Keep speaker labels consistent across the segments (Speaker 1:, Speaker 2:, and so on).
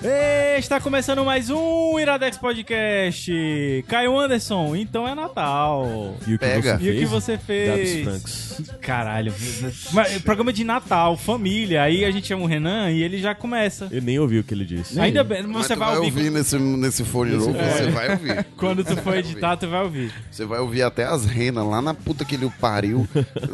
Speaker 1: Ei, Está começando mais um Iradex Podcast. Caio Anderson, então é Natal.
Speaker 2: E o que
Speaker 3: Pega.
Speaker 2: você
Speaker 1: E o
Speaker 2: fez?
Speaker 1: que você fez?
Speaker 2: Dados francos.
Speaker 1: Caralho. Mas, programa de Natal, família. Aí a gente chama o Renan e ele já começa.
Speaker 2: Eu nem ouvi o que ele disse.
Speaker 1: Ainda bem,
Speaker 3: Mas
Speaker 1: você
Speaker 3: tu
Speaker 1: vai ouvir.
Speaker 3: nesse, nesse fone novo, você vai ouvir.
Speaker 1: Quando tu
Speaker 3: Você
Speaker 1: for
Speaker 3: vai ouvir.
Speaker 1: editar, tu vai ouvir.
Speaker 3: Você vai ouvir até as renas lá na puta que ele pariu.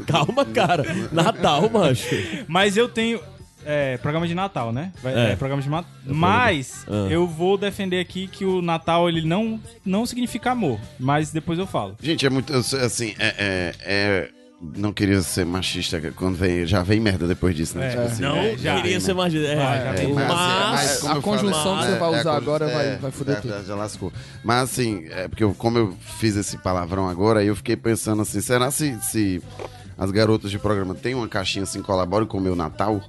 Speaker 2: Calma, cara. Natal, macho.
Speaker 1: Mas eu tenho. É, programa de Natal, né? Vai-
Speaker 2: É.
Speaker 1: é, programa de Natal. Mas
Speaker 2: Ah.
Speaker 1: eu vou defender aqui que o Natal ele não, não significa amor. Mas depois eu falo.
Speaker 3: Gente, é muito. eu sou- Assim, é. é, é- não queria ser machista quando vem. Já vem merda depois disso, né?
Speaker 1: É.
Speaker 3: assim,
Speaker 1: Não,
Speaker 3: é,
Speaker 1: já.
Speaker 2: Queria
Speaker 3: vem,
Speaker 2: ser
Speaker 3: né?
Speaker 2: mais. É,
Speaker 1: Ah, já
Speaker 3: É,
Speaker 1: tem.
Speaker 2: mas.
Speaker 3: mas-
Speaker 2: mas...
Speaker 3: como
Speaker 4: a
Speaker 3: eu
Speaker 4: conjunção
Speaker 3: falei,
Speaker 4: que você
Speaker 3: é,
Speaker 4: vai
Speaker 3: é a
Speaker 4: usar
Speaker 3: conju-
Speaker 4: agora vai-
Speaker 3: é,
Speaker 4: vai fuder
Speaker 3: já-
Speaker 4: tudo.
Speaker 3: Já, já lascou. Mas assim, é porque eu- como eu fiz esse palavrão agora, aí eu fiquei pensando assim, será se, se as garotas de programa têm uma caixinha assim, colaboram com o meu Natal?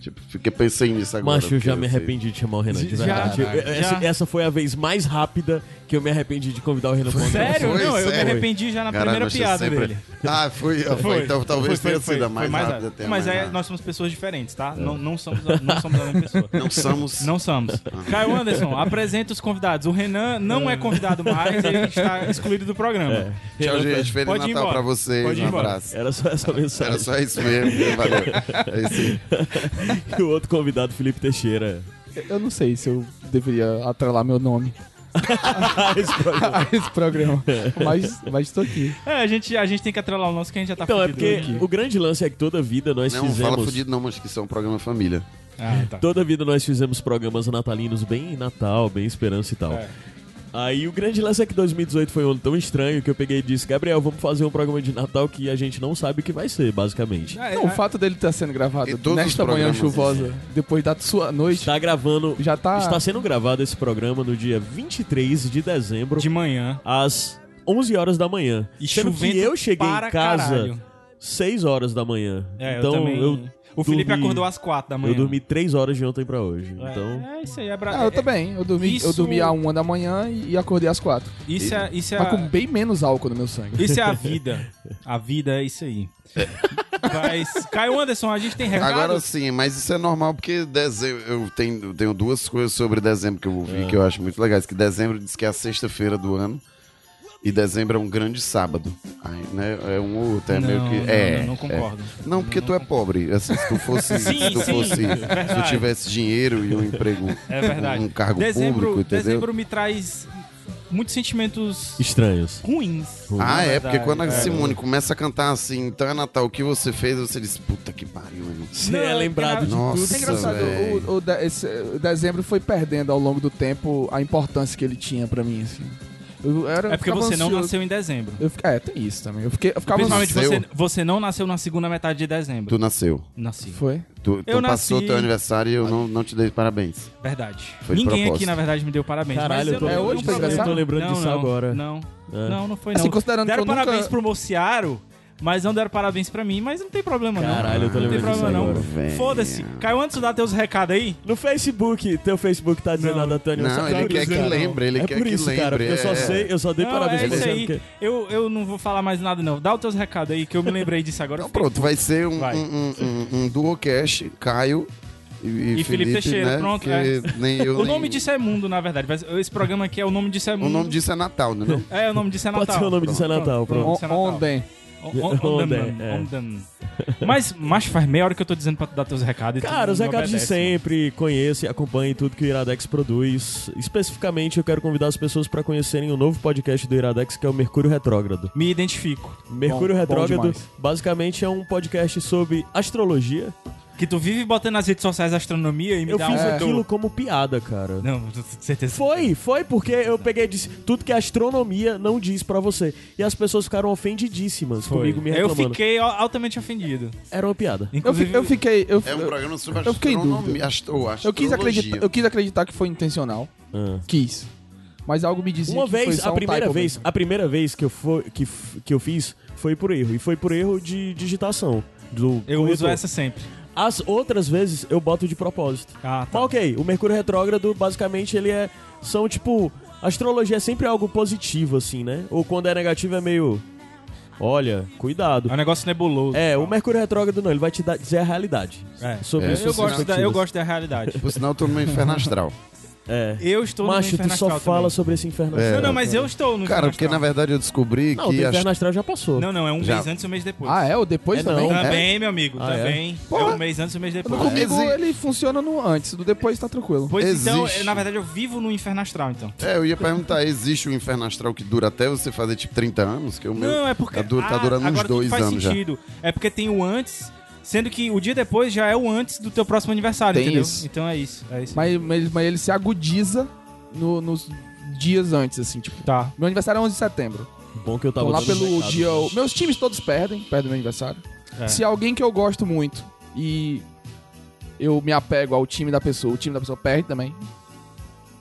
Speaker 3: Tipo, fiquei pensei nisso agora.
Speaker 2: Macho, eu já
Speaker 3: porque,
Speaker 2: me
Speaker 3: assim,
Speaker 2: arrependi de chamar o Renan, de
Speaker 1: Já,
Speaker 2: verdade.
Speaker 1: já.
Speaker 2: Eu- essa, essa foi a vez mais rápida que eu me arrependi de convidar o Renan pra um
Speaker 1: Sério?
Speaker 3: Foi,
Speaker 1: não, eu me
Speaker 3: sério.
Speaker 1: arrependi já na
Speaker 3: Caralho,
Speaker 1: primeira
Speaker 3: mas você
Speaker 1: piada
Speaker 3: sempre-
Speaker 1: dele.
Speaker 3: Ah, foi, foi, então talvez
Speaker 1: foi,
Speaker 3: tenha
Speaker 1: foi,
Speaker 3: sido a
Speaker 1: foi,
Speaker 3: mais
Speaker 1: foi
Speaker 3: rápida.
Speaker 1: rápido.
Speaker 3: até,
Speaker 1: Mas
Speaker 3: mais
Speaker 1: é,
Speaker 3: rápida.
Speaker 1: nós somos pessoas diferentes, tá? Não, não, somos, não somos a mesma pessoa.
Speaker 3: Não somos...
Speaker 1: Não somos. Caio Anderson, apresenta os convidados. O Renan não é convidado mais, ele está excluído do programa.
Speaker 2: É.
Speaker 3: Tchau, gente. Feliz
Speaker 1: Pode ir
Speaker 3: Natal
Speaker 1: embora.
Speaker 3: pra vocês.
Speaker 1: Pode ir
Speaker 3: um
Speaker 1: embora.
Speaker 3: abraço.
Speaker 2: Era só essa
Speaker 3: Era
Speaker 2: mensagem.
Speaker 3: só isso mesmo. Valeu. É isso aí.
Speaker 2: E o outro convidado, Felipe Teixeira.
Speaker 4: Eu não sei se eu deveria atrelar meu nome
Speaker 2: Esse programa.
Speaker 4: a esse programa, mas, mas tô aqui.
Speaker 1: É, a gente, a gente tem que atrelar o nosso que a gente já tá
Speaker 2: Então, é
Speaker 1: fudido
Speaker 2: porque
Speaker 1: aqui.
Speaker 2: o grande lance é que toda vida nós
Speaker 3: Não,
Speaker 2: fizemos.
Speaker 3: fala fudido não, mas que isso é um programa família.
Speaker 1: Ah, tá.
Speaker 2: Toda vida nós fizemos programas natalinos bem Natal, bem esperança e tal.
Speaker 1: É.
Speaker 2: Aí o grande lance é que 2018 foi um ano tão estranho que eu peguei e disse, Gabriel, vamos fazer um programa de Natal que a gente não sabe o que vai ser, basicamente.
Speaker 1: Ah, é,
Speaker 4: Não, o
Speaker 1: ah,
Speaker 4: fato dele estar sendo gravado
Speaker 3: E todos
Speaker 4: nesta
Speaker 3: os
Speaker 4: manhã
Speaker 3: programas,
Speaker 4: chuvosa, depois da sua noite,
Speaker 2: Está gravando.
Speaker 4: já
Speaker 1: Ah.
Speaker 4: tá.
Speaker 2: Está sendo gravado esse programa no dia 23 de dezembro,
Speaker 1: de manhã.
Speaker 2: às 11 horas da manhã.
Speaker 1: E
Speaker 2: sendo
Speaker 1: chovendo
Speaker 2: que eu cheguei
Speaker 1: para
Speaker 2: em casa
Speaker 1: caralho.
Speaker 2: 6 horas da manhã.
Speaker 1: É,
Speaker 2: então
Speaker 1: eu também... o Felipe
Speaker 2: dormi-
Speaker 1: acordou às quatro da manhã.
Speaker 2: eu dormi 3 horas de ontem pra hoje.
Speaker 1: É,
Speaker 2: Então,
Speaker 1: é isso aí, é bra...
Speaker 4: Ah, eu também. Eu dormi,
Speaker 1: Isso-
Speaker 4: eu dormi à uma da manhã e e acordei às quatro.
Speaker 1: Isso é, isso é,
Speaker 4: Mas com bem menos álcool no meu sangue.
Speaker 1: isso é a vida. A vida é isso aí. Mas, Caio Anderson, a gente tem recado?
Speaker 3: Agora sim, mas isso é normal porque dezembro, eu tenho, eu tenho duas coisas sobre dezembro que eu ouvi
Speaker 2: É.
Speaker 3: que eu acho muito legais. Que dezembro diz que é a sexta-feira do ano e dezembro é um grande sábado. Aí, né, é um ou outro, é
Speaker 1: Não,
Speaker 3: meio que...
Speaker 1: não,
Speaker 3: é,
Speaker 1: não, não
Speaker 3: é.
Speaker 1: concordo.
Speaker 3: Não, porque tu é pobre. Assim, se tu fosse...
Speaker 1: Sim,
Speaker 3: se tu
Speaker 1: sim, É
Speaker 3: fosse... Se
Speaker 1: verdade.
Speaker 3: tu tivesse dinheiro e um emprego...
Speaker 1: É verdade.
Speaker 3: Um, um cargo
Speaker 1: dezembro,
Speaker 3: público, entendeu?
Speaker 1: dezembro me traz muitos sentimentos
Speaker 2: estranhos.
Speaker 1: ruins.
Speaker 3: Ah,
Speaker 1: na
Speaker 3: é,
Speaker 1: verdade.
Speaker 3: porque quando a Simone começa a cantar assim, então é Natal, o que você fez? Você diz, puta que pariu, irmão.
Speaker 2: Você
Speaker 1: Não,
Speaker 2: é lembrado de
Speaker 3: Nossa,
Speaker 2: tudo.
Speaker 4: É engraçado,
Speaker 3: véi.
Speaker 4: o, o de- esse- o dezembro foi perdendo ao longo do tempo a importância que ele tinha pra mim, assim. Eu era,
Speaker 1: É porque
Speaker 4: ficava
Speaker 1: você não
Speaker 4: ansioso.
Speaker 1: nasceu em dezembro.
Speaker 4: Eu fica- é, tem isso também. Eu, fiquei, eu ficava
Speaker 1: Principalmente você,
Speaker 3: nasceu?
Speaker 1: você não nasceu na segunda metade de dezembro.
Speaker 3: Tu nasceu.
Speaker 1: Nasci.
Speaker 4: Foi?
Speaker 3: Tu, tu
Speaker 1: Eu
Speaker 3: passou
Speaker 1: nasci-
Speaker 3: teu aniversário e eu não, não te dei parabéns.
Speaker 1: Verdade.
Speaker 3: Foi de
Speaker 1: Ninguém
Speaker 3: propósito.
Speaker 1: aqui, na verdade, me deu parabéns.
Speaker 2: Caralho,
Speaker 1: mas
Speaker 2: eu tô,
Speaker 4: É,
Speaker 1: não-
Speaker 4: hoje
Speaker 1: não
Speaker 2: eu
Speaker 4: foi
Speaker 2: tô
Speaker 1: problema.
Speaker 4: engraçado?
Speaker 2: lembrando
Speaker 1: não,
Speaker 2: disso
Speaker 1: não,
Speaker 2: agora.
Speaker 1: Não,
Speaker 2: É.
Speaker 1: não, não foi não.
Speaker 4: Assim, considerando
Speaker 1: deram
Speaker 4: que eu
Speaker 1: parabéns
Speaker 4: nunca...
Speaker 1: pro Mociaro, mas não deram parabéns pra mim, mas não tem problema não.
Speaker 2: Caralho, eu tô
Speaker 1: não tem
Speaker 2: lembrando disso
Speaker 1: problema não.
Speaker 2: agora.
Speaker 3: Véi.
Speaker 1: Foda-se. Caiu antes de dar teus recados aí?
Speaker 2: No Facebook, teu Facebook tá dizendo
Speaker 1: Não.
Speaker 2: nada, Tânia. eu só
Speaker 3: Não,
Speaker 2: quero
Speaker 3: ele quer que
Speaker 2: dizer, não.
Speaker 3: lembre, ele
Speaker 2: é
Speaker 3: quer
Speaker 2: por
Speaker 3: que
Speaker 2: isso,
Speaker 3: lembre.
Speaker 2: cara. Eu só
Speaker 3: é.
Speaker 2: sei, eu só dei
Speaker 1: Não,
Speaker 2: parabéns
Speaker 1: é isso
Speaker 2: pra
Speaker 1: aí.
Speaker 2: porque-
Speaker 1: Eu, eu não vou falar mais nada não. Dá os teus recados aí, que eu me lembrei disso agora.
Speaker 3: Então pronto, vai ser um,
Speaker 1: Vai.
Speaker 3: um, um, um, um duocast, Caio e, e
Speaker 1: E Felipe Teixeira,
Speaker 3: né?
Speaker 1: pronto,
Speaker 3: que
Speaker 1: é.
Speaker 3: nem eu,
Speaker 1: O
Speaker 3: nem-
Speaker 1: nome disso é mundo, na verdade. Mas Esse programa aqui é o nome disso é
Speaker 3: O
Speaker 1: mundo.
Speaker 3: nome disso é Natal, né? Não?
Speaker 1: É, o nome disso é Natal.
Speaker 2: Pode ser o nome disso é Natal, pronto.
Speaker 1: Pronto, isso é Natal.
Speaker 4: Ontem.
Speaker 1: O- o-
Speaker 2: Onda,
Speaker 1: Ondan,
Speaker 2: é.
Speaker 1: Ondan. Mas, mas faz meia hora que eu tô dizendo pra tu dar teus recados. e tu
Speaker 2: Cara, os
Speaker 1: não
Speaker 2: recados de
Speaker 1: obedece, né?
Speaker 2: sempre, conheça e acompanhe tudo que o Iradex produz. Especificamente, eu quero convidar as pessoas para conhecerem o novo podcast do Iradex, que é o Mercúrio Retrógrado.
Speaker 1: mano. Me identifico.
Speaker 2: Mercúrio
Speaker 4: bom
Speaker 2: Retrógrado,
Speaker 4: demais.
Speaker 2: basicamente, é um podcast sobre astrologia.
Speaker 1: Que tu vive botando nas redes sociais astronomia e me
Speaker 2: Eu
Speaker 1: dá
Speaker 2: fiz
Speaker 1: um...
Speaker 2: aquilo como piada, cara.
Speaker 1: Não, tu- tu- certeza.
Speaker 2: Foi, foi porque eu peguei e disse tudo que a astronomia não diz pra você. E as pessoas ficaram ofendidíssimas
Speaker 1: Foi.
Speaker 2: comigo me
Speaker 1: Eu
Speaker 2: reclamando.
Speaker 1: fiquei al- altamente ofendido.
Speaker 2: Era uma piada.
Speaker 4: Eu, fi-
Speaker 1: Inclusive,
Speaker 4: eu fiquei. Eu,
Speaker 3: É um programa sobre
Speaker 4: Eu fiquei em
Speaker 3: astronomia. Astro, astrologia.
Speaker 4: eu, quis acreditar, eu quis acreditar que foi intencional.
Speaker 2: Ah.
Speaker 4: Quis. Mas algo me dizia
Speaker 2: Uma
Speaker 4: que foi
Speaker 2: vez,
Speaker 4: só
Speaker 2: a
Speaker 4: um
Speaker 2: primeira
Speaker 4: typo
Speaker 2: vez,
Speaker 4: mesmo.
Speaker 2: a primeira vez que eu, for, que, f- que eu fiz foi por erro. E foi por erro de digitação. do
Speaker 1: Eu uso
Speaker 2: corretor.
Speaker 1: essa sempre.
Speaker 2: As outras vezes eu boto de propósito.
Speaker 1: Ah, tá.
Speaker 2: Mas ok, o Mercúrio retrógrado, basicamente, ele é. São tipo. A astrologia é sempre algo positivo, assim, né? Ou quando é negativo é meio. Olha, cuidado.
Speaker 1: É um negócio nebuloso.
Speaker 2: É, o Mercúrio retrógrado não, ele vai te dar, dizer a realidade.
Speaker 1: É.
Speaker 2: Sobre
Speaker 3: É.
Speaker 2: as
Speaker 1: Eu
Speaker 2: suas
Speaker 1: gosto, da,
Speaker 2: perspectivas.
Speaker 1: eu gosto da realidade.
Speaker 3: Por sinal, eu tô no meu inferno astral.
Speaker 2: É.
Speaker 1: Eu estou no
Speaker 2: Macho,
Speaker 1: inferno
Speaker 2: tu só
Speaker 1: astral
Speaker 2: fala
Speaker 1: também.
Speaker 2: sobre esse inferno
Speaker 3: É.
Speaker 2: astral.
Speaker 1: Não, não, mas eu estou no
Speaker 3: Cara,
Speaker 1: inferno
Speaker 3: porque na
Speaker 1: astral.
Speaker 3: verdade eu descobri
Speaker 2: Não, o do
Speaker 3: que.
Speaker 2: inferno
Speaker 3: ast-
Speaker 2: astral já passou.
Speaker 1: Não, não, é um
Speaker 3: Já.
Speaker 1: mês antes e um mês depois.
Speaker 4: Ah, é? O depois
Speaker 2: É, não.
Speaker 4: também?
Speaker 1: Também, meu amigo,
Speaker 2: Ah, é?
Speaker 1: também. É?
Speaker 4: Porra.
Speaker 1: um mês antes e um mês
Speaker 4: No
Speaker 1: depois.
Speaker 3: Como-
Speaker 4: comigo
Speaker 3: Exi-
Speaker 4: ele funciona no antes, no depois tá tranquilo.
Speaker 1: Pois então,
Speaker 3: Existe.
Speaker 1: eu, na verdade, eu vivo no inferno astral, então.
Speaker 3: É, eu ia perguntar, existe o inferno astral que dura até você fazer tipo 30 anos? Que o meu
Speaker 1: Não, é porque.
Speaker 3: tá, du- tá
Speaker 1: Ah,
Speaker 3: durando uns
Speaker 1: agora tudo
Speaker 3: dois
Speaker 1: faz
Speaker 3: anos já.
Speaker 1: sentido. É porque tem o antes, sendo que o dia depois já é o antes do teu próximo aniversário,
Speaker 3: Tem
Speaker 1: entendeu?
Speaker 3: isso.
Speaker 1: Então é isso. É isso.
Speaker 4: Mas, mas, mas ele se agudiza no- nos dias antes, assim, tipo.
Speaker 1: Tá.
Speaker 4: Meu aniversário é 11 de setembro.
Speaker 2: Bom que eu tava
Speaker 4: Então lá
Speaker 2: todo
Speaker 4: pelo
Speaker 2: deitado.
Speaker 4: dia. Meus times todos perdem, perdem meu aniversário.
Speaker 1: É.
Speaker 4: Se alguém que eu gosto muito e eu me apego ao time da pessoa, o time da pessoa perde também.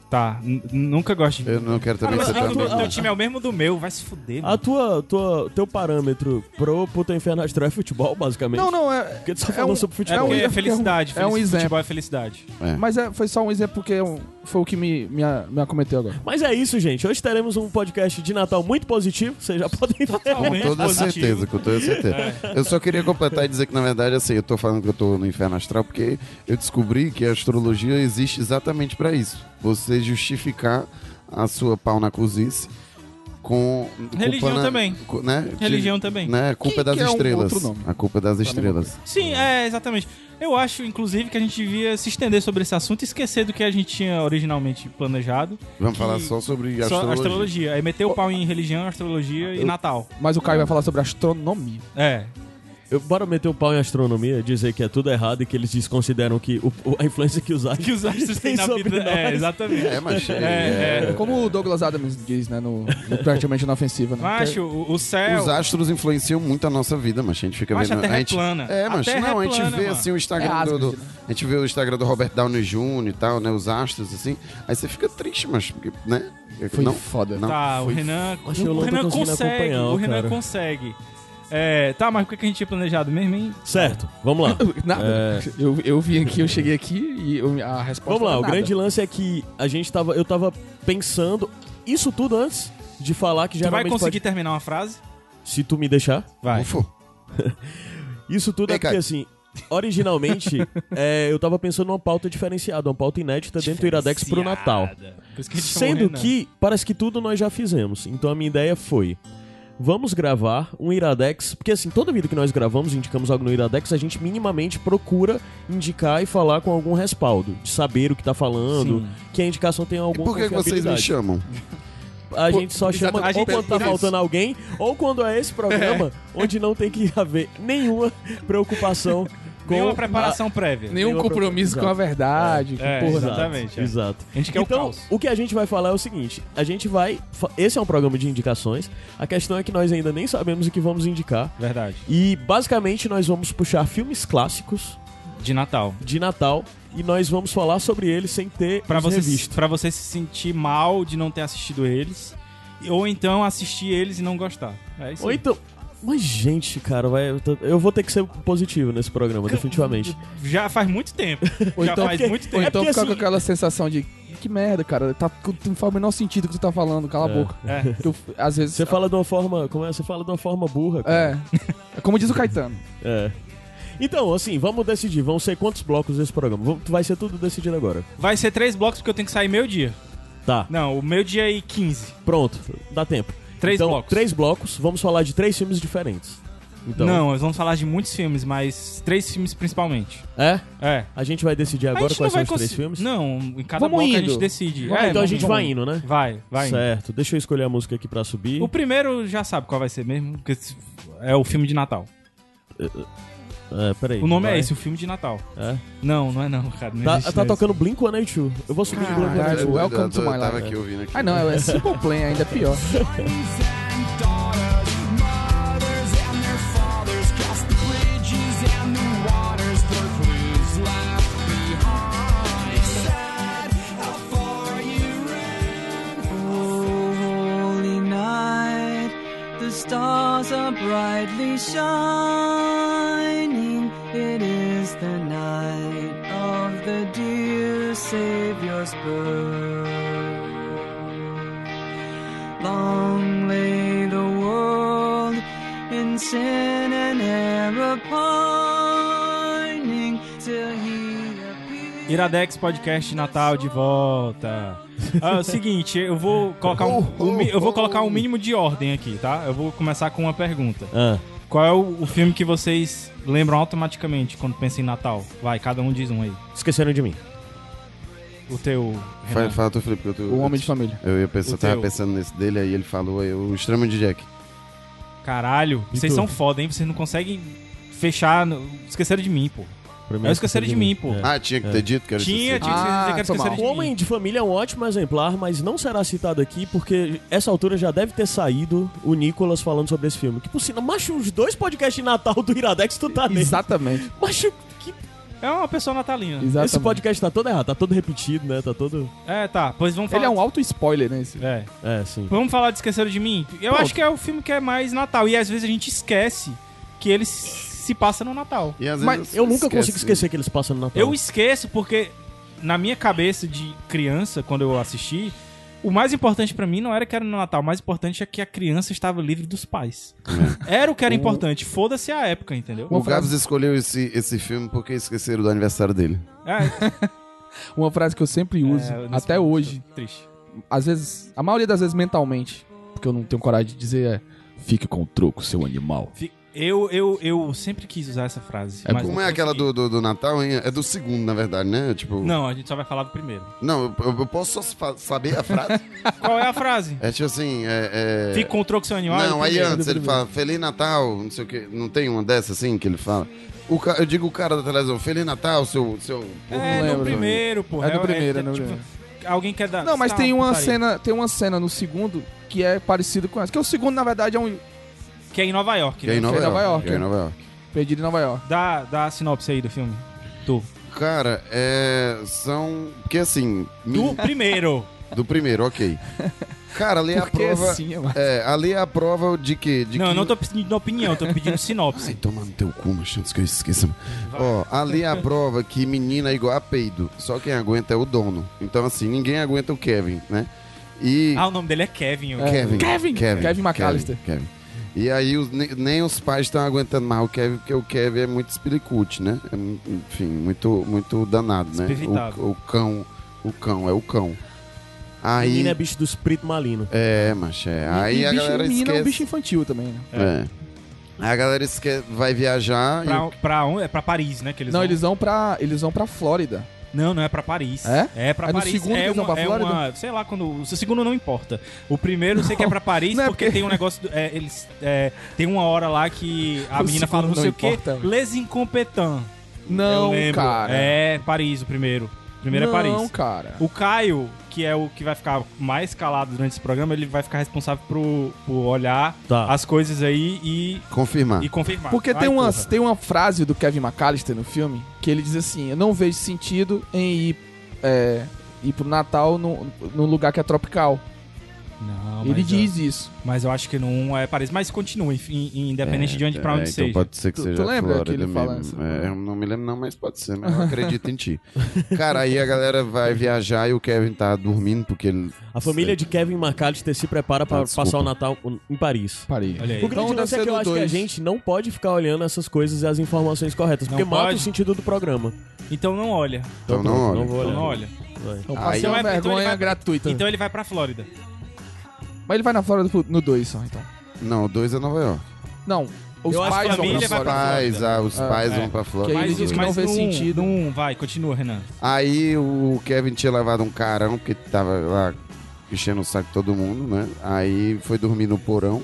Speaker 1: Tá. N- nunca gosto de.
Speaker 3: Eu não quero
Speaker 1: Ah,
Speaker 3: também que
Speaker 1: mas
Speaker 3: você
Speaker 1: o teu- teu
Speaker 3: tá
Speaker 1: time é o mesmo do meu, vai se fuder.
Speaker 2: A
Speaker 1: mano.
Speaker 2: tua, tua, teu parâmetro pro, pro teu inferno astral é futebol, basicamente?
Speaker 4: Não, não, é.
Speaker 2: Porque tu só
Speaker 4: É
Speaker 2: falou
Speaker 4: um-
Speaker 2: sobre
Speaker 1: É
Speaker 4: é
Speaker 2: futebol.
Speaker 1: porque
Speaker 4: um-
Speaker 1: é felicidade.
Speaker 4: é um
Speaker 1: felici-
Speaker 4: exemplo.
Speaker 1: Futebol é felicidade.
Speaker 4: Mas é- foi só um exemplo porque é um- foi o que me, me, a- me acometeu agora.
Speaker 2: Mas é isso, gente. Hoje teremos um podcast de Natal muito positivo. Vocês já podem ver.
Speaker 3: Com
Speaker 1: Totalmente
Speaker 3: toda
Speaker 1: positivo.
Speaker 3: certeza, com toda certeza. Eu só queria completar e dizer que, na verdade, assim, eu tô falando que eu tô no inferno astral porque eu descobri que a astrologia existe exatamente pra isso. Você justificar a sua pau na cozice com.
Speaker 1: Religião
Speaker 3: culpa na-
Speaker 1: também.
Speaker 3: cu- né? De-
Speaker 1: Religião também.
Speaker 3: Né? A culpa
Speaker 4: Que-
Speaker 3: das
Speaker 4: que é um
Speaker 3: estrelas.
Speaker 4: outro nome.
Speaker 3: a culpa das estrelas.
Speaker 1: Sim, é, exatamente. Eu acho, inclusive, que a gente devia se estender sobre esse assunto e esquecer do que a gente tinha originalmente planejado.
Speaker 3: Vamos falar
Speaker 1: que-
Speaker 3: só sobre
Speaker 1: Só
Speaker 3: astrologia.
Speaker 1: astrologia. Aí meteu o pau em religião, astrologia e
Speaker 4: Eu-
Speaker 1: Natal.
Speaker 4: Mas o Caio vai falar sobre astronomia.
Speaker 1: É.
Speaker 2: Eu, bora meter o pau em astronomia, dizer que é tudo errado e que eles desconsideram que o- o- a influência que os
Speaker 1: Que
Speaker 2: astros...
Speaker 1: os astros têm
Speaker 2: Tem
Speaker 1: na
Speaker 2: sobre
Speaker 1: vida. É,
Speaker 2: nós.
Speaker 1: exatamente.
Speaker 3: É, mas.
Speaker 1: É,
Speaker 3: é,
Speaker 4: É como o Douglas Adams diz, né? No, no praticamente inofensiva, né?
Speaker 1: Macho, o, é o céu.
Speaker 3: Os astros influenciam muito a nossa vida, mas a gente fica
Speaker 1: Macho,
Speaker 3: vendo.
Speaker 1: a Terra é
Speaker 3: gente,
Speaker 1: plana.
Speaker 3: É,
Speaker 1: A
Speaker 3: mas
Speaker 1: Terra
Speaker 3: não,
Speaker 1: é
Speaker 3: a gente
Speaker 1: plana,
Speaker 3: vê
Speaker 1: mano.
Speaker 3: assim o Instagram
Speaker 4: É
Speaker 3: do, do-
Speaker 4: aspas, né?
Speaker 3: A gente vê o Instagram do Robert Downey Jr. e tal, né? Os astros, assim. Aí você fica triste, mas. porque, Né?
Speaker 4: Foi
Speaker 3: não,
Speaker 4: foda.
Speaker 3: não
Speaker 1: tá, o
Speaker 3: foi-
Speaker 1: Renan.
Speaker 2: Acho que eu
Speaker 1: o
Speaker 2: não tô
Speaker 1: Renan
Speaker 2: conseguindo
Speaker 1: consegue.
Speaker 2: acompanhar,
Speaker 1: O Renan
Speaker 2: cara.
Speaker 1: consegue. É, tá, mas o que que a gente tinha planejado mesmo, hein?
Speaker 2: Certo, vamos lá.
Speaker 4: Nada. Eu, eu vim aqui, eu cheguei aqui e eu- a resposta.
Speaker 2: É. Vamos lá,
Speaker 4: era
Speaker 2: o
Speaker 4: nada.
Speaker 2: grande lance é que a gente tava... Eu tava pensando... Isso tudo antes de falar
Speaker 1: Tu
Speaker 2: que
Speaker 1: vai
Speaker 2: geralmente
Speaker 1: conseguir
Speaker 2: pode...
Speaker 1: terminar uma frase?
Speaker 2: Se tu me deixar.
Speaker 1: Vai.
Speaker 3: Ufo.
Speaker 2: Isso tudo
Speaker 3: Vem
Speaker 2: é
Speaker 3: cá.
Speaker 2: porque, assim, originalmente, é, eu tava pensando numa pauta diferenciada, uma pauta inédita dentro do Iradex pro Natal.
Speaker 1: Por isso que a
Speaker 3: tá
Speaker 1: gente chamou o
Speaker 2: Sendo
Speaker 3: né?
Speaker 1: Renan.
Speaker 2: que, parece que tudo nós já fizemos. Então a minha ideia foi. Vamos gravar um Iradex, porque assim, toda vida que nós gravamos, e indicamos algo no Iradex, a gente minimamente procura indicar e falar com algum respaldo, de saber o que tá falando,
Speaker 1: Sim.
Speaker 2: que a indicação tem
Speaker 3: E
Speaker 2: alguma
Speaker 3: por que, que vocês me
Speaker 2: confiabilidade.
Speaker 3: chamam?
Speaker 2: A gente só chama
Speaker 1: exatamente,
Speaker 2: ou quando tá
Speaker 1: isso.
Speaker 2: faltando alguém, ou quando é esse programa onde não tem que haver nenhuma preocupação com Ah.
Speaker 1: Nenhuma
Speaker 2: a-
Speaker 1: preparação prévia.
Speaker 4: Nenhum
Speaker 2: Nenhuma
Speaker 4: compromisso
Speaker 2: preocupação.
Speaker 4: com a verdade. com
Speaker 1: É,
Speaker 4: porra.
Speaker 2: Exato,
Speaker 1: Exatamente, é.
Speaker 2: Exato.
Speaker 1: A gente quer o
Speaker 2: Então,
Speaker 1: caos.
Speaker 2: o que a gente vai falar é o seguinte: a gente vai. fa- Esse é um programa de indicações. A questão é que nós ainda nem sabemos o que vamos indicar.
Speaker 1: Verdade.
Speaker 2: E basicamente nós vamos puxar filmes clássicos
Speaker 1: De Natal.
Speaker 2: de Natal e nós vamos falar sobre eles sem ter
Speaker 1: Pra
Speaker 2: os
Speaker 1: você,
Speaker 2: revistos.
Speaker 1: pra você se sentir mal de não ter assistido eles. Ou então assistir eles e não gostar. É isso.
Speaker 2: Ou
Speaker 1: aí.
Speaker 2: então. Mas, gente, cara, vai, eu, tô- eu vou ter que ser positivo nesse programa, definitivamente.
Speaker 1: Já faz muito tempo.
Speaker 4: Ou
Speaker 1: Já
Speaker 4: então
Speaker 1: faz
Speaker 2: porque-
Speaker 1: muito
Speaker 4: Ou
Speaker 1: tempo.
Speaker 4: então
Speaker 2: porque,
Speaker 4: ficar com
Speaker 2: assim-
Speaker 4: aquela sensação de. Que merda, cara. Tá, não faz o menor sentido o que tu tá falando, cala a
Speaker 2: É.
Speaker 4: boca.
Speaker 1: É.
Speaker 4: Porque eu- às vezes.
Speaker 2: Você fala de uma forma. Como é? Você fala de uma forma burra. cara.
Speaker 4: É. É Como diz o Caetano.
Speaker 2: É. Então, assim, vamos decidir. Vão ser quantos blocos esse programa? Vamos- Vai ser tudo decidido agora.
Speaker 1: Vai ser três blocos porque eu tenho que sair meio dia.
Speaker 2: Tá.
Speaker 1: Não, o meio dia e 15.
Speaker 2: Pronto, dá tempo.
Speaker 1: Três
Speaker 2: então,
Speaker 1: blocos.
Speaker 2: Três blocos, vamos falar de três filmes diferentes. Então,
Speaker 1: Não, nós vamos falar de muitos filmes, mas três filmes principalmente.
Speaker 2: É?
Speaker 1: É.
Speaker 2: A gente vai decidir
Speaker 1: A
Speaker 2: agora
Speaker 1: gente não
Speaker 2: quais são
Speaker 1: vai
Speaker 2: os três
Speaker 1: conseguir.
Speaker 2: filmes?
Speaker 1: Não, em cada
Speaker 4: Vamos
Speaker 1: bloco a
Speaker 4: indo.
Speaker 1: gente decide.
Speaker 4: Vamos,
Speaker 1: É,
Speaker 2: então a
Speaker 1: vamos,
Speaker 2: gente
Speaker 1: vamos.
Speaker 2: vai indo, né?
Speaker 1: Vai, vai indo.
Speaker 2: Certo, deixa eu escolher a música aqui pra subir.
Speaker 1: O primeiro já sabe qual vai ser mesmo, porque esse é o filme de Natal.
Speaker 2: É, peraí.
Speaker 1: O nome
Speaker 2: vai.
Speaker 1: é esse, o filme de Natal.
Speaker 2: É.
Speaker 1: Não, não é não, cara. Não
Speaker 2: Tá,
Speaker 1: existe,
Speaker 2: tá
Speaker 1: não
Speaker 2: tocando Blink-182. Eu vou subir
Speaker 4: Caralho.
Speaker 2: Blink-182.
Speaker 4: Caralho. É,
Speaker 1: é
Speaker 4: Welcome
Speaker 3: eu,
Speaker 4: to
Speaker 3: eu,
Speaker 4: my
Speaker 3: eu tava
Speaker 4: life.
Speaker 3: aqui ouvindo aqui.
Speaker 4: Ah, não, é simple plan, ainda é pior.
Speaker 5: holy night, the stars are brightly shining. It is the night of the dear Savior's birth. Long lay the world in sin and error pining till he appeared.
Speaker 1: Iradex Podcast Natal de volta. Ah, é o seguinte, eu vou colocar um, um mi- eu vou colocar um mínimo de ordem aqui, tá? Eu vou começar com uma pergunta.
Speaker 2: Ah,
Speaker 1: Qual é o, o filme que vocês lembram automaticamente quando pensam em Natal? Vai, cada um diz um aí.
Speaker 2: esqueceram de mim.
Speaker 1: O teu.
Speaker 3: Fala,
Speaker 1: Renan.
Speaker 3: fala tu, Felipe, que eu tô.
Speaker 4: O Homem de Família.
Speaker 3: Eu ia pensar,
Speaker 1: O
Speaker 3: tava
Speaker 1: teu.
Speaker 3: pensando nesse dele, aí ele falou aí, o extremo de Jack.
Speaker 1: Caralho, vocês
Speaker 2: tu?
Speaker 1: são foda, hein? Vocês não conseguem fechar. no- Esqueceram de mim, pô.
Speaker 2: Pra mim,
Speaker 1: Aí esqueceram de mim, pô.
Speaker 2: É.
Speaker 3: Ah, tinha que ter dito que era
Speaker 1: Tinha, tinha que
Speaker 3: esquecido.
Speaker 4: Ah,
Speaker 1: dizer que era
Speaker 4: foi mal.
Speaker 1: esqueceram de
Speaker 2: O Homem
Speaker 1: mim.
Speaker 2: de Família é um ótimo exemplar, mas não será citado aqui porque essa altura já deve ter saído o Nicolas falando sobre esse filme. Que por sinal, macho, os dois podcasts de Natal do Iradex tu tá nele.
Speaker 4: Exatamente.
Speaker 2: Macho, que...
Speaker 1: É uma pessoa natalina.
Speaker 4: Exatamente.
Speaker 2: esse podcast tá todo errado, tá todo repetido, né? Tá todo.
Speaker 1: É, tá. Pois vamos falar.
Speaker 4: Ele é um auto-spoiler, né? Esse?
Speaker 1: É.
Speaker 2: É, sim.
Speaker 1: Vamos falar de Esqueceram de Mim? Eu
Speaker 4: Pronto.
Speaker 1: acho que é o filme que é mais Natal. E às vezes a gente esquece que ele se passa no Natal.
Speaker 3: E às vezes
Speaker 4: Mas
Speaker 2: Eu nunca
Speaker 3: esquece.
Speaker 2: consigo esquecer que eles passam no Natal.
Speaker 1: Eu esqueço porque na minha cabeça de criança, quando eu assisti, o mais importante pra mim não era que era no Natal, o mais importante é que a criança estava livre dos pais. Era o que era importante. Foda-se a época, entendeu?
Speaker 3: É. O Gabs escolheu esse, esse filme porque esqueceram do aniversário dele.
Speaker 1: É,
Speaker 4: Uma frase que eu sempre uso,
Speaker 1: é, nesse
Speaker 4: até
Speaker 1: momento,
Speaker 4: hoje.
Speaker 1: tô Triste.
Speaker 4: Às vezes, a maioria das vezes mentalmente, porque eu não tenho coragem de dizer é fique com o troco, seu animal.
Speaker 1: Fica- Eu, eu, eu sempre quis usar essa frase.
Speaker 4: É
Speaker 1: mas
Speaker 3: Como
Speaker 1: não
Speaker 3: é aquela
Speaker 1: consegui.
Speaker 3: do, do, do Natal, hein? É do segundo, na verdade, né? Tipo.
Speaker 1: Não, a gente só vai falar do primeiro.
Speaker 3: Não, eu, eu posso só fa- saber a frase?
Speaker 1: Qual é a frase?
Speaker 3: é tipo assim. É, é...
Speaker 1: Fica com o troco seu animal.
Speaker 3: Não,
Speaker 1: é o
Speaker 3: aí
Speaker 1: primeiro.
Speaker 3: antes ele fala, Feliz Natal, não sei o que. Não tem uma dessa assim que ele fala? O ca- Eu digo o cara da televisão, Feliz Natal, seu. seu...
Speaker 1: É,
Speaker 4: Não
Speaker 1: no
Speaker 4: lembro.
Speaker 1: primeiro, pô.
Speaker 4: É do primeiro, é do
Speaker 1: tipo,
Speaker 4: primeiro.
Speaker 1: Alguém quer dar.
Speaker 4: Não, mas
Speaker 1: tá,
Speaker 4: tem uma
Speaker 1: putaria.
Speaker 4: cena, tem uma cena no segundo que é parecido com essa. Que o segundo, na verdade, é um
Speaker 1: Que é em Nova York.
Speaker 3: Que é em
Speaker 1: né?
Speaker 3: Nova,
Speaker 4: Que é em Nova
Speaker 3: York,
Speaker 4: York,
Speaker 3: que é em
Speaker 4: né?
Speaker 3: Nova York.
Speaker 4: perdido em Nova York.
Speaker 1: Dá, dá a sinopse aí do filme. Tu.
Speaker 3: Cara, é. São. Porque assim.
Speaker 1: Do primeiro.
Speaker 3: Do primeiro, ok. Cara, ali é a
Speaker 4: Porque
Speaker 3: prova.
Speaker 4: assim, é mais-
Speaker 3: É, ali é a prova de que. De
Speaker 1: não,
Speaker 3: que...
Speaker 1: eu não tô pedindo opinião, tô pedindo
Speaker 3: Ai,
Speaker 1: sinopse.
Speaker 3: toma no teu cu, mas antes que eu esqueça. Ó, ali é a prova que menina é igual a peido. Só quem aguenta é o dono. Então, assim, ninguém aguenta o Kevin, né? E.
Speaker 1: Ah, o nome dele é Kevin. eu-
Speaker 3: Kevin,
Speaker 4: Kevin!
Speaker 3: Kevin!
Speaker 4: Kevin McAllister.
Speaker 3: Kevin. E aí, os- ne- nem os pais estão aguentando mais o Kevin, porque o Kevin é muito espiricute, né? É mu- enfim, muito, muito danado, né?
Speaker 1: Espivitado.
Speaker 3: O, o cão, o cão, é o cão. Aí.
Speaker 2: Menino é bicho do espírito malino.
Speaker 3: É, macho, é. Aí
Speaker 4: e
Speaker 3: a
Speaker 4: bicho,
Speaker 3: galera
Speaker 4: menino é um
Speaker 3: esquece.
Speaker 4: bicho infantil também, né?
Speaker 3: É. Aí a galera esquece, vai viajar e
Speaker 1: Pra,
Speaker 4: um-
Speaker 1: pra onde? É pra Paris, né? Que eles
Speaker 4: não,
Speaker 1: vão.
Speaker 4: eles vão pra. Eles vão pra Flórida.
Speaker 1: Não, não é pra Paris.
Speaker 4: É?
Speaker 1: É pra
Speaker 4: É no
Speaker 1: Paris.
Speaker 4: segundo
Speaker 1: é
Speaker 4: que eles vão
Speaker 1: uma,
Speaker 4: pra
Speaker 1: é
Speaker 4: Flórida?
Speaker 1: uma- Sei lá, quando. O segundo não importa. O primeiro eu sei que é pra Paris,
Speaker 4: não é
Speaker 1: porque
Speaker 4: porque-
Speaker 1: tem um negócio. do- é, eles. é, tem uma hora lá que a
Speaker 4: O
Speaker 1: menina fala não
Speaker 4: segundo
Speaker 1: sei
Speaker 4: não
Speaker 1: o
Speaker 4: importa. né?
Speaker 1: quê. Les incompetents. eu
Speaker 4: Não,
Speaker 1: lembro.
Speaker 4: cara.
Speaker 1: É Paris o primeiro. O primeiro é Paris.
Speaker 4: Não, cara.
Speaker 1: O Caio, que é o que vai ficar mais calado durante esse programa, ele vai ficar responsável pro, pro olhar
Speaker 2: Tá.
Speaker 1: as coisas aí e,
Speaker 3: confirmar.
Speaker 1: e confirmar.
Speaker 4: Ah. Porque
Speaker 1: Vai,
Speaker 4: tem, uma,
Speaker 1: porra.
Speaker 4: tem uma frase do Kevin McAllister no filme que ele diz assim: Eu não vejo sentido em ir, é, ir pro Natal num, num lugar que é tropical.
Speaker 1: Não,
Speaker 4: ele
Speaker 1: mas, é.
Speaker 4: diz isso.
Speaker 1: Eu, mas eu acho que não é Paris. Mas continua, enfim, in- independente de onde pra
Speaker 3: É,
Speaker 1: onde
Speaker 3: então
Speaker 1: seja.
Speaker 3: pode ser que
Speaker 4: Tu-
Speaker 3: seja
Speaker 4: tu lembra
Speaker 3: Flórida
Speaker 4: que ele fala
Speaker 3: mesmo.
Speaker 4: essa
Speaker 3: É, eu não me lembro não, mas pode ser, mas eu acredito em ti. Cara, aí a galera vai viajar e o Kevin tá dormindo porque ele...
Speaker 2: A família de Kevin McAllister se prepara pra
Speaker 3: Ah, desculpa.
Speaker 2: passar o Natal em Paris.
Speaker 4: Parei.
Speaker 1: Olha aí.
Speaker 2: O grande
Speaker 4: Então,
Speaker 2: lance é que
Speaker 4: deve ser
Speaker 2: eu
Speaker 4: do
Speaker 2: acho que a
Speaker 4: dois.
Speaker 2: gente não pode ficar olhando essas coisas e as informações corretas,
Speaker 1: Não
Speaker 2: porque mata
Speaker 1: pode.
Speaker 2: o sentido do programa.
Speaker 1: Então não olha.
Speaker 3: Então
Speaker 2: pronto,
Speaker 3: não olha.
Speaker 2: vou
Speaker 1: Então não
Speaker 2: olhar.
Speaker 1: olha.
Speaker 2: Vai.
Speaker 4: Então,
Speaker 3: Aí-
Speaker 4: passei uma
Speaker 1: Então ele
Speaker 4: vergonha
Speaker 1: vai-
Speaker 4: gratuita.
Speaker 1: Então ele vai pra Flórida.
Speaker 4: Mas ele vai na Flórida pro- no 2 só, então.
Speaker 3: Não, o dois é Nova York.
Speaker 4: Não, os
Speaker 2: Eu acho que
Speaker 4: pais
Speaker 2: a
Speaker 4: vão
Speaker 1: família
Speaker 4: pra
Speaker 1: vai
Speaker 3: Os
Speaker 4: Flórida.
Speaker 1: pra
Speaker 3: pais,
Speaker 1: Flórida.
Speaker 3: ah, os
Speaker 4: É.
Speaker 3: pais
Speaker 1: É.
Speaker 3: vão pra
Speaker 4: Que
Speaker 3: Flórida.
Speaker 4: aí
Speaker 1: Mas,
Speaker 4: ele diz que não
Speaker 1: mas
Speaker 4: vê sentido.
Speaker 1: Não um, vai, continua, Renan.
Speaker 3: Aí o Kevin tinha levado um carão, porque tava lá enchendo o saco de todo mundo, né? Aí foi dormir no porão.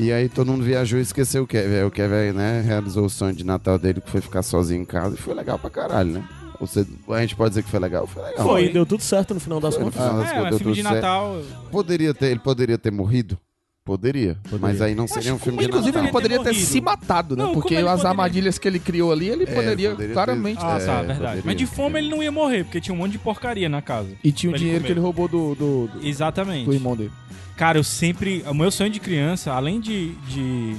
Speaker 3: E aí todo mundo viajou e esqueceu o Kevin. Aí o Kevin, né, realizou o sonho de Natal dele, que foi ficar sozinho em casa. E foi legal pra caralho, né? Você, a gente pode dizer que foi legal? Foi legal.
Speaker 2: Foi, deu tudo certo no final das
Speaker 3: Foi, no
Speaker 2: contas.
Speaker 3: final das
Speaker 1: é,
Speaker 3: contas,
Speaker 1: é
Speaker 3: deu
Speaker 1: filme de
Speaker 3: tudo certo.
Speaker 1: Natal.
Speaker 3: Poderia ter, ele poderia ter morrido? Poderia, mas aí não seria um filme de
Speaker 4: Inclusive,
Speaker 3: Natal.
Speaker 4: ele poderia ter
Speaker 1: morrido.
Speaker 4: se matado, né?
Speaker 1: é Não, como
Speaker 4: Porque
Speaker 1: ele
Speaker 4: as
Speaker 1: poderia?
Speaker 4: armadilhas que ele criou ali, ele
Speaker 3: É,
Speaker 4: poderia,
Speaker 3: poderia ter-
Speaker 4: claramente.
Speaker 1: Ah,
Speaker 3: É,
Speaker 1: tá, verdade.
Speaker 3: poderia,
Speaker 1: Mas de fome
Speaker 3: poderia.
Speaker 1: ele não ia morrer, porque tinha um monte de porcaria na casa.
Speaker 4: E tinha o
Speaker 1: Pra ele
Speaker 4: dinheiro
Speaker 1: comer.
Speaker 4: que ele roubou do, do, do-
Speaker 1: Exatamente.
Speaker 4: do irmão dele.
Speaker 1: Cara, eu sempre. O meu sonho de criança, além de, de,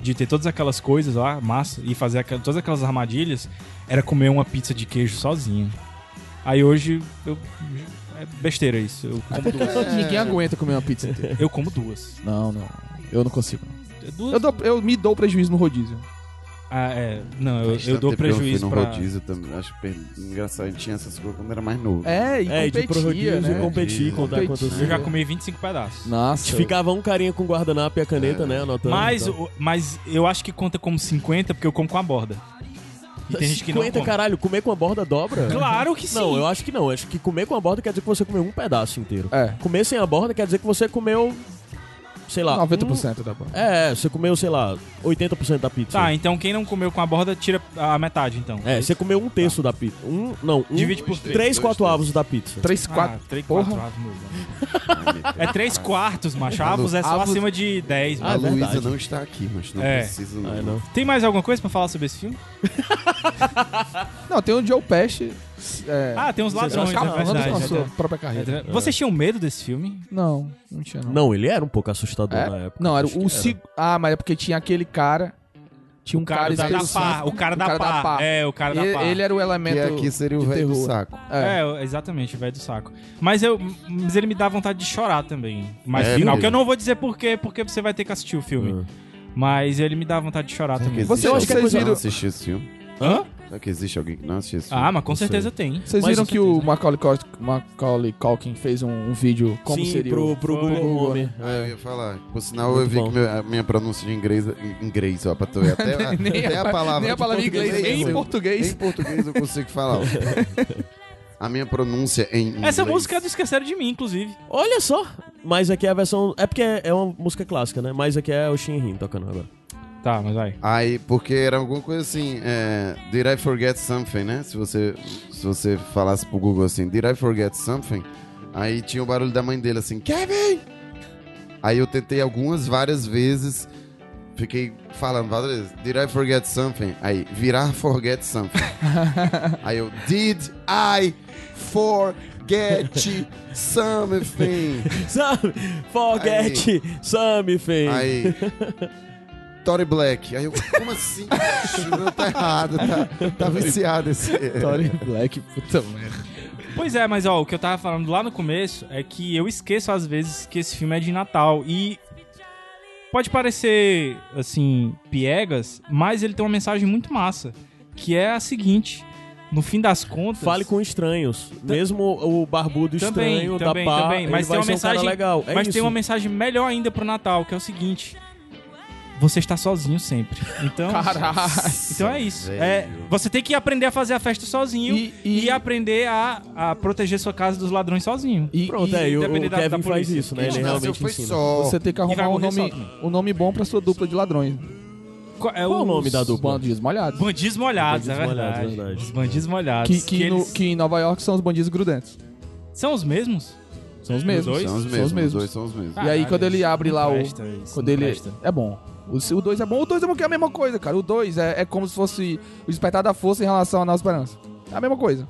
Speaker 1: de ter todas aquelas coisas lá, massa, e fazer aquela- todas aquelas armadilhas, era comer uma pizza de queijo sozinho. Aí hoje eu. É besteira isso. Eu como duas.
Speaker 4: Ninguém aguenta comer uma pizza inteira.
Speaker 1: Eu como duas. É
Speaker 4: Não, não. Eu não consigo.
Speaker 1: Duas?
Speaker 4: Eu, dou- eu me dou prejuízo no rodízio.
Speaker 1: Ah, é. Não, eu,
Speaker 3: Faz
Speaker 1: eu
Speaker 3: tanto
Speaker 1: dou
Speaker 3: tempo que eu fui
Speaker 1: prejuízo
Speaker 3: um no
Speaker 1: pra.
Speaker 3: rodízio também. Acho per- engraçado. A gente tinha essas coisas quando era mais novo.
Speaker 4: É, e
Speaker 2: É, e de ir pro
Speaker 4: competia,
Speaker 2: rodízio
Speaker 4: né?
Speaker 2: e competir,
Speaker 3: Competir.
Speaker 2: contar quantos...
Speaker 4: Competir.
Speaker 1: Eu já comi 25 pedaços.
Speaker 4: Nossa.
Speaker 2: Ficava um carinha com o guardanapo e a caneta, né? Anotando.
Speaker 1: Mas,
Speaker 2: então.
Speaker 1: o- mas eu acho que conta como 50, porque eu como com a borda. E tem gente que não
Speaker 2: 50,
Speaker 1: come.
Speaker 2: caralho, comer com a borda dobra?
Speaker 1: Claro que sim.
Speaker 2: Não, eu acho que não. Acho que comer com a borda quer dizer que você comeu um pedaço inteiro.
Speaker 4: É.
Speaker 2: Comer sem a borda quer dizer que você comeu, sei lá...
Speaker 4: 90% da bola.
Speaker 2: um- É, você comeu, sei lá, 80% da pizza.
Speaker 1: Tá, então quem não comeu com a borda, tira a metade, então.
Speaker 2: É, você comeu um terço da pizza. Um, não, um,
Speaker 1: Divide
Speaker 4: tipo,
Speaker 1: por
Speaker 3: três.
Speaker 2: 3,
Speaker 3: dois
Speaker 2: 4
Speaker 3: terços.
Speaker 2: avos da pizza.
Speaker 4: 3, 4.
Speaker 1: Ah, três,
Speaker 4: Porra.
Speaker 1: quatro avos, meu Deus. É três quartos, macho. Avos é só
Speaker 4: Avos-
Speaker 1: acima de 10,
Speaker 3: A
Speaker 2: Ah, é
Speaker 1: mano.
Speaker 3: Luísa
Speaker 2: verdade.
Speaker 3: não está aqui, mas não
Speaker 1: É.
Speaker 3: precisa. Não.
Speaker 2: Ah, não.
Speaker 1: Tem mais alguma coisa pra falar sobre esse filme?
Speaker 4: Não, tem o Joe Pesci. É,
Speaker 1: Ah, tem uns ladrões, na
Speaker 4: acabando
Speaker 1: verdade.
Speaker 4: com a sua
Speaker 1: né?
Speaker 4: própria carreira.
Speaker 1: É, Vocês tinham medo desse filme?
Speaker 4: Não, não tinha não.
Speaker 2: Não, ele era um pouco assustador
Speaker 4: É?
Speaker 2: na época.
Speaker 4: Não, era
Speaker 2: Acho
Speaker 4: o
Speaker 2: que
Speaker 4: seg... Ah, mas é porque tinha aquele cara. Tinha um
Speaker 1: O cara, da, da
Speaker 4: especial-
Speaker 1: pá. O cara da pá. É, o cara da
Speaker 4: ele,
Speaker 1: pá.
Speaker 4: ele era o elemento.
Speaker 3: Que aqui seria o
Speaker 4: de
Speaker 3: velho do
Speaker 4: terror.
Speaker 3: saco.
Speaker 4: É.
Speaker 1: É, exatamente, o velho do saco. Mas, eu, mas ele me dá vontade de chorar também. Mas
Speaker 3: É
Speaker 1: final,
Speaker 3: mesmo?
Speaker 1: que eu não vou dizer por quê, porque você vai ter que assistir o filme.
Speaker 2: Hum.
Speaker 1: Mas ele me dá vontade de chorar também.
Speaker 4: Você acha que é
Speaker 3: alguém
Speaker 4: coisa-
Speaker 3: não assistiu esse filme?
Speaker 1: Hã?
Speaker 3: Será que existe alguém que não assistiu esse filme?
Speaker 1: Ah, mas com certeza tem.
Speaker 4: Vocês
Speaker 2: Mas
Speaker 4: viram
Speaker 2: com
Speaker 4: que o Macaulay, Cul- Macaulay Culkin fez um, um vídeo como
Speaker 2: Sim,
Speaker 4: seria
Speaker 2: pro,
Speaker 4: o-
Speaker 2: pro
Speaker 1: Foi.
Speaker 2: Google Home.
Speaker 3: Ah, eu ia falar. Por sinal,
Speaker 2: Muito
Speaker 3: eu vi
Speaker 2: bom.
Speaker 3: que meu- a minha pronúncia de inglês, inglês ó, pra tu ver. Até, a-
Speaker 4: Nem
Speaker 3: até
Speaker 4: a-
Speaker 3: a palavra.
Speaker 4: nem a
Speaker 3: de né?
Speaker 4: palavra em inglês, nem em
Speaker 3: eu-
Speaker 4: português.
Speaker 3: Nem em português eu consigo falar. ó. A minha pronúncia em inglês.
Speaker 1: Essa música é do Esqueceram de Mim, inclusive.
Speaker 2: Olha só! Mas aqui é a versão. É porque é é uma música clássica, né? Mas aqui é o Shinrin tocando agora.
Speaker 1: Tá, mas vai.
Speaker 3: Aí, porque era alguma coisa assim, é, Did I forget something, né? Se você, se você falasse pro Google assim, Did I forget something? Aí tinha o barulho da mãe dele assim, Kevin! Aí eu tentei algumas, várias vezes, fiquei falando várias vezes, Did I forget something? Aí, virar forget something. Aí eu, Did I forget something?
Speaker 2: Sabe? Forget something.
Speaker 3: Aí. Tory Black. Aí eu, como assim? Juro, tá errado, tá, tá viciado esse.
Speaker 4: Tory Black, puta merda.
Speaker 1: Pois é, mas ó, o que eu tava falando lá no começo é que eu esqueço às vezes que esse filme é de Natal e pode parecer assim, piegas, mas ele tem uma mensagem muito massa, que é a seguinte, no fim das contas,
Speaker 2: Fale com estranhos. Mesmo o barbudo
Speaker 1: Tá- Também,
Speaker 2: estranho
Speaker 1: também,
Speaker 2: da pá,
Speaker 1: também.
Speaker 2: ele
Speaker 1: Mas
Speaker 2: vai
Speaker 1: tem uma
Speaker 2: ser um cara
Speaker 1: mensagem-
Speaker 2: legal. É
Speaker 1: Mas
Speaker 2: isso.
Speaker 1: tem uma mensagem melhor ainda pro Natal, que é o seguinte: você está sozinho sempre. Então,
Speaker 4: Caralho.
Speaker 1: então é isso. É, você tem que aprender a fazer a festa sozinho e,
Speaker 4: E- e-
Speaker 1: aprender a, a proteger sua casa dos ladrões sozinho.
Speaker 4: E,
Speaker 2: Pronto,
Speaker 4: e
Speaker 2: é, e o, o
Speaker 1: independente da- da
Speaker 2: Kevin faz
Speaker 1: polícia.
Speaker 2: isso, né? Ele
Speaker 3: Não, seu
Speaker 2: realmente
Speaker 3: foi
Speaker 2: ensina.
Speaker 3: só.
Speaker 4: você tem que
Speaker 1: E vai
Speaker 4: arrumar um
Speaker 1: morrer
Speaker 4: nome,
Speaker 1: só também.
Speaker 4: um nome bom pra sua dupla de ladrões.
Speaker 1: Qual é
Speaker 2: Qual o
Speaker 1: os
Speaker 2: nome da dupla?
Speaker 4: Bandidos molhados.
Speaker 1: Bandidos molhados,
Speaker 2: Bandidos
Speaker 1: é verdade.
Speaker 2: molhados, verdade.
Speaker 1: Os bandidos molhados.
Speaker 4: Que, que,
Speaker 1: que
Speaker 4: no-
Speaker 1: eles-
Speaker 4: que em Nova York são os bandidos grudentes.
Speaker 1: São os mesmos?
Speaker 4: São os mesmos.
Speaker 1: dois?
Speaker 3: São os mesmos,
Speaker 4: São os mesmos.
Speaker 3: dois são os mesmos.
Speaker 4: E aí,
Speaker 1: Caralho,
Speaker 4: quando ele
Speaker 1: isso
Speaker 4: abre
Speaker 1: não
Speaker 4: lá o-
Speaker 1: presta, isso
Speaker 4: Quando
Speaker 1: não
Speaker 4: ele.
Speaker 1: presta.
Speaker 4: É bom. O 2 é bom. O 2 é bom que é a mesma coisa, cara. O 2 é, é como se fosse o despertar da força em relação à nossa esperança. É a mesma coisa.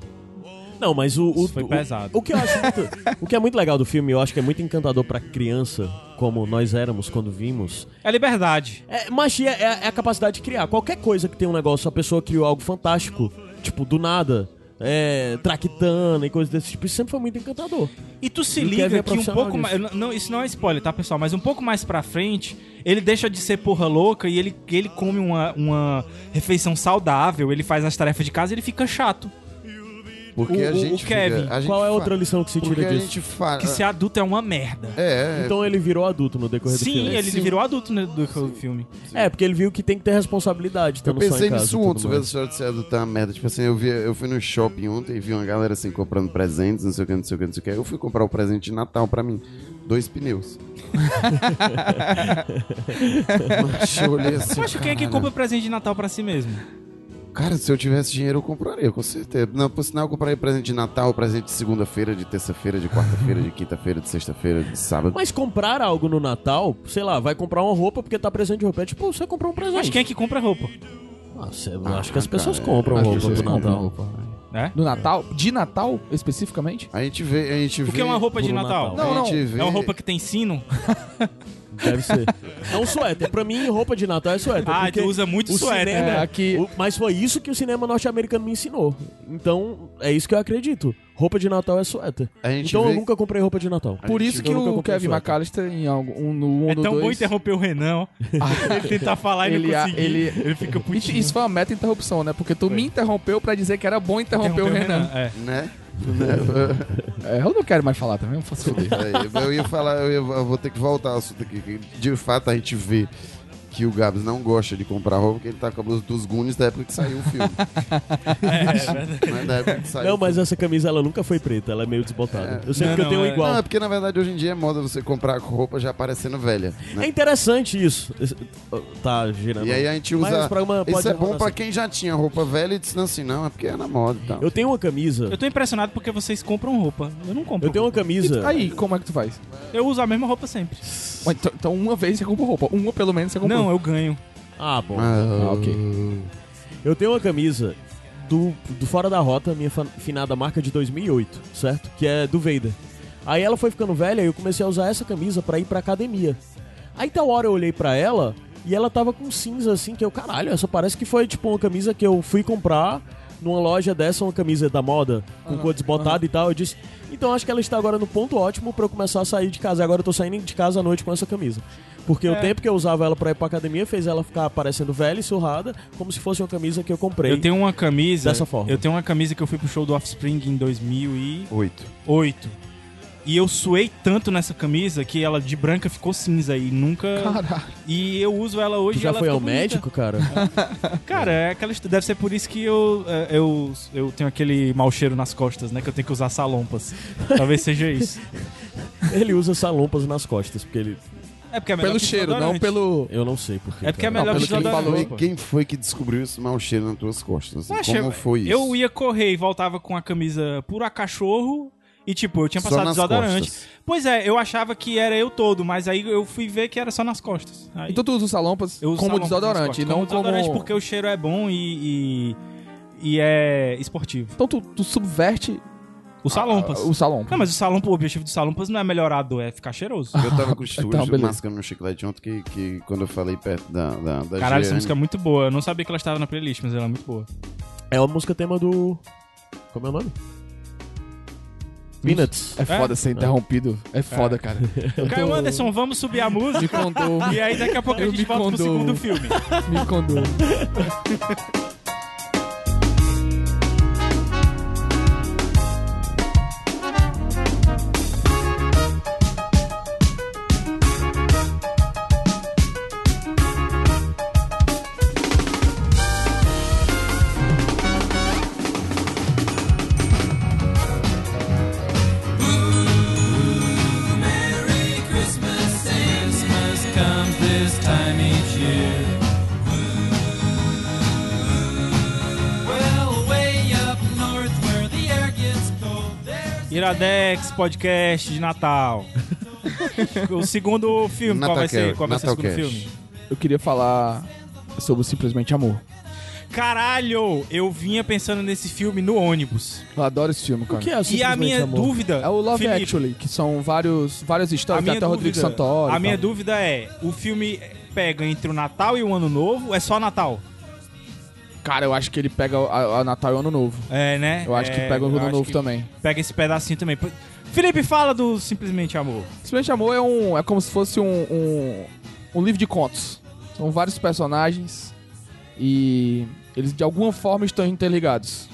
Speaker 2: Não, mas o. o
Speaker 1: Isso foi
Speaker 2: o-
Speaker 1: pesado.
Speaker 2: O, que eu acho muito- o que é muito legal do filme, eu acho que é muito encantador pra criança, como nós éramos quando vimos,
Speaker 1: É liberdade.
Speaker 2: É, magia é, a- é a capacidade de criar. Qualquer coisa que tem um negócio, a pessoa criou algo fantástico, tipo, do nada. É, traquitana e coisas desse tipo, isso sempre foi muito encantador.
Speaker 1: E tu se
Speaker 2: E o Kevin
Speaker 1: liga
Speaker 2: é
Speaker 1: que um
Speaker 2: profissional
Speaker 1: pouco
Speaker 2: disso.
Speaker 1: mais. eu Não, isso não é spoiler, tá, pessoal? Mas um pouco mais pra frente, ele deixa de ser porra louca e ele, ele come uma, uma refeição saudável, ele faz as tarefas de casa e ele fica chato.
Speaker 3: Porque
Speaker 1: o-
Speaker 3: a
Speaker 1: o- o
Speaker 3: gente. fica-
Speaker 1: Kevin,
Speaker 3: a gente
Speaker 2: Qual é a
Speaker 3: fa-
Speaker 2: outra lição que se
Speaker 3: Porque
Speaker 2: tira
Speaker 3: a
Speaker 2: disso?
Speaker 3: gente fala.
Speaker 1: Que ser adulto é uma merda.
Speaker 3: É, é.
Speaker 2: Então ele virou adulto no decorrer do
Speaker 1: Sim,
Speaker 2: filme.
Speaker 1: ele virou adulto no do filme.
Speaker 2: É, porque ele viu que tem que ter responsabilidade.
Speaker 3: Eu
Speaker 2: estando só em
Speaker 3: pensei
Speaker 2: casa
Speaker 3: nisso
Speaker 2: e tudo
Speaker 3: ontem, sobre essa
Speaker 2: mais.
Speaker 3: história de ser adulto é uma merda. Tipo assim, eu, vi, eu fui no shopping ontem e vi uma galera assim comprando presentes, não sei o que, não sei o que, não sei o que. Eu fui comprar o presente de Natal pra mim. Dois pneus. Mas eu olhei assim,
Speaker 1: Você acha quem é que
Speaker 3: caralho.
Speaker 1: é compra presente de Natal pra si mesmo?
Speaker 3: Cara, se eu tivesse dinheiro, eu compraria, com certeza. Não, por sinal, eu compraria presente de Natal, presente de segunda-feira, de terça-feira, de quarta-feira, de quinta-feira, de sexta-feira, de sábado.
Speaker 2: Mas comprar algo no Natal, sei lá, vai comprar uma roupa porque tá presente de roupa. É tipo, você comprou um presente.
Speaker 1: Mas quem é que compra roupa?
Speaker 2: Ah, cê- eu acho que as
Speaker 3: cara,
Speaker 2: pessoas
Speaker 3: é,
Speaker 2: compram
Speaker 3: as
Speaker 2: roupa
Speaker 3: pessoas
Speaker 2: no
Speaker 3: compram
Speaker 2: Natal.
Speaker 1: Né?
Speaker 4: No Natal? De Natal, especificamente?
Speaker 3: A gente vê. A gente
Speaker 1: O que
Speaker 3: vê
Speaker 1: é uma roupa de
Speaker 2: pro
Speaker 1: Natal?
Speaker 4: Natal. Não,
Speaker 3: a gente
Speaker 4: não.
Speaker 3: Vê...
Speaker 1: É uma roupa que tem sino?
Speaker 2: Deve ser. É um suéter. Pra mim, roupa de Natal é suéter.
Speaker 1: Ah,
Speaker 2: porque
Speaker 1: tu usa muito
Speaker 2: o
Speaker 1: suéter.
Speaker 2: cinema-
Speaker 4: É, aqui-
Speaker 2: o- mas foi isso que o cinema norte-americano me ensinou. Então, é isso que eu acredito. Roupa de Natal é suéter.
Speaker 3: A gente
Speaker 2: então
Speaker 3: vê-
Speaker 2: eu nunca comprei roupa de Natal.
Speaker 3: A
Speaker 4: Por
Speaker 3: gente
Speaker 4: isso que
Speaker 2: nunca
Speaker 4: o
Speaker 2: comprou
Speaker 4: Kevin
Speaker 2: suéter.
Speaker 4: McAllister, em algum, um, no 1 um,
Speaker 1: É
Speaker 4: no
Speaker 1: tão bom
Speaker 4: 2...
Speaker 1: interromper o Renan. ó. ele tentar falar e
Speaker 4: ele,
Speaker 1: não
Speaker 4: a-
Speaker 1: conseguir.
Speaker 4: ele,
Speaker 1: Ele, fica
Speaker 4: isso,
Speaker 1: putinho.
Speaker 4: isso foi uma meta interrupção, né? Porque tu me interrompeu pra dizer que era bom interromper o Renan.
Speaker 1: É.
Speaker 3: Né?
Speaker 4: É, eu não quero mais falar também, eu faço foder.
Speaker 3: É, eu ia falar, eu, ia- eu vou ter que voltar ao assunto aqui. que De fato, a gente vê que o Gabs não gosta de comprar roupa, porque ele tá com a blusa dos Goonies da época que saiu o filme. Né? Da época que saiu
Speaker 2: Não,
Speaker 3: o filme.
Speaker 2: mas essa camisa ela nunca foi preta, ela é meio desbotada. Eu sei
Speaker 1: Não,
Speaker 2: que eu
Speaker 1: não,
Speaker 2: tenho
Speaker 1: é-
Speaker 2: igual.
Speaker 3: Não, é porque na verdade hoje em dia é moda você comprar roupa já parecendo velha. né?
Speaker 2: É interessante isso. Esse- Tá girando.
Speaker 3: E aí a gente
Speaker 2: Mas
Speaker 3: usa.
Speaker 2: o programa pode
Speaker 3: Isso é bom
Speaker 2: rodar
Speaker 3: pra
Speaker 2: assim.
Speaker 3: quem já tinha roupa velha e disse não, assim, não, é porque é na moda e tal.
Speaker 2: Eu tenho uma camisa.
Speaker 1: Eu tô impressionado porque vocês compram roupa. Eu não compro.
Speaker 2: Eu tenho uma camisa.
Speaker 4: Aí, como é que tu faz?
Speaker 1: Eu uso a mesma roupa sempre.
Speaker 4: Mas, então- Então, uma vez você comprou roupa. Uma, pelo menos, você comprou.
Speaker 1: Não, eu ganho.
Speaker 2: Ah, bom.
Speaker 3: Ah,
Speaker 4: ok.
Speaker 2: Eu tenho uma camisa do, do Fora da Rota, minha fa- finada marca de 2008, certo? Que é do Vader. Aí ela foi ficando velha e eu comecei a usar essa camisa pra ir pra academia. Aí tal hora eu olhei pra ela e ela tava com cinza assim, que eu, caralho, essa parece que foi tipo uma camisa que eu fui comprar numa loja dessa, uma camisa da moda, com cor desbotada e tal. Eu disse, então acho que ela está agora no ponto ótimo pra eu começar a sair de casa. Agora eu tô saindo de casa à noite com essa camisa. Porque o
Speaker 1: É.
Speaker 2: tempo que eu usava ela pra ir pra academia fez ela ficar parecendo velha e surrada, como se fosse uma camisa que eu comprei.
Speaker 1: Eu tenho uma camisa.
Speaker 2: Dessa forma.
Speaker 1: Eu tenho uma camisa que eu fui pro show do Offspring em 2008.
Speaker 3: Oito.
Speaker 1: E eu suei tanto nessa camisa que ela de branca ficou cinza e nunca.
Speaker 4: Caralho.
Speaker 1: E eu uso ela
Speaker 2: Tu
Speaker 1: hoje. e
Speaker 2: já
Speaker 1: ela
Speaker 2: foi ao
Speaker 1: ficou bonita.
Speaker 2: médico, cara?
Speaker 1: Cara, é aquela história. Deve ser por isso que eu, é, eu, eu tenho aquele mau cheiro nas costas, né? Que eu tenho que usar salompas. Talvez seja isso.
Speaker 2: ele usa salompas nas costas, porque ele.
Speaker 1: É porque é melhor
Speaker 4: Pelo
Speaker 1: que
Speaker 4: cheiro, não
Speaker 1: desodorante.
Speaker 4: pelo...
Speaker 2: Eu não sei porque.
Speaker 1: É porque é
Speaker 2: cara.
Speaker 1: melhor
Speaker 3: Não,
Speaker 1: que
Speaker 3: pelo que ele
Speaker 1: desodorante.
Speaker 3: falou, e quem foi que descobriu esse mau cheiro nas tuas costas? Assim,
Speaker 1: Poxa,
Speaker 3: como foi isso?
Speaker 1: Eu ia correr e voltava com a camisa pura cachorro. E, tipo, eu tinha
Speaker 3: Só
Speaker 1: passado
Speaker 3: nas
Speaker 1: desodorante.
Speaker 3: costas.
Speaker 1: Pois é, eu achava que era eu todo, mas aí eu fui ver que era só nas costas. Aí
Speaker 4: Então tu usa o salompas
Speaker 1: eu uso
Speaker 4: como
Speaker 1: salompas nas
Speaker 4: desodorante,
Speaker 1: costas.
Speaker 4: e não como...
Speaker 1: desodorante porque o cheiro é bom e, e, e é esportivo.
Speaker 4: Então tu, tu subverte
Speaker 1: O salompas.
Speaker 4: Ah, o salompas.
Speaker 1: Não, mas o salompa, o objetivo do salompas não é melhorado, é ficar cheiroso.
Speaker 3: Eu tava com o estúdio
Speaker 4: Então, beleza.
Speaker 3: mascando meu chiclete ontem, que, que quando eu falei perto da, da,
Speaker 4: Tá
Speaker 3: da
Speaker 1: Caralho, essa
Speaker 3: Jeane,
Speaker 1: música é muito boa. Eu não sabia que ela estava na playlist, mas ela é muito boa.
Speaker 2: É uma música tema do. Como é o nome? Peanuts.
Speaker 4: É foda ser interrompido. É foda, cara.
Speaker 1: Caio Anderson, vamos subir a
Speaker 4: Me
Speaker 1: música.
Speaker 4: condou.
Speaker 1: e aí daqui a pouco a
Speaker 4: Eu
Speaker 1: gente
Speaker 4: me
Speaker 1: volta pro
Speaker 4: condoo.
Speaker 1: segundo filme.
Speaker 4: me condou.
Speaker 5: Christmas comes this time each year. Well, way up north where the air gets cold, there's
Speaker 1: Iradex Podcast de Natal. o segundo filme, qual vai ser? Qual vai ser o segundo
Speaker 3: Natalcast.
Speaker 1: filme?
Speaker 4: Eu queria falar sobre o Simplesmente Amor.
Speaker 1: Caralho, eu vinha pensando nesse filme no ônibus.
Speaker 4: Eu adoro esse filme, cara.
Speaker 2: que é
Speaker 1: E a
Speaker 2: Simplesmente
Speaker 1: minha
Speaker 2: Amor?
Speaker 1: dúvida.
Speaker 4: É o Love
Speaker 1: Felipe,
Speaker 4: Actually, que são vários, várias
Speaker 1: A
Speaker 4: histórias, tem
Speaker 1: minha,
Speaker 4: até o Rodrigo
Speaker 1: dúvida,
Speaker 4: Santoro.
Speaker 1: a
Speaker 4: e
Speaker 1: minha
Speaker 4: tal.
Speaker 1: dúvida é: o filme pega entre o Natal e o Ano Novo? É só Natal?
Speaker 4: Cara, eu acho que ele pega a, a Natal e o Ano Novo.
Speaker 1: É, né?
Speaker 4: Eu acho que
Speaker 1: É,
Speaker 4: pega o
Speaker 1: eu
Speaker 4: Ano
Speaker 1: acho
Speaker 4: Novo
Speaker 1: que
Speaker 4: também.
Speaker 1: Pega esse pedacinho também. Felipe, fala do Simplesmente Amor.
Speaker 4: Simplesmente Amor é um. é como se fosse um, um. um livro de contos. São vários personagens e eles de alguma forma estão interligados.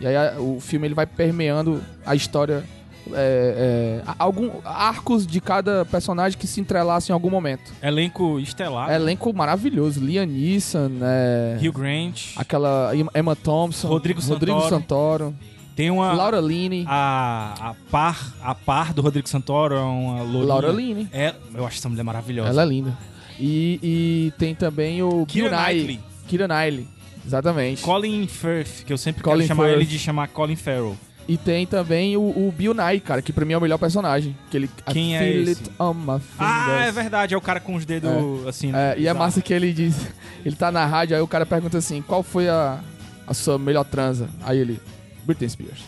Speaker 4: E aí a- o filme ele vai permeando a história. É, é, a- algum arcos de cada personagem que se entrelaçam em algum momento.
Speaker 1: Elenco estelar.
Speaker 4: Elenco maravilhoso, Liam Neeson, é,
Speaker 1: Hugh Grant.
Speaker 4: aquela Emma Thompson,
Speaker 1: Rodrigo Ah.
Speaker 4: Santoro,
Speaker 1: Tem uma.
Speaker 4: Laura Linney,
Speaker 1: A, a par a par do Rodrigo Santoro é uma lourinha.
Speaker 4: Laura Linney,
Speaker 1: É, eu acho essa mulher maravilhosa.
Speaker 4: ela é linda. E, e tem também o
Speaker 1: Keira
Speaker 4: Bill Nye-
Speaker 1: Knightley.
Speaker 4: Kira Knightley, Exatamente.
Speaker 1: Colin Firth, que eu sempre
Speaker 4: Colin
Speaker 1: quero chamar
Speaker 4: Firth.
Speaker 1: ele de chamar Colin Farrell.
Speaker 4: E tem também o, o Bill Nye, cara, que pra mim é o melhor personagem. Que ele, I
Speaker 1: Quem é
Speaker 4: feel
Speaker 1: esse?
Speaker 4: it on my fingers.
Speaker 1: Ah, é verdade, é o cara com os dedos assim.
Speaker 4: um É, e é
Speaker 1: bizarro.
Speaker 4: massa que ele diz. Ele tá na rádio, aí o cara pergunta assim: qual foi a, a sua melhor transa? Aí ele, Britney Spears.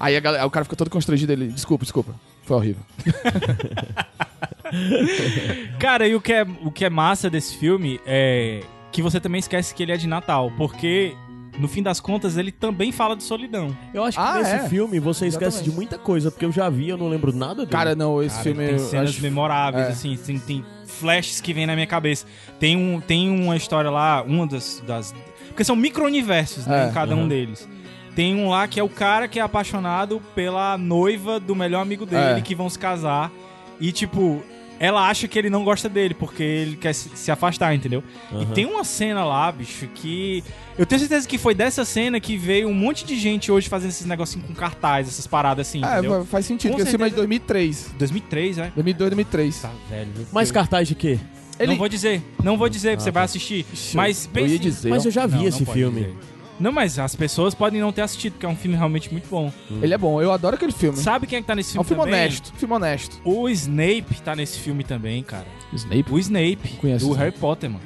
Speaker 4: Aí a galera- o cara fica todo constrangido, ele, desculpa, desculpa. Foi horrível.
Speaker 1: Cara, e o que, é, o que é massa desse filme é que você também esquece que ele é de Natal, porque no fim das contas ele também fala de solidão.
Speaker 2: Eu acho que
Speaker 4: Ah,
Speaker 2: nesse
Speaker 4: é.
Speaker 2: filme você esquece
Speaker 4: Exatamente.
Speaker 2: de muita coisa, porque eu já vi, eu não lembro nada dele.
Speaker 4: Cara, não, esse
Speaker 1: Cara,
Speaker 4: filme
Speaker 1: tem
Speaker 4: eu
Speaker 1: cenas
Speaker 4: acho-
Speaker 1: memoráveis,
Speaker 4: é.
Speaker 1: assim, tem, tem flashes que vêm na minha cabeça. Tem, um, tem uma história lá, uma das. das porque são micro-universos, né,
Speaker 4: É.
Speaker 1: em cada um
Speaker 2: Uhum.
Speaker 1: deles. Tem um lá que é o cara que é apaixonado pela noiva do melhor amigo dele,
Speaker 4: É.
Speaker 1: que vão se casar. E, tipo, ela acha que ele não gosta dele, porque ele quer se se afastar, entendeu? E tem uma cena lá, bicho, que. Eu tenho certeza que foi dessa cena que veio um monte de gente hoje fazendo esses negocinhos com cartaz, essas paradas assim,
Speaker 4: É,
Speaker 1: entendeu?
Speaker 4: fa- faz sentido,
Speaker 1: Com
Speaker 4: porque esse filme é de
Speaker 1: certeza.
Speaker 4: 2003.
Speaker 1: 2003, né?
Speaker 4: 2002, 2003.
Speaker 1: velho.
Speaker 2: Mas cartaz de quê?
Speaker 4: Ele-
Speaker 1: Não vou dizer, não vou dizer, você
Speaker 2: Ah,
Speaker 1: vai
Speaker 2: tá.
Speaker 1: assistir. Mas
Speaker 4: Eu
Speaker 1: pense.
Speaker 4: ia dizer.
Speaker 2: Mas eu já vi
Speaker 1: Não, não
Speaker 2: esse
Speaker 1: pode
Speaker 2: filme.
Speaker 1: dizer. Não, mas as pessoas podem não ter assistido, porque é um filme realmente muito bom.
Speaker 4: Ele é bom, eu adoro aquele filme.
Speaker 1: Sabe quem é que tá nesse
Speaker 4: É
Speaker 1: filme
Speaker 4: um filme
Speaker 1: também?
Speaker 4: honesto, filme honesto.
Speaker 1: O Snape tá nesse filme também, cara.
Speaker 4: Snape?
Speaker 1: O Snape,
Speaker 4: Conheço
Speaker 1: do
Speaker 4: o
Speaker 1: Harry Potter, mano.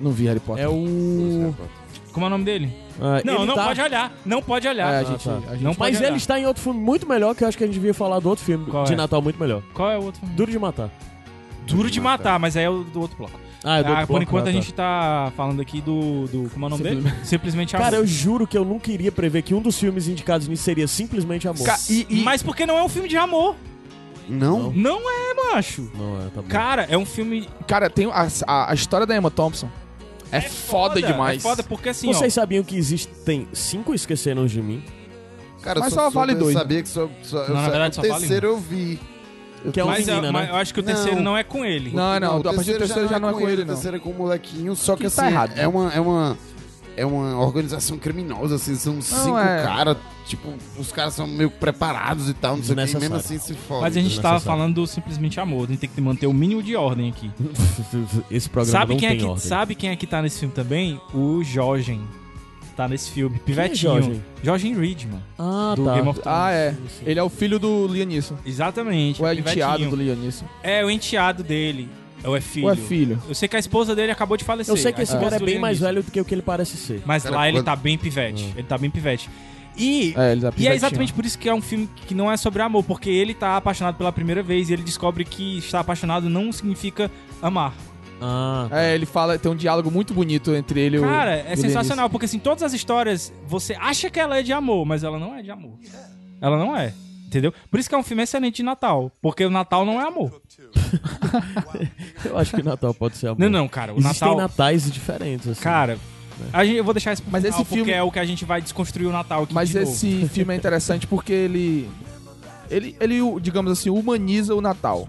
Speaker 4: Não vi Harry Potter.
Speaker 2: É o.
Speaker 1: Como é o nome dele?
Speaker 2: Ah,
Speaker 1: Não,
Speaker 2: ele
Speaker 1: não
Speaker 2: tá-
Speaker 1: pode olhar. Não pode
Speaker 4: É, a
Speaker 1: olhar.
Speaker 4: gente,
Speaker 2: tá.
Speaker 4: a gente-
Speaker 1: Não pode
Speaker 2: Mas
Speaker 1: olhar.
Speaker 2: ele está em outro filme muito melhor que eu acho que a gente devia falar do outro filme
Speaker 1: Qual
Speaker 2: de
Speaker 1: é?
Speaker 2: Natal muito melhor.
Speaker 1: Qual é o outro filme?
Speaker 2: Duro de matar.
Speaker 1: Duro de matar, mas aí é o do outro bloco.
Speaker 2: Ah, é do
Speaker 1: Ah,
Speaker 2: outro
Speaker 1: por
Speaker 2: bloco,
Speaker 1: enquanto
Speaker 2: né?
Speaker 1: a
Speaker 2: Tá.
Speaker 1: gente tá falando aqui do. do como é o nome dele? Simplesmente
Speaker 2: Cara, eu
Speaker 1: Amor.
Speaker 2: juro que eu não queria prever que um dos filmes indicados nisso seria simplesmente amor.
Speaker 4: Ca- e- e-
Speaker 1: Mas porque não é um filme de amor.
Speaker 3: Não?
Speaker 1: Não é, macho.
Speaker 2: Não, é, tá bom.
Speaker 1: Cara, é um filme.
Speaker 4: Cara, tem a, a, a história da Emma Thompson. É, foda, demais.
Speaker 1: É foda porque assim. ó,
Speaker 2: Vocês sabiam que existem cinco esqueceram de mim?
Speaker 3: Cara,
Speaker 4: Mas
Speaker 3: só
Speaker 4: só vale
Speaker 3: soube-
Speaker 4: dois,
Speaker 3: Eu sabia que só. só eu
Speaker 1: Não, na
Speaker 3: sa-
Speaker 1: verdade,
Speaker 3: o
Speaker 1: só vale um.
Speaker 3: terceiro eu vi.
Speaker 2: Que é um
Speaker 1: Mas,
Speaker 2: menina,
Speaker 1: eu- mas
Speaker 2: né?
Speaker 1: eu acho que o
Speaker 3: Não.
Speaker 1: terceiro não, é com ele.
Speaker 4: Não, não, a partir do terceiro já não é com ele,
Speaker 3: O
Speaker 4: não.
Speaker 3: terceiro é com o molequinho, só que
Speaker 4: Que
Speaker 3: assim,
Speaker 4: tá errado, né?
Speaker 3: é uma... É uma... É uma organização criminosa, assim, são cinco
Speaker 4: é.
Speaker 3: caras, tipo, os caras são meio preparados e tal, não sei o que, e mesmo
Speaker 2: Desnecessário.
Speaker 3: assim se fode.
Speaker 1: Mas a
Speaker 4: é
Speaker 1: gente tava
Speaker 2: Desnecessário.
Speaker 1: falando do simplesmente amor. A gente tem que manter o mínimo de ordem aqui.
Speaker 2: Esse programa
Speaker 1: Sabe
Speaker 2: não
Speaker 1: quem, é
Speaker 2: tem
Speaker 1: que,
Speaker 2: ordem.
Speaker 1: sabe quem é que tá nesse filme também? O Jorgen. Tá nesse filme.
Speaker 2: é
Speaker 1: Pivetinho.
Speaker 2: Jorgen?
Speaker 1: Jorgen Reed, mano.
Speaker 2: Ah,
Speaker 1: do
Speaker 2: tá.
Speaker 1: Game of Thrones.
Speaker 4: Ah, é. Ele é o filho do Leonisson.
Speaker 1: Exatamente.
Speaker 4: Ou é
Speaker 1: Pivetinho.
Speaker 4: enteado do Leonisson.
Speaker 1: É, o enteado dele. Ou é filho.
Speaker 4: Ou é filho.
Speaker 1: Eu sei que a esposa dele acabou de falecer.
Speaker 2: Eu sei que
Speaker 1: A
Speaker 2: esse
Speaker 1: esposa
Speaker 2: cara é
Speaker 1: do
Speaker 2: bem mais
Speaker 1: Leonisson.
Speaker 2: velho do que o que ele parece ser.
Speaker 1: Mas
Speaker 3: Cara,
Speaker 1: lá ele
Speaker 3: quando-
Speaker 1: tá bem pivete.
Speaker 4: Ah.
Speaker 1: Ele tá bem pivete. E
Speaker 4: É, ele
Speaker 1: E é exatamente por isso que é um filme que não é sobre amor, porque ele tá apaixonado pela primeira vez e ele descobre que estar apaixonado não significa amar.
Speaker 2: Ah,
Speaker 4: É, ele fala, tem um diálogo muito bonito entre ele e o.
Speaker 1: Cara, é
Speaker 4: o
Speaker 1: sensacional, porque assim, todas as histórias, você acha que ela é de amor, mas ela não é de amor. Ela não é. Entendeu? Por isso que é um filme excelente de Natal. Porque o Natal não é amor.
Speaker 2: eu acho que Natal pode ser amor.
Speaker 1: Não, não, cara. O
Speaker 2: Existem
Speaker 1: Natal.
Speaker 2: natais diferentes, assim.
Speaker 1: Cara, a gente, eu vou deixar isso pro
Speaker 4: Mas
Speaker 1: final,
Speaker 4: esse filme-
Speaker 1: porque é o que a gente vai desconstruir o Natal aqui.
Speaker 4: Mas
Speaker 1: de novo.
Speaker 4: esse filme é interessante porque ele. Ele, ele, digamos assim, humaniza o Natal.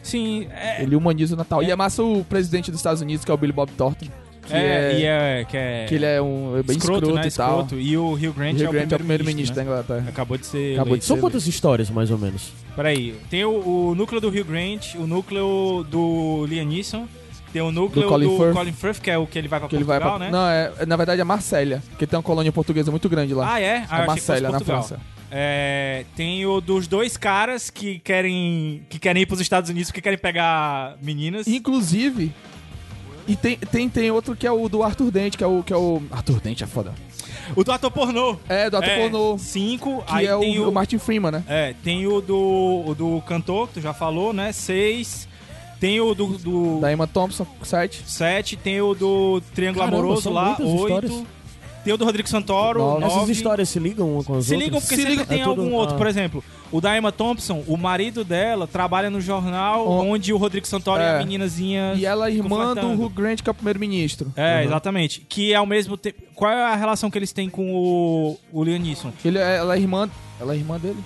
Speaker 1: Sim, é.
Speaker 4: Ele humaniza o Natal. E é massa o presidente dos Estados Unidos, que é o Billy Bob Thornton. Que
Speaker 1: é,
Speaker 4: é,
Speaker 1: e é. Que é,
Speaker 4: que ele é um é bem escroto,
Speaker 1: né?
Speaker 4: e tal.
Speaker 1: Escroto. E o Rio Grande
Speaker 4: E
Speaker 1: é o primeiro-ministro.
Speaker 4: primeiro-ministro
Speaker 1: né?
Speaker 4: da Inglaterra.
Speaker 1: Acabou de ser.
Speaker 4: Acabou
Speaker 1: eleito.
Speaker 4: de
Speaker 2: São quantas histórias, mais ou menos?
Speaker 1: Peraí, tem o, o núcleo do Rio Grant, o núcleo do Liam Neeson, tem o núcleo do
Speaker 4: Do
Speaker 1: Colin,
Speaker 4: Colin Firth.
Speaker 1: Firth, que é o que ele vai pra
Speaker 4: Que ele vai
Speaker 1: Portugal,
Speaker 4: pra...
Speaker 1: né?
Speaker 4: Não, é, na verdade é Marsella, que tem uma colônia portuguesa muito grande lá.
Speaker 1: Ah, é? Ah,
Speaker 4: é
Speaker 1: eu achei que fosse
Speaker 4: Marsella, na
Speaker 1: Portugal.
Speaker 4: França.
Speaker 1: É, tem o dos dois caras que querem, que querem ir pros Estados Unidos porque querem pegar meninas.
Speaker 4: Inclusive. E tem, tem, tem outro que é o do Arthur Dente, que é o. Que é o Arthur Dente é foda.
Speaker 1: O do ator pornô.
Speaker 4: É, do Arthur
Speaker 1: é,
Speaker 4: Pornô.
Speaker 1: Cinco.
Speaker 4: Que
Speaker 1: aí
Speaker 4: é
Speaker 1: tem
Speaker 4: o, o Martin Freeman, né?
Speaker 1: É, tem o do, o do cantor, que tu já falou, né? Seis. Tem o do, do
Speaker 4: Da Emma Thompson, 7.
Speaker 1: 7, tem o do Triângulo
Speaker 2: Caramba,
Speaker 1: Amoroso
Speaker 2: são
Speaker 1: lá,
Speaker 2: muitas
Speaker 1: 8.
Speaker 2: histórias.
Speaker 1: Tem o do Rodrigo Santoro,
Speaker 4: Nove.
Speaker 1: nove.
Speaker 2: Essas histórias se ligam uma com as
Speaker 1: Se
Speaker 2: outras?
Speaker 1: ligam porque
Speaker 4: Se
Speaker 1: sempre
Speaker 4: ligam-
Speaker 1: tem
Speaker 2: é tudo-
Speaker 1: algum outro.
Speaker 2: ah.
Speaker 1: Por exemplo, o da Emma Thompson, o marido dela trabalha no jornal
Speaker 4: O-
Speaker 1: onde o Rodrigo Santoro
Speaker 4: Oh. É.
Speaker 1: e a meninazinha...
Speaker 4: E ela é irmã do
Speaker 1: flertando.
Speaker 4: Hugh Grant, que é o primeiro-ministro.
Speaker 1: É, exatamente. Que é ao mesmo tempo... Qual é a relação que eles têm com o, o Liam Neeson?
Speaker 4: Ele é- ela é irmã. Ela é irmã dele?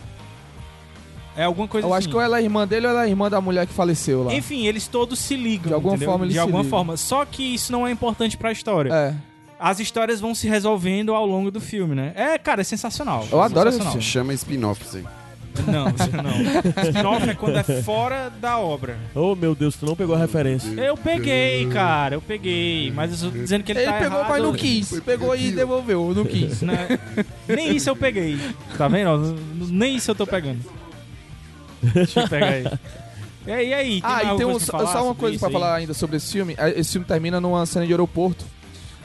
Speaker 1: É alguma coisa
Speaker 4: Eu
Speaker 1: assim.
Speaker 4: acho que ou ela é irmã dele ou ela é irmã da mulher que faleceu lá.
Speaker 1: Enfim, eles todos se ligam,
Speaker 4: De alguma
Speaker 1: entendeu?
Speaker 4: forma eles
Speaker 1: De
Speaker 4: se
Speaker 1: alguma
Speaker 4: ligam.
Speaker 1: forma. Só que isso não é importante pra história.
Speaker 4: É.
Speaker 1: as histórias vão se resolvendo ao longo do filme, né? É, cara, é sensacional.
Speaker 4: Eu adoro esse
Speaker 1: sensacional.
Speaker 4: filme.
Speaker 3: Chama spin-off isso aí.
Speaker 1: Não, não. Spin-off é quando é fora da obra.
Speaker 2: Oh, meu Deus, tu não pegou a referência.
Speaker 1: Eu peguei, cara, eu peguei. Mas eu tô dizendo que ele,
Speaker 4: Ele
Speaker 1: tá
Speaker 4: pegou,
Speaker 1: errado.
Speaker 4: mas não quis.
Speaker 3: Foi
Speaker 4: Pegou e
Speaker 3: pedido.
Speaker 4: devolveu, não quis.
Speaker 1: Né? Nem isso eu peguei. Tá vendo? Nem isso eu tô pegando. Deixa eu pegar aí. E aí, e aí?
Speaker 4: Ah, e
Speaker 1: mais
Speaker 4: tem um,
Speaker 1: alguma coisa pra falar
Speaker 4: só uma
Speaker 1: sobre
Speaker 4: coisa
Speaker 1: isso
Speaker 4: pra
Speaker 1: aí?
Speaker 4: falar ainda sobre esse filme. Ah, Esse filme termina numa cena de aeroporto.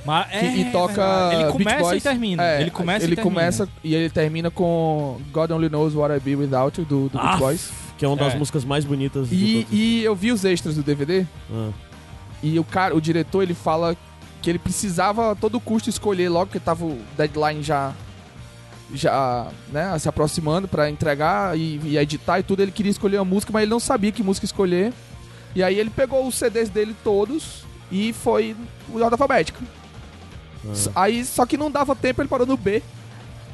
Speaker 1: Ma-
Speaker 4: que-
Speaker 1: é,
Speaker 4: e toca.
Speaker 1: Ele
Speaker 4: Beach
Speaker 1: começa e
Speaker 4: Boys.
Speaker 1: termina.
Speaker 4: É,
Speaker 1: ele começa
Speaker 4: ele
Speaker 1: e termina.
Speaker 4: começa e ele termina com God Only Knows What I Be Without You, do, do
Speaker 2: Ah,
Speaker 4: Beach Boys.
Speaker 2: Que é uma das
Speaker 1: É.
Speaker 2: músicas mais bonitas
Speaker 4: E,
Speaker 2: de todos.
Speaker 4: e eu vi os extras do DVD
Speaker 2: Ah.
Speaker 4: e o cara, o diretor, ele fala que ele precisava a todo custo escolher logo que tava o deadline já já, né, se aproximando pra entregar e, e editar e tudo, ele queria escolher uma música, mas ele não sabia que música escolher. E aí ele pegou os CDs dele todos e foi em ordem alfabética.
Speaker 2: ah.
Speaker 4: S- Aí só que não dava tempo, ele parou no B.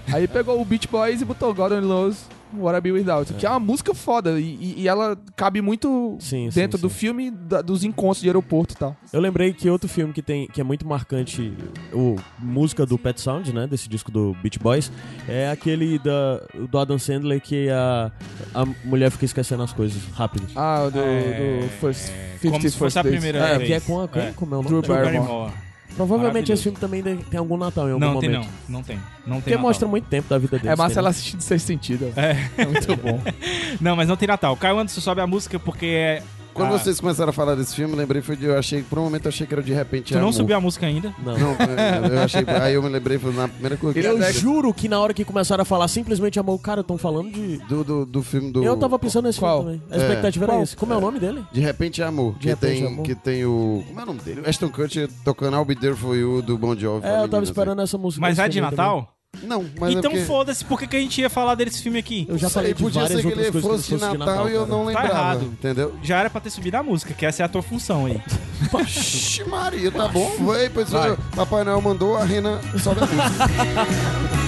Speaker 4: Aí ele pegou o Beach Boys e botou God Only Knows What I Be Without, que é uma música foda e, e- e ela cabe muito
Speaker 2: Sim, sim,
Speaker 4: dentro do
Speaker 2: sim.
Speaker 4: filme da- dos encontros de aeroporto e tal.
Speaker 2: Eu lembrei que outro filme que tem que é muito marcante, o música do Pet Sound, né, desse disco do Beach Boys, é aquele da do Adam Sandler que a, a mulher fica esquecendo as coisas rápido.
Speaker 4: Ah, do,
Speaker 1: É,
Speaker 4: do First 50
Speaker 1: Como se
Speaker 4: First
Speaker 1: fosse a
Speaker 4: Dates.
Speaker 1: primeira
Speaker 2: É,
Speaker 1: vez.
Speaker 2: que é com a quem?
Speaker 1: É.
Speaker 2: Como é o nome?
Speaker 4: Drew
Speaker 1: Drew
Speaker 4: Barrymore.
Speaker 1: Barrymore.
Speaker 2: Provavelmente
Speaker 1: Maravilhoso.
Speaker 2: esse filme também de- tem algum Natal em algum
Speaker 1: Não,
Speaker 2: momento.
Speaker 1: tem não. Não tem. Não tem
Speaker 2: Porque
Speaker 1: Natal.
Speaker 2: mostra muito tempo da vida dele.
Speaker 4: É massa ela assistir de seis sentido.
Speaker 1: É.
Speaker 4: É muito bom.
Speaker 1: Não, mas não tem Natal. Caio Anderson sobe a música porque é...
Speaker 3: Quando
Speaker 1: Ah,
Speaker 3: vocês começaram a falar desse filme, eu lembrei, foi de, eu achei, por um momento eu achei que era de
Speaker 1: Tu
Speaker 3: repente.
Speaker 1: não
Speaker 3: Amor.
Speaker 1: subiu a música ainda?
Speaker 2: Não.
Speaker 3: Não, eu achei, aí eu me lembrei, foi na primeira coisa que
Speaker 4: Ele
Speaker 2: Eu
Speaker 4: Iradex.
Speaker 2: juro que na hora que começaram a falar simplesmente amor, cara, estão falando de.
Speaker 3: do, do, do filme do.
Speaker 2: Eu tava pensando nesse
Speaker 4: Qual?
Speaker 2: filme também. A
Speaker 3: É.
Speaker 2: expectativa
Speaker 3: Qual?
Speaker 2: era essa. Como é o nome dele?
Speaker 3: De repente é amor. que,
Speaker 2: Repente
Speaker 3: tem,
Speaker 2: é Amor.
Speaker 3: que tem o. Como é o nome dele? O Ashton Kutcher tocando I'll Be There For You do Bon Jovi.
Speaker 2: É, eu
Speaker 3: Meninas,
Speaker 2: tava esperando essa música.
Speaker 1: Mas
Speaker 2: desse
Speaker 1: é de
Speaker 2: filme aí
Speaker 1: Natal?
Speaker 3: né? Não, mas
Speaker 1: então
Speaker 3: é porque...
Speaker 1: foda-se, por que, que a gente ia falar desse filme aqui?
Speaker 2: também. Eu já
Speaker 3: Sei,
Speaker 2: falei de
Speaker 3: podia
Speaker 2: várias
Speaker 3: ser que
Speaker 2: outras
Speaker 3: ele
Speaker 2: coisas
Speaker 3: fosse de
Speaker 2: que não
Speaker 3: Natal,
Speaker 2: fosse de Natal
Speaker 3: e eu não
Speaker 2: cara.
Speaker 3: lembrava.
Speaker 1: Tá errado.
Speaker 3: Entendeu?
Speaker 1: Já era pra ter subido a música, que essa é a tua função aí.
Speaker 3: Oxi, Maria, tá bom? Vai, pois eu- Papai Noel mandou, a Renan sobe a música.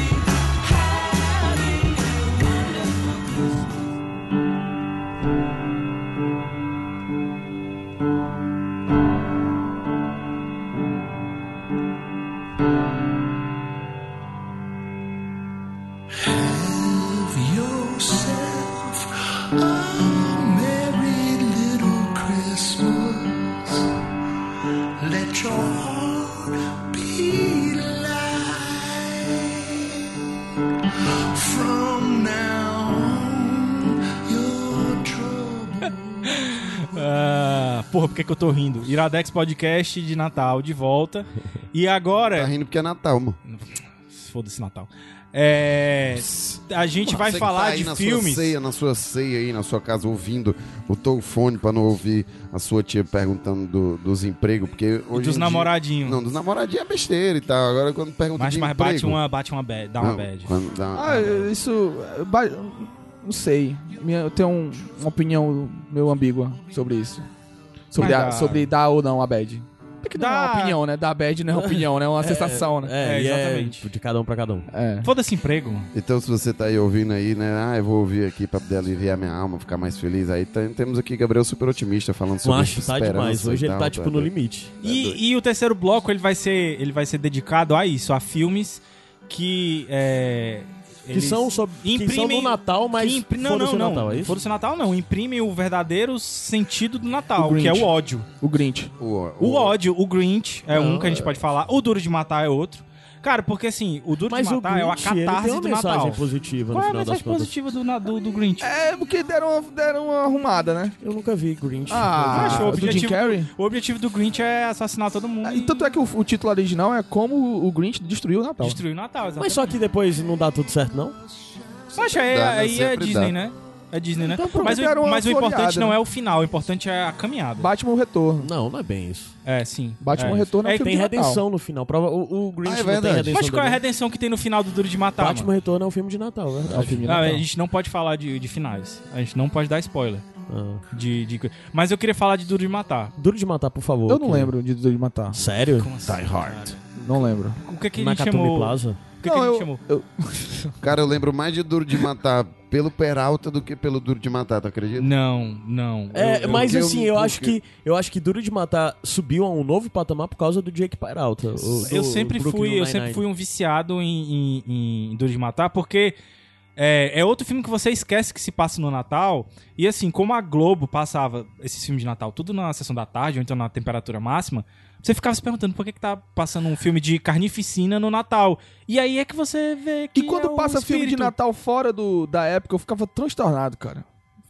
Speaker 6: Have yourself a merry little Christmas. Let your heart be light. From now on, your troubles
Speaker 1: Ah, porra, por que, que eu tô rindo? Iradex Podcast de Natal, de volta. E
Speaker 3: Tá
Speaker 1: agora.
Speaker 3: rindo porque é Natal, mano. Tá.
Speaker 1: Foda-se, Natal. É. A gente vai
Speaker 3: Você que
Speaker 1: falar
Speaker 3: tá aí
Speaker 1: de
Speaker 3: na
Speaker 1: filmes.
Speaker 3: Sua ceia, na sua ceia aí, na sua casa, ouvindo o teu fone pra não ouvir a sua tia perguntando do- dos empregos, porque hoje
Speaker 1: dos
Speaker 3: em dia-
Speaker 1: namoradinhos.
Speaker 3: Não, dos namoradinhos é besteira e tal. Agora quando pergunta
Speaker 1: mas
Speaker 3: de
Speaker 1: mas
Speaker 3: emprego...
Speaker 1: bate uma. Bate uma bad, dá uma
Speaker 3: Não,
Speaker 1: bad.
Speaker 3: quando dá uma-
Speaker 4: Ah, isso. é, ba- Não sei. Minha- eu tenho um- uma opinião meio ambígua sobre isso. Sobre,
Speaker 1: Mas
Speaker 4: a-
Speaker 1: dá.
Speaker 4: sobre dar ou não a bad. Porque não é
Speaker 1: Dá.
Speaker 4: uma opinião, né? Dar bad não é uma opinião, né? É uma sensação, né?
Speaker 2: É,
Speaker 1: É,
Speaker 2: e
Speaker 1: exatamente.
Speaker 2: É de cada um pra cada um.
Speaker 4: É.
Speaker 1: Foda-se emprego.
Speaker 3: Então se você tá aí ouvindo aí, né? Ah, eu vou ouvir aqui pra poder aliviar minha alma, ficar mais feliz. Aí tem- temos aqui Gabriel super otimista falando sobre
Speaker 2: Macho, tá
Speaker 3: esperança
Speaker 2: demais.
Speaker 3: e
Speaker 2: Hoje ele
Speaker 3: tal, né? É
Speaker 2: tá, tipo, no limite.
Speaker 3: doido.
Speaker 1: E, e o terceiro bloco ele vai ser, ele vai ser dedicado a isso, a filmes que. é,
Speaker 2: Que
Speaker 1: eles
Speaker 2: são, sobre, que são
Speaker 1: imprimem-
Speaker 2: no Natal, mas
Speaker 1: que impri- Não,
Speaker 2: foram
Speaker 1: não,
Speaker 2: no
Speaker 1: não.
Speaker 2: Natal, é isso?
Speaker 1: Foram-se Natal, não. Imprime o verdadeiro sentido do Natal,
Speaker 4: O
Speaker 1: que é
Speaker 4: Grinch.
Speaker 1: o ódio.
Speaker 4: O Grinch.
Speaker 3: O, o,
Speaker 1: O ódio, o Grinch é
Speaker 2: Não,
Speaker 1: um que a gente pode falar. O Duro de Matar é outro. Cara, porque assim, o Duro
Speaker 2: Mas
Speaker 1: de
Speaker 2: o
Speaker 1: Matar
Speaker 2: Grinch,
Speaker 1: é
Speaker 2: ele
Speaker 1: a
Speaker 2: tem
Speaker 1: catarse
Speaker 2: uma
Speaker 1: do
Speaker 2: mensagem
Speaker 1: Natal.
Speaker 2: positiva no
Speaker 1: Qual é a
Speaker 2: final das
Speaker 1: mensagem
Speaker 2: contas.
Speaker 1: positiva do, na- do, do Grinch?
Speaker 4: É porque deram, deram uma arrumada, né?
Speaker 2: Eu nunca vi Grinch.
Speaker 4: Ah,
Speaker 1: acho o
Speaker 4: do Jim
Speaker 1: objetivo-
Speaker 4: Carrey?
Speaker 1: O objetivo do Grinch é assassinar todo mundo
Speaker 2: Ah,
Speaker 4: É,
Speaker 2: então
Speaker 1: e
Speaker 2: tá
Speaker 4: Tanto é que o, o título original é Como o Grinch Destruiu o Natal.
Speaker 1: destruir o Natal.
Speaker 2: Mas só que depois não dá tudo certo, não?
Speaker 1: Mas aí,
Speaker 3: dá, né?
Speaker 1: aí é
Speaker 3: Sempre
Speaker 1: Disney,
Speaker 3: dá.
Speaker 1: né? É Disney, né?
Speaker 4: Então, pronto,
Speaker 1: mas o,
Speaker 4: deram uma
Speaker 1: mas o importante
Speaker 4: floreada,
Speaker 1: não
Speaker 4: né?
Speaker 1: é o final, o importante é a caminhada.
Speaker 4: Batman o Retorno.
Speaker 2: Não, não é bem isso.
Speaker 1: é, sim. é.
Speaker 4: Batman o Retorno é, um
Speaker 2: É,
Speaker 4: filme
Speaker 2: tem
Speaker 4: de Natal.
Speaker 2: redenção no final. Prova- O, o Grinch
Speaker 3: Ah,
Speaker 2: não tem
Speaker 3: é verdade.
Speaker 2: redenção.
Speaker 1: Mas qual é a
Speaker 2: também.
Speaker 1: redenção que tem no final do Duro de Matar?
Speaker 2: Batman
Speaker 1: mano?
Speaker 2: Retorno é um filme de Natal, é
Speaker 4: É um
Speaker 2: verdade.
Speaker 4: filme de
Speaker 1: Ah,
Speaker 4: Natal.
Speaker 1: a gente não pode falar de, de finais. A gente não pode dar spoiler.
Speaker 2: Ah.
Speaker 1: De, de... co- Mas eu queria falar de Duro de Matar.
Speaker 2: Duro de Matar, por favor.
Speaker 4: Eu não
Speaker 2: que-
Speaker 4: lembro de Destruir o Matar.
Speaker 2: Sério?
Speaker 1: Die Hard.
Speaker 4: Não lembro.
Speaker 1: O que, que ele
Speaker 2: Nakatomi
Speaker 1: chamou?
Speaker 2: Plaza?
Speaker 1: O que,
Speaker 4: Não,
Speaker 1: que ele
Speaker 4: eu-
Speaker 1: chamou?
Speaker 4: eu-
Speaker 3: Cara, eu lembro mais de Duro de Matar pelo Peralta do que pelo Duro de Matar, tu acredita?
Speaker 1: Não, não.
Speaker 2: É,
Speaker 3: Eu- eu-
Speaker 2: mas
Speaker 3: eu-
Speaker 1: um
Speaker 2: assim, eu
Speaker 3: eu-
Speaker 2: acho que eu acho que Duro de Matar subiu a um novo patamar por causa do Jake Peralta. o- do
Speaker 1: eu sempre
Speaker 2: Brooklyn
Speaker 1: fui, eu
Speaker 2: Nine-Nine.
Speaker 1: sempre fui um viciado em, em, em Duro de Matar, porque É, é outro filme que você esquece que se passa no Natal. E assim, como a Globo passava esses filmes de Natal tudo na sessão da tarde, ou então na temperatura máxima, você ficava se perguntando por que, que tá passando um filme de carnificina no Natal. E aí é que você vê que.
Speaker 4: E quando
Speaker 1: é o
Speaker 4: passa filme de
Speaker 1: espírito.
Speaker 4: Natal fora do, da época, eu ficava transtornado, cara.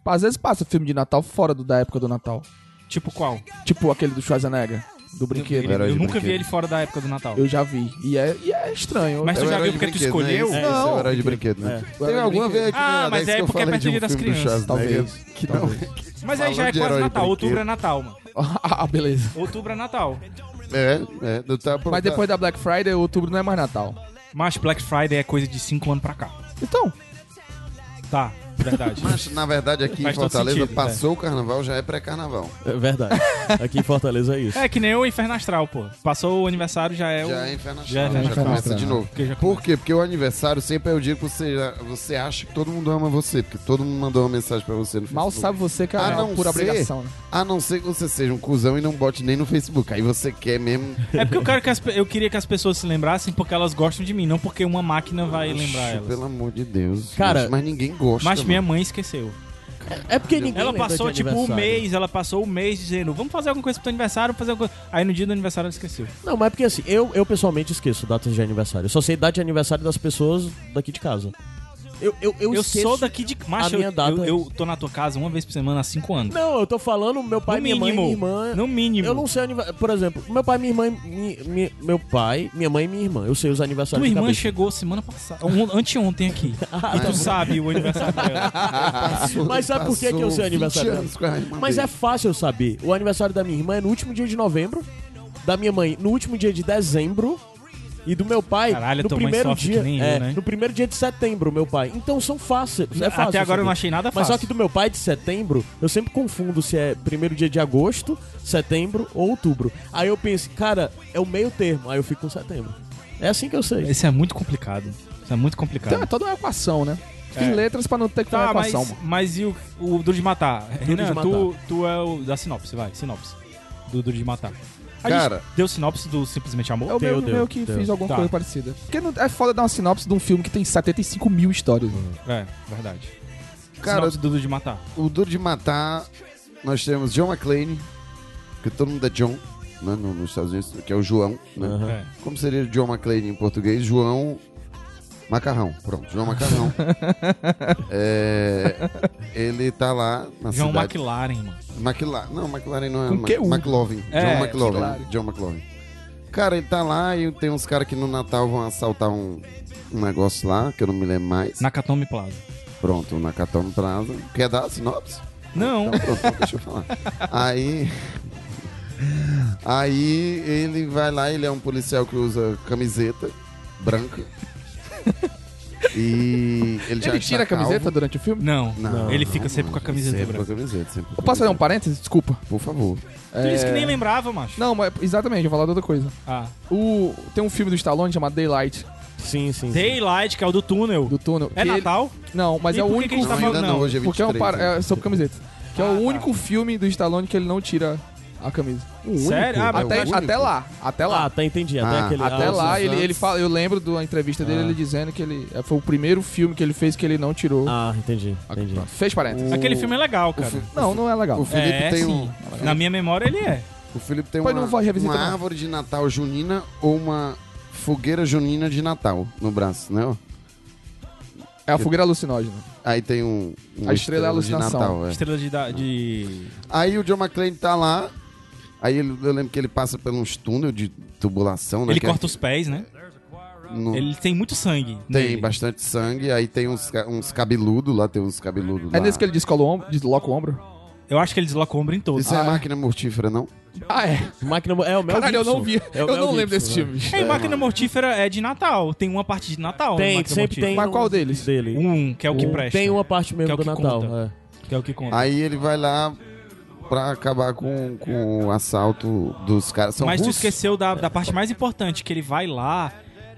Speaker 4: Às vezes passa filme de Natal fora do, da época do Natal.
Speaker 1: Tipo qual?
Speaker 4: Tipo aquele do Schwarzenegger, do
Speaker 1: Ele-
Speaker 4: brinquedo.
Speaker 3: Herói
Speaker 1: eu
Speaker 3: de
Speaker 1: nunca vi
Speaker 3: brinquedo.
Speaker 1: ele fora da época do Natal.
Speaker 4: Eu já vi. E é, e é estranho.
Speaker 1: Mas
Speaker 3: É
Speaker 1: tu
Speaker 3: o
Speaker 1: já
Speaker 3: herói
Speaker 1: viu
Speaker 3: de
Speaker 1: porque tu
Speaker 3: brinquedo, né?
Speaker 1: escolheu?
Speaker 3: Isso, Esse é o
Speaker 4: Não.
Speaker 3: herói de brinquedo, né?
Speaker 4: Herói
Speaker 3: Teve
Speaker 4: de
Speaker 3: alguma vez aqui no
Speaker 1: Ah, mas
Speaker 3: Iradex
Speaker 1: é
Speaker 3: que eu
Speaker 1: porque é
Speaker 3: falei de um
Speaker 1: pertinho das
Speaker 3: filme do né?
Speaker 1: crianças.
Speaker 3: Schwarzenegger
Speaker 4: Talvez.
Speaker 3: que não-
Speaker 1: Mas aí já é
Speaker 3: Falando
Speaker 1: quase
Speaker 3: de herói de
Speaker 1: Natal.
Speaker 3: brinquedo.
Speaker 1: Outubro é Natal, mano.
Speaker 4: ah, beleza.
Speaker 1: Outubro é Natal.
Speaker 3: É, é. Eu tava
Speaker 4: Mas
Speaker 3: perguntando-
Speaker 4: depois da Black Friday, outubro não é mais Natal.
Speaker 1: Mas Black Friday é coisa de 5 anos pra cá.
Speaker 4: Então,
Speaker 1: Tá, verdade.
Speaker 3: Mas, na verdade, aqui em
Speaker 1: Faz todo
Speaker 3: Fortaleza,
Speaker 1: sentido,
Speaker 3: passou o carnaval, já é pré-carnaval.
Speaker 2: É verdade. Aqui em Fortaleza é isso.
Speaker 1: um É que nem o Inferno Astral, pô. Passou o aniversário, já é o.
Speaker 3: Já é inferno
Speaker 1: já é
Speaker 3: astral, já
Speaker 1: inferno
Speaker 3: começa
Speaker 4: astral.
Speaker 3: de novo.
Speaker 1: Porque já
Speaker 3: Por quê? Porque o aniversário sempre é o dia que você, você acha que todo mundo ama você, porque todo mundo mandou uma mensagem pra você no
Speaker 4: mal
Speaker 3: Facebook.
Speaker 4: sabe você que é
Speaker 3: A não
Speaker 4: por
Speaker 3: ser-
Speaker 4: obrigação. né?
Speaker 3: A não ser que você seja um cuzão e não bote nem no Facebook. Aí você quer mesmo.
Speaker 1: É porque eu, quero que as pe- eu queria que as pessoas se lembrassem porque elas gostam de mim, não porque uma máquina vai
Speaker 3: Oxe,
Speaker 1: lembrar elas.
Speaker 3: Pelo amor de Deus.
Speaker 2: Cara-
Speaker 3: mas, mas ninguém gosta.
Speaker 1: Mas
Speaker 3: mano.
Speaker 1: minha mãe esqueceu.
Speaker 2: É porque ninguém
Speaker 1: Ela
Speaker 2: lembra de
Speaker 1: passou, tipo, um
Speaker 2: aniversário.
Speaker 1: mês, ela passou um mês dizendo, vamos fazer alguma coisa pro teu aniversário, vamos fazer alguma coisa. Aí no dia do aniversário ela esqueceu.
Speaker 2: Não, mas é porque assim, eu, eu pessoalmente esqueço datas de aniversário. Eu só sei data de aniversário das pessoas daqui de casa. Eu, eu, eu,
Speaker 1: Eu,
Speaker 2: esqueço-
Speaker 1: sou daqui de. Macho, eu,
Speaker 2: minha data.
Speaker 1: eu, eu tô na tua casa uma vez por semana há cinco anos.
Speaker 2: Não, eu tô falando meu pai,
Speaker 1: no
Speaker 2: minha
Speaker 1: mínimo.
Speaker 2: mãe, minha irmã.
Speaker 1: No mínimo.
Speaker 2: Eu não sei aniversário. Por exemplo, meu pai, minha irmã, mi- mi- meu pai, minha mãe e minha irmã. Eu sei os aniversários
Speaker 1: Tua
Speaker 2: de
Speaker 1: irmã
Speaker 2: cabeça. Ah, tá
Speaker 1: chegou semana passada, on- anteontem aqui. e tu sabe o aniversário dela.
Speaker 3: Passou-
Speaker 2: Mas sabe por que que eu
Speaker 3: passou
Speaker 2: sei aniversário
Speaker 3: 20 anos com a irmã
Speaker 2: Mas é
Speaker 3: dele.
Speaker 2: fácil eu saber. O aniversário da minha irmã é no último dia de novembro, da minha mãe no último dia de dezembro e do meu pai
Speaker 1: Caralho,
Speaker 2: no
Speaker 1: tua mãe
Speaker 2: primeiro
Speaker 1: sofre
Speaker 2: dia,
Speaker 1: que nem eu,
Speaker 2: é,
Speaker 1: né?
Speaker 2: no primeiro dia de setembro, meu pai. Então são fáceis, é fácil.
Speaker 1: Até agora eu
Speaker 2: saber.
Speaker 1: não achei nada
Speaker 2: Mas
Speaker 1: fácil.
Speaker 2: só que do meu pai de setembro, eu sempre confundo se é primeiro dia de agosto, setembro ou outubro. Aí eu penso, cara, é o meio termo. Aí eu fico com setembro. É assim que eu sei.
Speaker 1: Isso é muito complicado. Isso é muito
Speaker 4: Então é
Speaker 1: complicado.
Speaker 4: toda uma equação, né? Tem
Speaker 1: É.
Speaker 4: letras pra não ter que ter uma
Speaker 1: Tá, mas,
Speaker 4: equação, mano.
Speaker 1: mas e o, o Duro de Matar? Renan,
Speaker 2: de Matar.
Speaker 1: Tu, tu é o da sinopse, vai, sinopse. Do Duro de Matar. A gente
Speaker 3: Cara,
Speaker 1: deu sinopse do Simplesmente Amor?
Speaker 4: É o
Speaker 2: Deu,
Speaker 4: meu,
Speaker 2: deu,
Speaker 4: meu que
Speaker 2: deu.
Speaker 4: fiz alguma
Speaker 1: Tá.
Speaker 4: coisa parecida. Porque não, é foda dar uma sinopse de um filme que tem 75 mil histórias.
Speaker 1: É, verdade.
Speaker 3: cara,
Speaker 1: sinopse do Duro de Matar.
Speaker 3: o Duro de Matar, nós temos John McClane, que todo mundo é John, né, no- nos Estados Unidos, que é o João, né?
Speaker 2: Aham.
Speaker 1: É.
Speaker 3: Como seria John McClane em português? João Macarrão. Pronto, João Macarrão. É, ele tá lá na
Speaker 1: João
Speaker 3: cidade...
Speaker 1: McLaren, mano.
Speaker 3: McLaren. Não, McLaren não é.
Speaker 4: Com
Speaker 3: Ma-
Speaker 4: que U?
Speaker 3: McLovin.
Speaker 1: É,
Speaker 3: John McLovin.
Speaker 4: claro.
Speaker 3: John McLovin. Cara, ele tá lá e tem uns caras que no Natal vão assaltar um, um negócio lá, que eu não me lembro mais.
Speaker 1: Nakatomi Plaza.
Speaker 3: Pronto, na Catão Plaza. Quer dar a sinopse?
Speaker 1: Não.
Speaker 3: Então, pronto, deixa eu falar. Aí. Aí ele vai lá, ele é um policial que usa camiseta branca. E ele já
Speaker 4: Ele tira a
Speaker 3: está
Speaker 4: camiseta
Speaker 3: calvo.
Speaker 4: durante o filme?
Speaker 1: Não.
Speaker 3: Não,
Speaker 1: Ele fica
Speaker 3: não,
Speaker 1: sempre com a
Speaker 3: mano,
Speaker 1: camiseta
Speaker 3: sempre
Speaker 1: branca.
Speaker 3: Com a camiseta, sempre com
Speaker 4: Eu
Speaker 3: a
Speaker 4: posso fazer um
Speaker 3: camiseta.
Speaker 4: parênteses? Desculpa.
Speaker 3: Por favor.
Speaker 1: Tu disse que
Speaker 4: É,
Speaker 1: nem lembrava, macho.
Speaker 4: Não, mas exatamente, eu vou falar de outra coisa.
Speaker 1: Ah.
Speaker 4: O, tem um filme do Stallone chamado Daylight,
Speaker 2: Sim, sim. sim.
Speaker 1: Daylight, que é o do túnel.
Speaker 4: do túnel.
Speaker 1: É
Speaker 4: que ele-
Speaker 1: Natal?
Speaker 4: Não, mas
Speaker 1: E
Speaker 4: é o
Speaker 1: por que que
Speaker 4: único.
Speaker 1: a gente tá
Speaker 3: Não,
Speaker 1: falando
Speaker 3: ainda não,
Speaker 1: não.
Speaker 3: hoje é 23.
Speaker 4: Porque é um par...
Speaker 3: né?
Speaker 4: é sobre camiseta. Que é
Speaker 1: Ah,
Speaker 4: o
Speaker 1: tá.
Speaker 4: único filme do Stallone que ele não tira a camisa.
Speaker 1: Sério? Ah,
Speaker 3: É o
Speaker 4: até,
Speaker 3: único?
Speaker 4: até lá, até lá.
Speaker 2: Ah, tá, entendi.
Speaker 3: Ah,
Speaker 2: Até aquele.
Speaker 4: Até
Speaker 2: ah,
Speaker 4: lá,
Speaker 3: os
Speaker 4: ele,
Speaker 3: Santos.
Speaker 4: ele fala, eu lembro da entrevista dele,
Speaker 2: Ah.
Speaker 4: ele dizendo que ele é, foi o primeiro filme que ele fez que ele não tirou.
Speaker 2: Ah, entendi. Entendi.
Speaker 4: Pronto, Fez parênteses.
Speaker 3: O-
Speaker 1: Aquele filme é legal, cara.
Speaker 3: fi-
Speaker 4: Não, não é legal.
Speaker 3: O Felipe
Speaker 1: é,
Speaker 3: tem
Speaker 1: sim.
Speaker 3: um.
Speaker 1: Na minha memória ele é.
Speaker 3: O Felipe tem
Speaker 4: Pois
Speaker 3: uma,
Speaker 4: não vai revisitar,
Speaker 3: uma
Speaker 4: não.
Speaker 3: árvore de Natal junina ou uma fogueira junina de Natal no braço, né? ó?
Speaker 4: É a fogueira alucinógena.
Speaker 3: Aí tem um. uma
Speaker 4: A estrela é alucinação.
Speaker 3: De Natal, é.
Speaker 1: Estrela de, da- de.
Speaker 3: Aí o John McClane tá lá. Aí ele- eu lembro que ele passa por uns túnel de tubulação, né?
Speaker 1: Ele
Speaker 3: que
Speaker 1: corta os pés, né?
Speaker 3: é, no-
Speaker 1: Ele tem muito sangue.
Speaker 3: Tem
Speaker 1: nele.
Speaker 3: bastante sangue, aí tem uns, ca- uns cabeludos lá, tem uns cabeludos
Speaker 4: É
Speaker 3: lá.
Speaker 4: nesse que ele descola o ombro, desloca o ombro?
Speaker 1: Eu acho que ele Ah, desloca o ombro em todo.
Speaker 3: Isso é máquina mortífera, não?
Speaker 4: Ah, é.
Speaker 2: Máquina Mo- é o Mel
Speaker 4: Caralho, eu
Speaker 2: Gibson.
Speaker 4: não vi.
Speaker 2: É o
Speaker 4: eu
Speaker 2: Mel
Speaker 4: não lembro
Speaker 2: Gibson,
Speaker 4: desse
Speaker 2: né?
Speaker 4: filme.
Speaker 1: Ei, Máquina Mortífera é de Natal. Tem uma parte de Natal.
Speaker 2: Tem,
Speaker 1: Máquina
Speaker 2: sempre tem.
Speaker 1: Mortífera.
Speaker 4: Mas qual deles?
Speaker 2: Dele.
Speaker 1: Um, que é o que presta.
Speaker 2: Tem uma parte mesmo
Speaker 1: Que é o
Speaker 2: do
Speaker 1: que
Speaker 2: Natal.
Speaker 1: conta.
Speaker 2: é.
Speaker 1: Que é o que conta.
Speaker 3: Aí ele vai lá pra acabar com, com o assalto dos caras. São
Speaker 1: Mas tu
Speaker 3: russos?
Speaker 1: esqueceu da, da parte mais importante, que ele vai lá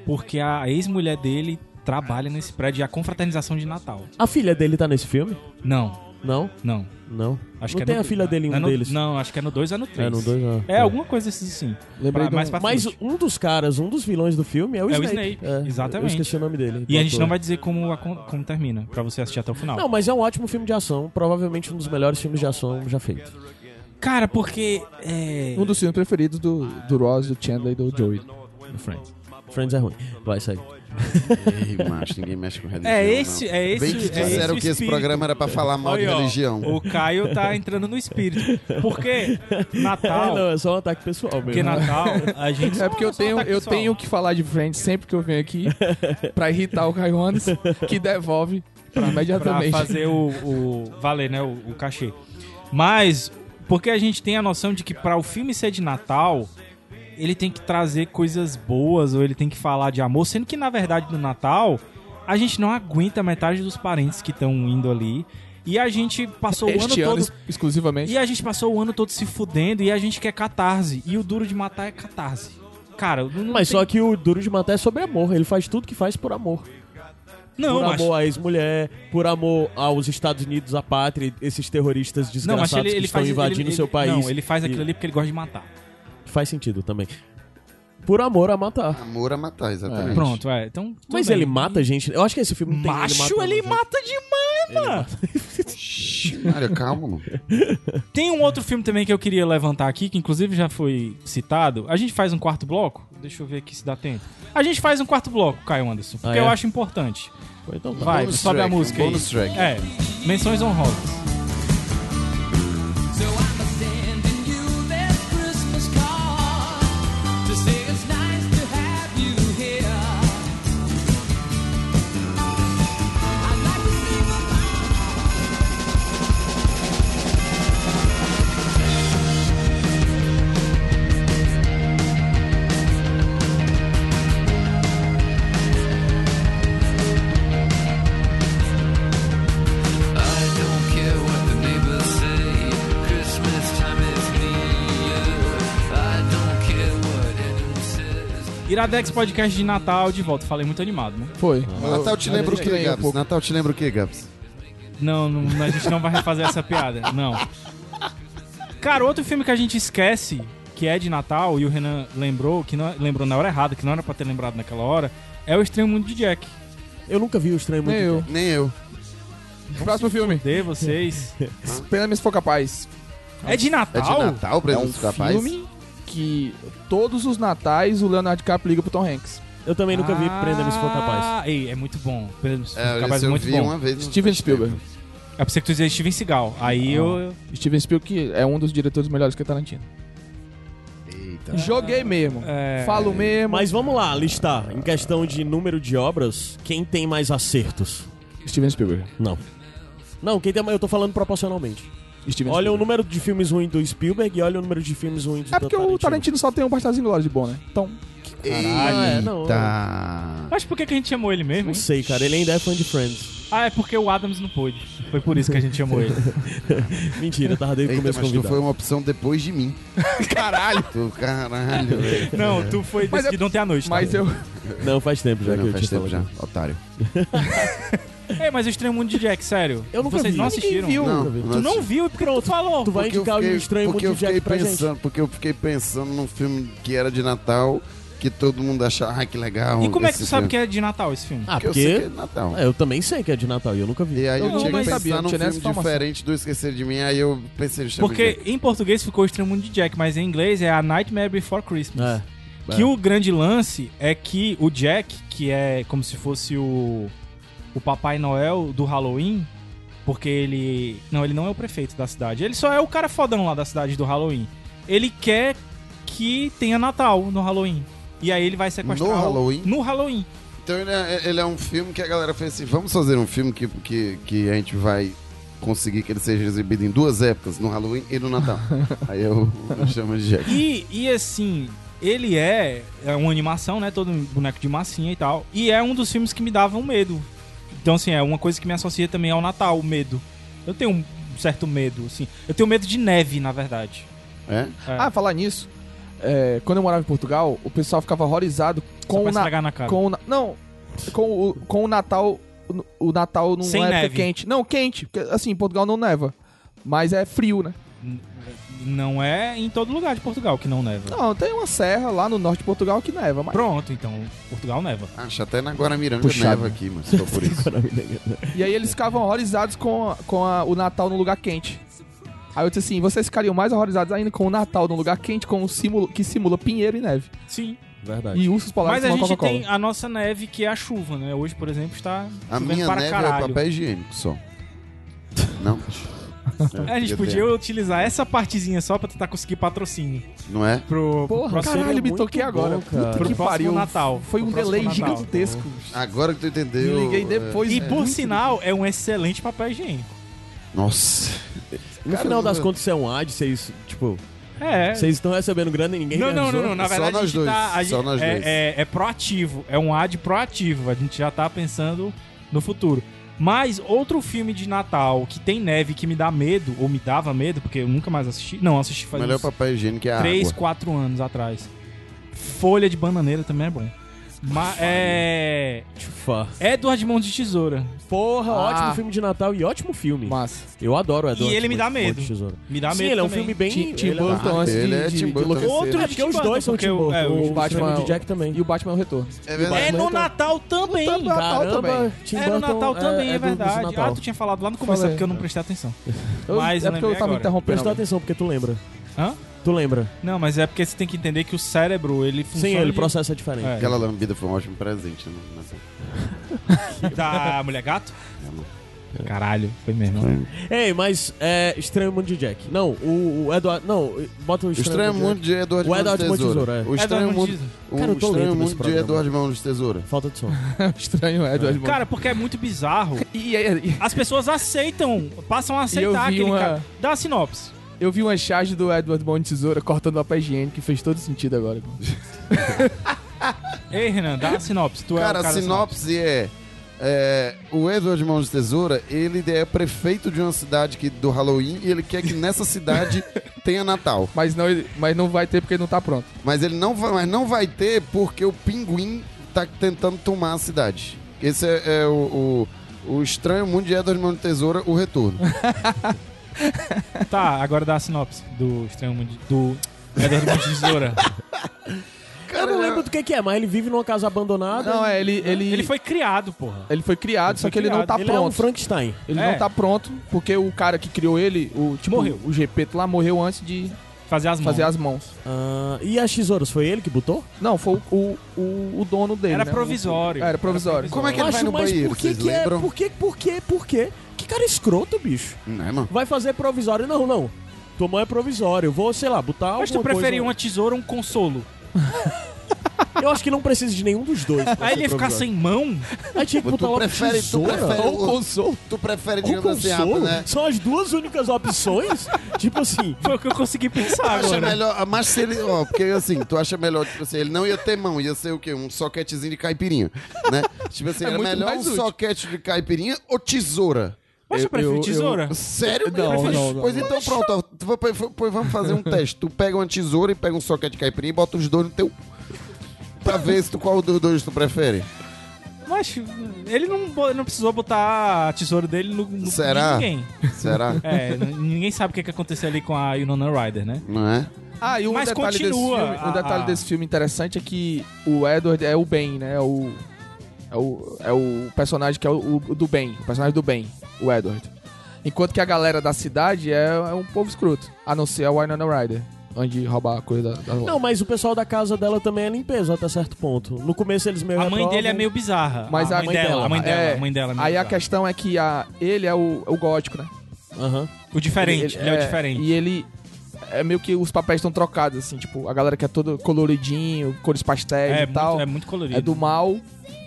Speaker 1: porque a ex-mulher dele trabalha nesse prédio e a confraternização de Natal.
Speaker 2: A filha dele tá nesse filme?
Speaker 1: Não.
Speaker 2: Não?
Speaker 1: Não.
Speaker 2: Não.
Speaker 1: Acho
Speaker 2: não
Speaker 1: que é
Speaker 2: tem
Speaker 1: no-
Speaker 2: a filha dele em
Speaker 1: é
Speaker 2: um
Speaker 1: no-
Speaker 2: deles.
Speaker 1: Não, acho que é no 2 é no 3.
Speaker 2: É, no dois, ah,
Speaker 1: é.
Speaker 2: tá.
Speaker 1: alguma coisa assim, sim.
Speaker 4: Lembrei
Speaker 1: Pra-
Speaker 4: do-
Speaker 1: mais pra
Speaker 2: Mas
Speaker 1: frente.
Speaker 2: um dos caras, um dos vilões do filme é o
Speaker 1: É o
Speaker 2: Snape.
Speaker 1: Snape, exatamente.
Speaker 2: Eu esqueci o nome dele.
Speaker 1: E
Speaker 2: do
Speaker 1: a gente
Speaker 2: ator.
Speaker 1: não vai dizer como, a- como termina, pra você assistir até o final.
Speaker 2: Não, mas é um ótimo filme de ação. Provavelmente um dos melhores filmes de ação já feito.
Speaker 1: Cara, porque. É...
Speaker 4: Um dos filmes preferidos do, do Ross, do Chandler e do Joey.
Speaker 2: Friends. Friends é ruim. Vai, segue.
Speaker 3: Ei, macho, ninguém mexe com religião.
Speaker 1: É
Speaker 3: não.
Speaker 2: né?
Speaker 1: esse, é esse.
Speaker 3: Bem que
Speaker 1: é
Speaker 3: disseram que esse
Speaker 1: espírito.
Speaker 3: programa era pra falar mal
Speaker 1: Olha,
Speaker 3: de
Speaker 1: ó,
Speaker 3: religião.
Speaker 1: O Caio tá entrando no espírito. Porque Natal.
Speaker 2: não, é só um ataque pessoal mesmo.
Speaker 1: Porque Natal, a gente.
Speaker 4: É porque eu
Speaker 1: tá só
Speaker 4: tenho,
Speaker 1: ataca
Speaker 4: eu
Speaker 1: pessoal.
Speaker 4: tenho que falar de Friends sempre que eu venho aqui pra irritar o Caiones, que devolve
Speaker 1: Pra
Speaker 4: imediatamente.
Speaker 1: fazer o, o- valer, né? O, o cachê. Mas, porque a gente tem a noção de que pra o filme ser de Natal, ele tem que trazer coisas boas ou ele tem que falar de amor, sendo que na verdade no Natal a gente não aguenta metade dos parentes que estão indo ali. E a gente passou o ano
Speaker 4: Este ano,
Speaker 1: todo
Speaker 4: ex- exclusivamente.
Speaker 1: E a gente passou o ano todo se fudendo e a gente quer catarse. E o duro de matar é catarse. Cara, não não
Speaker 2: Mas
Speaker 1: tem-
Speaker 2: só que o Duro de Matar é sobre amor. Ele faz tudo que faz por amor.
Speaker 1: Não,
Speaker 2: por
Speaker 1: mas...
Speaker 2: amor à ex-mulher, por amor aos Estados Unidos, à pátria, esses terroristas
Speaker 1: Não, mas
Speaker 2: desgraçados
Speaker 1: ele,
Speaker 2: que
Speaker 1: ele
Speaker 2: estão
Speaker 1: faz
Speaker 2: invadindo
Speaker 1: ele-
Speaker 2: seu
Speaker 1: ele-
Speaker 2: país.
Speaker 1: Não, ele faz aquilo ali porque ele gosta de matar.
Speaker 2: Faz sentido também. Por amor a matar.
Speaker 3: Amor a matar, exatamente.
Speaker 1: Pronto, é. Então, tudo
Speaker 2: Mas
Speaker 1: bem.
Speaker 2: ele mata gente? Eu acho que esse filme não tem
Speaker 1: Macho, ele,
Speaker 2: matando gente.
Speaker 1: mata demais, mano.
Speaker 3: Olha, calma, mano.
Speaker 1: Tem um outro filme também que eu queria levantar aqui, que inclusive já foi citado. A gente faz um quarto bloco. Deixa eu ver aqui se dá tempo. A gente faz um quarto bloco, Caio Anderson, porque
Speaker 2: é?
Speaker 1: eu acho importante.
Speaker 2: Pô, Então tá.
Speaker 1: Vai,
Speaker 3: Bonus
Speaker 1: sobe
Speaker 3: track,
Speaker 1: a música
Speaker 3: um
Speaker 1: aí.
Speaker 3: bonus track.
Speaker 1: É, menções honrosas.
Speaker 7: So I'm sending you that Christmas card to say it's nice to have you here. I'd like to see my
Speaker 6: I don't care what the neighbors say. Christmas time is near. I don't care what anyone says.
Speaker 1: Iradex Podcast de Natal de volta. Falei muito animado, né?
Speaker 4: Foi.
Speaker 3: Natal te lembra o
Speaker 4: eu
Speaker 3: quê,
Speaker 4: estranhei um
Speaker 3: Gabs?
Speaker 4: pouco.
Speaker 3: Natal te lembra o quê, Gabs?
Speaker 1: Não, não, a gente não vai refazer essa piada. Não. Cara, outro filme que a gente esquece, que é de Natal, e o Renan lembrou, que não, lembrou na hora errada, que não era pra ter lembrado naquela hora, é o Estranho Mundo de Jack.
Speaker 2: Eu nunca vi o estranho muito.
Speaker 4: Nem eu.
Speaker 3: Nem eu.
Speaker 4: Próximo filme.
Speaker 1: Dê vocês.
Speaker 4: Pena me se for capaz.
Speaker 1: É de
Speaker 3: É
Speaker 1: Natal?
Speaker 3: de Natal pra
Speaker 4: É
Speaker 3: eles
Speaker 4: um
Speaker 3: não ficar capaz?
Speaker 4: filme que todos os natais o Leonardo DiCaprio liga pro Tom Hanks.
Speaker 2: Eu também nunca vi Prenda-me se for capaz.
Speaker 1: Ah, ei, é muito bom. Prenda-me se for
Speaker 3: É,
Speaker 1: capaz é
Speaker 3: esse eu
Speaker 1: muito
Speaker 3: vi
Speaker 1: bom.
Speaker 3: uma vez. não
Speaker 4: Steven
Speaker 3: faz
Speaker 4: Spielberg.
Speaker 3: tempo.
Speaker 1: É pra você que tu dizia Steven Seagal. Aí eu...
Speaker 4: Steven Spielberg que é um dos diretores melhores que o Tarantino.
Speaker 3: Eita.
Speaker 4: Joguei mesmo.
Speaker 1: É...
Speaker 4: Falo mesmo.
Speaker 2: Mas vamos lá, listar. Em questão de número de obras, quem tem mais acertos?
Speaker 4: Steven Spielberg.
Speaker 2: Não. Não, quem tem mais. Eu tô falando proporcionalmente.
Speaker 4: Steven
Speaker 2: Olha o
Speaker 4: Spielberg.
Speaker 2: número de filmes ruins do Spielberg e olha o número de filmes ruins do
Speaker 4: É porque o Tarantino só tem um Bastardos Inglórios de bom, né? Então,
Speaker 2: Ah, é, não.
Speaker 3: Eita.
Speaker 1: Mas por que, que a gente chamou ele mesmo?
Speaker 2: Não
Speaker 1: hein?
Speaker 2: sei, cara. Ele ainda é fã de Friends.
Speaker 1: Ah, é porque o Adams não pôde. Foi por isso que a gente chamou ele.
Speaker 2: Mentira, eu tava desde o
Speaker 3: Eita, mas
Speaker 2: começo
Speaker 3: tu
Speaker 2: convidado.
Speaker 3: foi uma opção depois de mim. caralho. Tu, caralho, velho.
Speaker 1: Não, tu foi
Speaker 4: Mas
Speaker 1: decidido ontem à noite. tá?
Speaker 4: mas eu.
Speaker 2: Não, faz tempo já
Speaker 3: Já
Speaker 2: que
Speaker 3: não,
Speaker 2: eu
Speaker 3: faz
Speaker 2: te
Speaker 3: tempo
Speaker 2: falei.
Speaker 3: já, otário.
Speaker 1: É, mas o Estranho Mundo de Jack, sério.
Speaker 2: Eu nunca
Speaker 1: Vocês
Speaker 2: vi.
Speaker 1: não
Speaker 2: Ninguém
Speaker 1: assistiram. né?
Speaker 2: viu.
Speaker 3: Não,
Speaker 2: nunca vi.
Speaker 1: Tu não viu e porque tu falou.
Speaker 2: Tu vai
Speaker 3: Porque eu
Speaker 2: indicar
Speaker 3: fiquei-
Speaker 2: o estranho
Speaker 3: porque
Speaker 2: Mundo
Speaker 3: eu
Speaker 2: de Jack
Speaker 3: fiquei
Speaker 2: pra gente.
Speaker 3: pensando, Porque eu fiquei pensando num filme que era de Natal, que todo mundo achava, ah, que legal.
Speaker 1: E como é que tu
Speaker 3: esse
Speaker 1: sabe que
Speaker 3: filme."
Speaker 1: é de Natal esse filme?
Speaker 2: Ah,
Speaker 3: Porque eu sei que é
Speaker 2: porque...
Speaker 3: de Natal.
Speaker 2: É, eu também sei que é de Natal e eu nunca vi.
Speaker 3: E aí eu
Speaker 4: Não,
Speaker 3: tinha
Speaker 4: mas
Speaker 3: que
Speaker 4: sabia,
Speaker 3: pensar
Speaker 4: não
Speaker 3: num
Speaker 4: tinha
Speaker 3: filme
Speaker 4: nessa informação.
Speaker 3: diferente do Esquecer de Mim, aí eu pensei no Chama
Speaker 1: Porque em português ficou o Estranho Mundo de Jack, mas em inglês é a Nightmare Before Christmas.
Speaker 2: É.
Speaker 1: Que o grande lance é que o Jack, que é como se fosse o, o Papai Noel do Halloween, porque ele. Não, ele não é o prefeito da cidade. Ele só é o cara fodão lá da cidade do Halloween. Ele quer que tenha Natal no Halloween. E aí ele vai sequestrar.
Speaker 3: No
Speaker 1: o-
Speaker 3: Halloween?
Speaker 1: No Halloween.
Speaker 3: Então ele é, ele é um filme que a galera fez assim, vamos fazer um filme que, que, que a gente vai conseguir que ele seja exibido em duas épocas, no Halloween e no Natal. aí eu, eu chamo de Jack.
Speaker 1: E, e assim, ele é, é uma animação, né? Todo um boneco de massinha e tal. E é um dos filmes que me davam medo. Então, assim, é uma coisa que me associa também ao Natal, o medo. Eu tenho um certo medo, assim. Eu tenho medo de neve, na verdade.
Speaker 3: É?
Speaker 1: É,
Speaker 4: Ah, falar nisso. é, quando eu morava em Portugal, o pessoal ficava horrorizado
Speaker 1: só
Speaker 4: com
Speaker 1: pra
Speaker 4: o, na...
Speaker 1: estragar na cara.
Speaker 4: com o na- Não, com o, com o Natal no- o Natal não
Speaker 1: Sem
Speaker 4: é época
Speaker 1: neve.
Speaker 4: quente. Não, quente, porque assim, em Portugal não neva. Mas é frio, né?
Speaker 1: Não é em todo lugar de Portugal que não neva.
Speaker 4: Não, tem uma serra lá no norte de Portugal que neva, mas.
Speaker 1: Pronto, então Portugal neva.
Speaker 3: Acho até na Guaramiranga
Speaker 2: Puxado.
Speaker 3: neva aqui, mas só por isso.
Speaker 2: né?
Speaker 4: E aí eles ficavam horrorizados com, a- com a- o Natal num lugar quente. Aí eu disse assim, vocês ficariam mais horrorizados ainda com o Natal num lugar quente com um simula, que simula pinheiro e neve.
Speaker 1: Sim.
Speaker 2: Verdade.
Speaker 4: E ursos polares
Speaker 1: Mas a
Speaker 4: tomam
Speaker 1: gente
Speaker 4: Coca-Cola.
Speaker 1: tem a nossa neve que é a chuva, né? Hoje, por exemplo, está
Speaker 3: A
Speaker 1: chovendo
Speaker 3: minha
Speaker 1: para
Speaker 3: neve
Speaker 1: caralho.
Speaker 3: é papel higiênico só. Não?
Speaker 1: A gente podia utilizar essa partezinha só pra tentar conseguir patrocínio
Speaker 3: Não é?
Speaker 1: pro, pro
Speaker 4: Porra,
Speaker 1: próximo,
Speaker 4: caralho, me
Speaker 2: muito
Speaker 4: toquei
Speaker 2: bom,
Speaker 4: agora.
Speaker 2: cara.
Speaker 4: Puta
Speaker 1: pro
Speaker 4: que
Speaker 1: próximo
Speaker 4: pariu.
Speaker 1: Natal.
Speaker 4: Foi um
Speaker 1: Pro próximo
Speaker 4: delay
Speaker 1: Natal. é.
Speaker 4: gigantesco.
Speaker 3: Agora que tu entendeu.
Speaker 4: Me liguei depois.
Speaker 1: E
Speaker 4: É.
Speaker 1: por sinal, é um excelente papel higiênico.
Speaker 3: é. Nossa.
Speaker 2: No
Speaker 3: Cara,
Speaker 2: final
Speaker 3: eu-
Speaker 2: das contas, isso é um ad, vocês, tipo,
Speaker 1: É.
Speaker 2: vocês estão recebendo grana e ninguém
Speaker 1: Não, não,
Speaker 2: realizou.
Speaker 1: não, não. Na
Speaker 3: É Só
Speaker 1: verdade, a
Speaker 3: nós
Speaker 1: gente
Speaker 3: dois,
Speaker 1: tá. a
Speaker 3: só
Speaker 1: gente-
Speaker 3: nós
Speaker 1: é,
Speaker 3: dois.
Speaker 1: É, é proativo. É um ad proativo. A gente já tá pensando no futuro. Mas outro filme de Natal que tem neve que me dá medo, ou me dava medo, porque eu nunca mais assisti. Não, assisti
Speaker 3: O
Speaker 1: faz
Speaker 3: melhor
Speaker 1: uns
Speaker 3: papel higiênico é a
Speaker 1: 3,
Speaker 3: água.
Speaker 1: 4 anos atrás. Folha de bananeira também é bom. Mas é.
Speaker 2: Chufa.
Speaker 1: Edward Mão de Tesoura.
Speaker 2: Porra,
Speaker 4: Ah.
Speaker 2: ótimo filme de Natal e ótimo filme.
Speaker 4: Mas
Speaker 2: Eu adoro o Edward.
Speaker 1: E ele me dá
Speaker 2: Mão de
Speaker 1: medo.
Speaker 2: Tesoura.
Speaker 1: Me dá
Speaker 2: Sim,
Speaker 1: medo.
Speaker 2: ele é um
Speaker 1: também.
Speaker 2: filme bem...
Speaker 4: Tim
Speaker 2: ele é-
Speaker 4: Burton antes
Speaker 3: ele é
Speaker 4: de-
Speaker 3: Tim
Speaker 4: de
Speaker 3: Burton.
Speaker 4: Logan.
Speaker 2: Outro é porque os dois são
Speaker 1: tipo Porque
Speaker 2: Tim
Speaker 1: o-
Speaker 2: Burton.
Speaker 1: é, o
Speaker 2: o Batman
Speaker 4: Batman-
Speaker 2: de Jack também.
Speaker 4: E o Batman é o retorno.
Speaker 3: É verdade.
Speaker 1: É no Natal também.
Speaker 4: Natal
Speaker 2: Caramba,
Speaker 4: também.
Speaker 2: Tim
Speaker 1: É no
Speaker 2: Burton
Speaker 1: Natal também, é,
Speaker 2: do- dos
Speaker 1: verdade.
Speaker 2: Natal.
Speaker 1: Ah, tu tinha falado lá no começo,
Speaker 4: Falei.
Speaker 1: é porque eu não prestei atenção.
Speaker 4: Eu-
Speaker 1: Mas
Speaker 4: é
Speaker 1: eu
Speaker 4: porque eu
Speaker 1: lembrei
Speaker 4: tava
Speaker 1: um agora.
Speaker 4: interrompendo.
Speaker 2: Prestou atenção, porque tu lembra.
Speaker 1: Hã?
Speaker 2: Tu lembra.
Speaker 1: Não, mas é porque você tem que entender que o cérebro, ele funciona.
Speaker 2: Sim, ele
Speaker 1: de-
Speaker 2: processa diferente.
Speaker 1: É.
Speaker 3: Aquela lambida foi um ótimo presente. Né? Mas-
Speaker 1: Da mulher gato? Caralho, foi
Speaker 3: É
Speaker 1: mesmo.
Speaker 2: Ei, mas é Estranho Mundo de Jack. Não, o, o Eduardo. Não, bota o
Speaker 3: O Estranho Mundo de Edward
Speaker 2: O
Speaker 3: Mão de
Speaker 2: Edward Mão de
Speaker 3: Tesoura.
Speaker 2: Tesoura,
Speaker 3: O Estranho
Speaker 1: Edward Mão de
Speaker 3: Mundo
Speaker 2: Tesoura. Cara,
Speaker 3: o
Speaker 2: eu tô lento
Speaker 3: Estranho
Speaker 2: nesse
Speaker 3: Mundo de
Speaker 2: programa.
Speaker 3: Edward Mão de Tesoura.
Speaker 2: Falta de som.
Speaker 4: Estranho, é, Edward Mão.
Speaker 1: Cara, porque é muito bizarro.
Speaker 4: E, e- e-
Speaker 1: As pessoas aceitam, passam a
Speaker 4: eu vi
Speaker 1: aceitar aquele
Speaker 4: uma-
Speaker 1: cara. Dá a sinopse.
Speaker 4: eu vi uma charge do Edward Mão de Tesoura cortando papel higiênico que fez todo sentido agora.
Speaker 1: Ei, Renan, dá a sinopse. Tu
Speaker 3: Cara,
Speaker 1: é o
Speaker 3: a
Speaker 1: cara da
Speaker 3: sinopse é, é, O Edward Mão de Tesoura, ele é prefeito de uma cidade que, do Halloween e ele quer que nessa cidade tenha Natal.
Speaker 4: Mas não, mas não vai ter porque não tá pronto.
Speaker 3: Mas ele não vai, mas não vai ter porque o pinguim tá tentando tomar a cidade. Esse é, é o, o, o estranho mundo de Edward Mão de Tesoura, o retorno.
Speaker 1: sinopse. Tá, agora dá a sinopse do Estranho Mundo... de- Do... Edward Mão de Tesoura.
Speaker 2: Eu não lembro do que, que é, mas ele vive numa casa abandonada.
Speaker 4: Não, é, ele, ele,
Speaker 1: Ele foi criado, porra.
Speaker 4: ele foi criado,
Speaker 1: Ele
Speaker 4: só
Speaker 1: foi
Speaker 4: que ele não
Speaker 1: criado.
Speaker 4: tá
Speaker 2: ele é um
Speaker 4: pronto.
Speaker 2: Frankenstein.
Speaker 4: Ele
Speaker 1: É.
Speaker 4: não tá pronto, porque o cara que criou ele, o, tipo,
Speaker 1: Morreu.
Speaker 4: o Gepeto lá, morreu antes de
Speaker 1: Fazer as mãos.
Speaker 4: fazer as mãos.
Speaker 2: Ah, e as tesouras, foi ele que botou?
Speaker 4: Não, foi o, o, o- o dono dele.
Speaker 1: Era
Speaker 4: né?
Speaker 1: provisório.
Speaker 4: Era provisório.
Speaker 3: Como é que
Speaker 2: Eu
Speaker 3: ele vai
Speaker 2: acho,
Speaker 3: no
Speaker 2: mas
Speaker 3: banheiro?
Speaker 2: por que
Speaker 3: Vocês
Speaker 2: que é?
Speaker 3: lembram?
Speaker 2: Por que, por que, por que? Que cara escroto, bicho.
Speaker 3: Não é, mano?
Speaker 2: Vai fazer provisório? Não, não. Tua mãe é provisório. Eu vou, sei lá, botar
Speaker 1: Mas tu
Speaker 2: alguma coisa-
Speaker 1: preferia uma tesoura ou um consolo?
Speaker 2: Eu acho que não precisa de nenhum dos dois. pra
Speaker 1: Aí
Speaker 2: ser
Speaker 1: ele ia ficar
Speaker 2: provisório.
Speaker 1: sem mão?
Speaker 2: Aí tinha que botar
Speaker 3: Mas tu
Speaker 2: logo
Speaker 3: prefere- tu
Speaker 2: tesoura.
Speaker 3: prefere
Speaker 2: ou
Speaker 3: o-
Speaker 2: consolo.
Speaker 3: Tu prefere,
Speaker 2: Ou
Speaker 3: digamos assim, ah,
Speaker 2: consolo.
Speaker 3: né?
Speaker 2: São as duas únicas opções? tipo assim...
Speaker 1: Foi o que eu consegui pensar
Speaker 3: Tu acha
Speaker 1: agora.
Speaker 3: melhor, mas se ele, ó, porque assim, tu acha melhor, tipo assim, ele não ia ter mão, ia ser o quê? Um soquetezinho de caipirinha, né? Tipo assim,
Speaker 4: É
Speaker 3: era
Speaker 4: muito
Speaker 3: melhor um
Speaker 4: mais útil.
Speaker 3: soquete de caipirinha ou tesoura?
Speaker 1: Mas
Speaker 4: Eu-
Speaker 1: tu prefere
Speaker 4: eu-
Speaker 1: tesoura?
Speaker 3: Sério?
Speaker 4: Não,
Speaker 3: mesmo?
Speaker 4: não, não.
Speaker 3: Pois então, pronto. ó, tu vai- vai- vai- vamos fazer um teste. Tu pega uma tesoura e pega um soquete de caipirinha e bota os dois no teu. Pra ver se tu, qual dos dois tu prefere.
Speaker 1: Mas ele não, bo- não precisou botar a tesoura dele no, no cu
Speaker 3: Será?
Speaker 1: de ninguém.
Speaker 3: Será?
Speaker 1: É, n- ninguém sabe o que que aconteceu ali com a Yunona Rider, né?
Speaker 3: Não é?
Speaker 4: Ah, e um
Speaker 1: Mas
Speaker 4: detalhe
Speaker 1: continua Ah,
Speaker 4: desse filme,
Speaker 1: a-
Speaker 4: um detalhe
Speaker 1: a-
Speaker 4: desse filme interessante é que o Edward é o Ben, né? É o é o, é o personagem que é o, o do bem, o personagem do bem, o Edward. Enquanto que a galera da cidade é, é um povo escroto, a não ser a Winona Ryder, onde roubar a coisa da, da
Speaker 2: Não, mas o pessoal da casa dela também é limpeza até certo ponto. No começo eles meio
Speaker 1: A mãe
Speaker 2: reprovam.
Speaker 1: dele é meio bizarra.
Speaker 4: Mas
Speaker 1: a, mãe dela, a mãe dela,
Speaker 4: é.
Speaker 1: a mãe dela. é meio
Speaker 4: Aí a
Speaker 1: bizarra.
Speaker 4: questão é que a, ele é o, o gótico, né?
Speaker 2: Aham.
Speaker 1: O diferente, ele, é, o diferente.
Speaker 4: E ele é meio que os papéis estão trocados assim, tipo, a galera que é todo coloridinho, cores pastéis
Speaker 1: É,
Speaker 4: e tal.
Speaker 1: muito, é muito colorido.
Speaker 4: É do mal,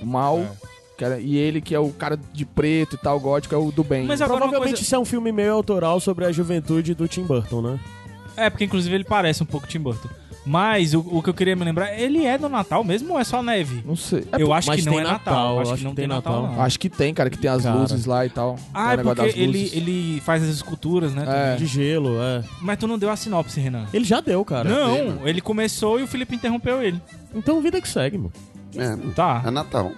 Speaker 4: o mal.
Speaker 1: É.
Speaker 4: que era- e ele que é o cara de preto e tal, gótico, é o do bem.
Speaker 1: Mas agora uma
Speaker 2: Provavelmente
Speaker 1: coisa...
Speaker 2: isso é um filme meio autoral sobre a juventude do Tim Burton, né?
Speaker 1: É, porque inclusive ele parece um pouco Tim Burton. Mas o, o que eu queria me lembrar, ele é do Natal mesmo ou é só neve?
Speaker 4: Não sei. É,
Speaker 1: eu acho
Speaker 2: mas
Speaker 1: que não
Speaker 2: tem
Speaker 1: é Natal.
Speaker 2: Natal,
Speaker 1: eu Acho que não tem Natal, não.
Speaker 4: acho que tem, cara, que tem as
Speaker 2: Cara.
Speaker 4: luzes lá e tal.
Speaker 1: Ah,
Speaker 4: Tem o
Speaker 1: é
Speaker 4: negócio
Speaker 1: porque
Speaker 4: das
Speaker 1: ele,
Speaker 4: luzes.
Speaker 1: ele faz as esculturas, né?
Speaker 4: É.
Speaker 2: De gelo, é.
Speaker 1: Mas tu não deu a sinopse, Renan.
Speaker 2: Ele já deu, cara.
Speaker 1: Não, ele começou e o Felipe interrompeu ele.
Speaker 2: Então vida que segue, mano.
Speaker 3: É, mano.
Speaker 1: Tá.
Speaker 3: É Natal.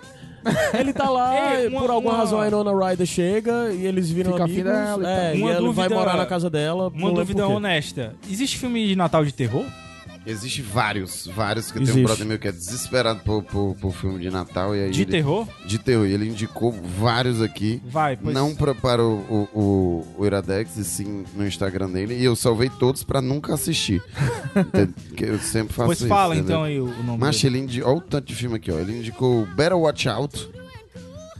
Speaker 2: Ele tá lá,
Speaker 1: Ei,
Speaker 2: e
Speaker 1: uma-
Speaker 2: por alguma
Speaker 1: uma-
Speaker 2: razão a Irona Ryder chega e eles viram
Speaker 4: Fica afim
Speaker 2: amigos.
Speaker 4: dela e
Speaker 2: é,
Speaker 4: tal.
Speaker 2: e
Speaker 1: Uma
Speaker 2: ele vai
Speaker 1: dúvida-
Speaker 2: morar na casa dela. não
Speaker 1: Uma
Speaker 2: lembro
Speaker 1: dúvida
Speaker 2: por quê.
Speaker 1: honesta. Existe filme de Natal de terror?
Speaker 3: Existe vários, vários. Que tem
Speaker 2: Existe.
Speaker 3: um brother meu que é desesperado por, por, por filme de Natal. E aí
Speaker 1: De
Speaker 3: ele-
Speaker 1: terror?
Speaker 3: De terror. E ele indicou vários aqui.
Speaker 1: Vai, pois.
Speaker 3: Não pra- para o, o, o- o Iradex, e sim no Instagram dele. E eu salvei todos pra nunca assistir. Entende? Porque eu sempre faço
Speaker 1: Pois
Speaker 3: isso.
Speaker 1: fala
Speaker 3: entendeu?
Speaker 1: então aí o o nome
Speaker 3: Mas
Speaker 1: dele.
Speaker 3: ele indicou. Olha o tanto de filme aqui, ó. Ele indicou Better Watch Out.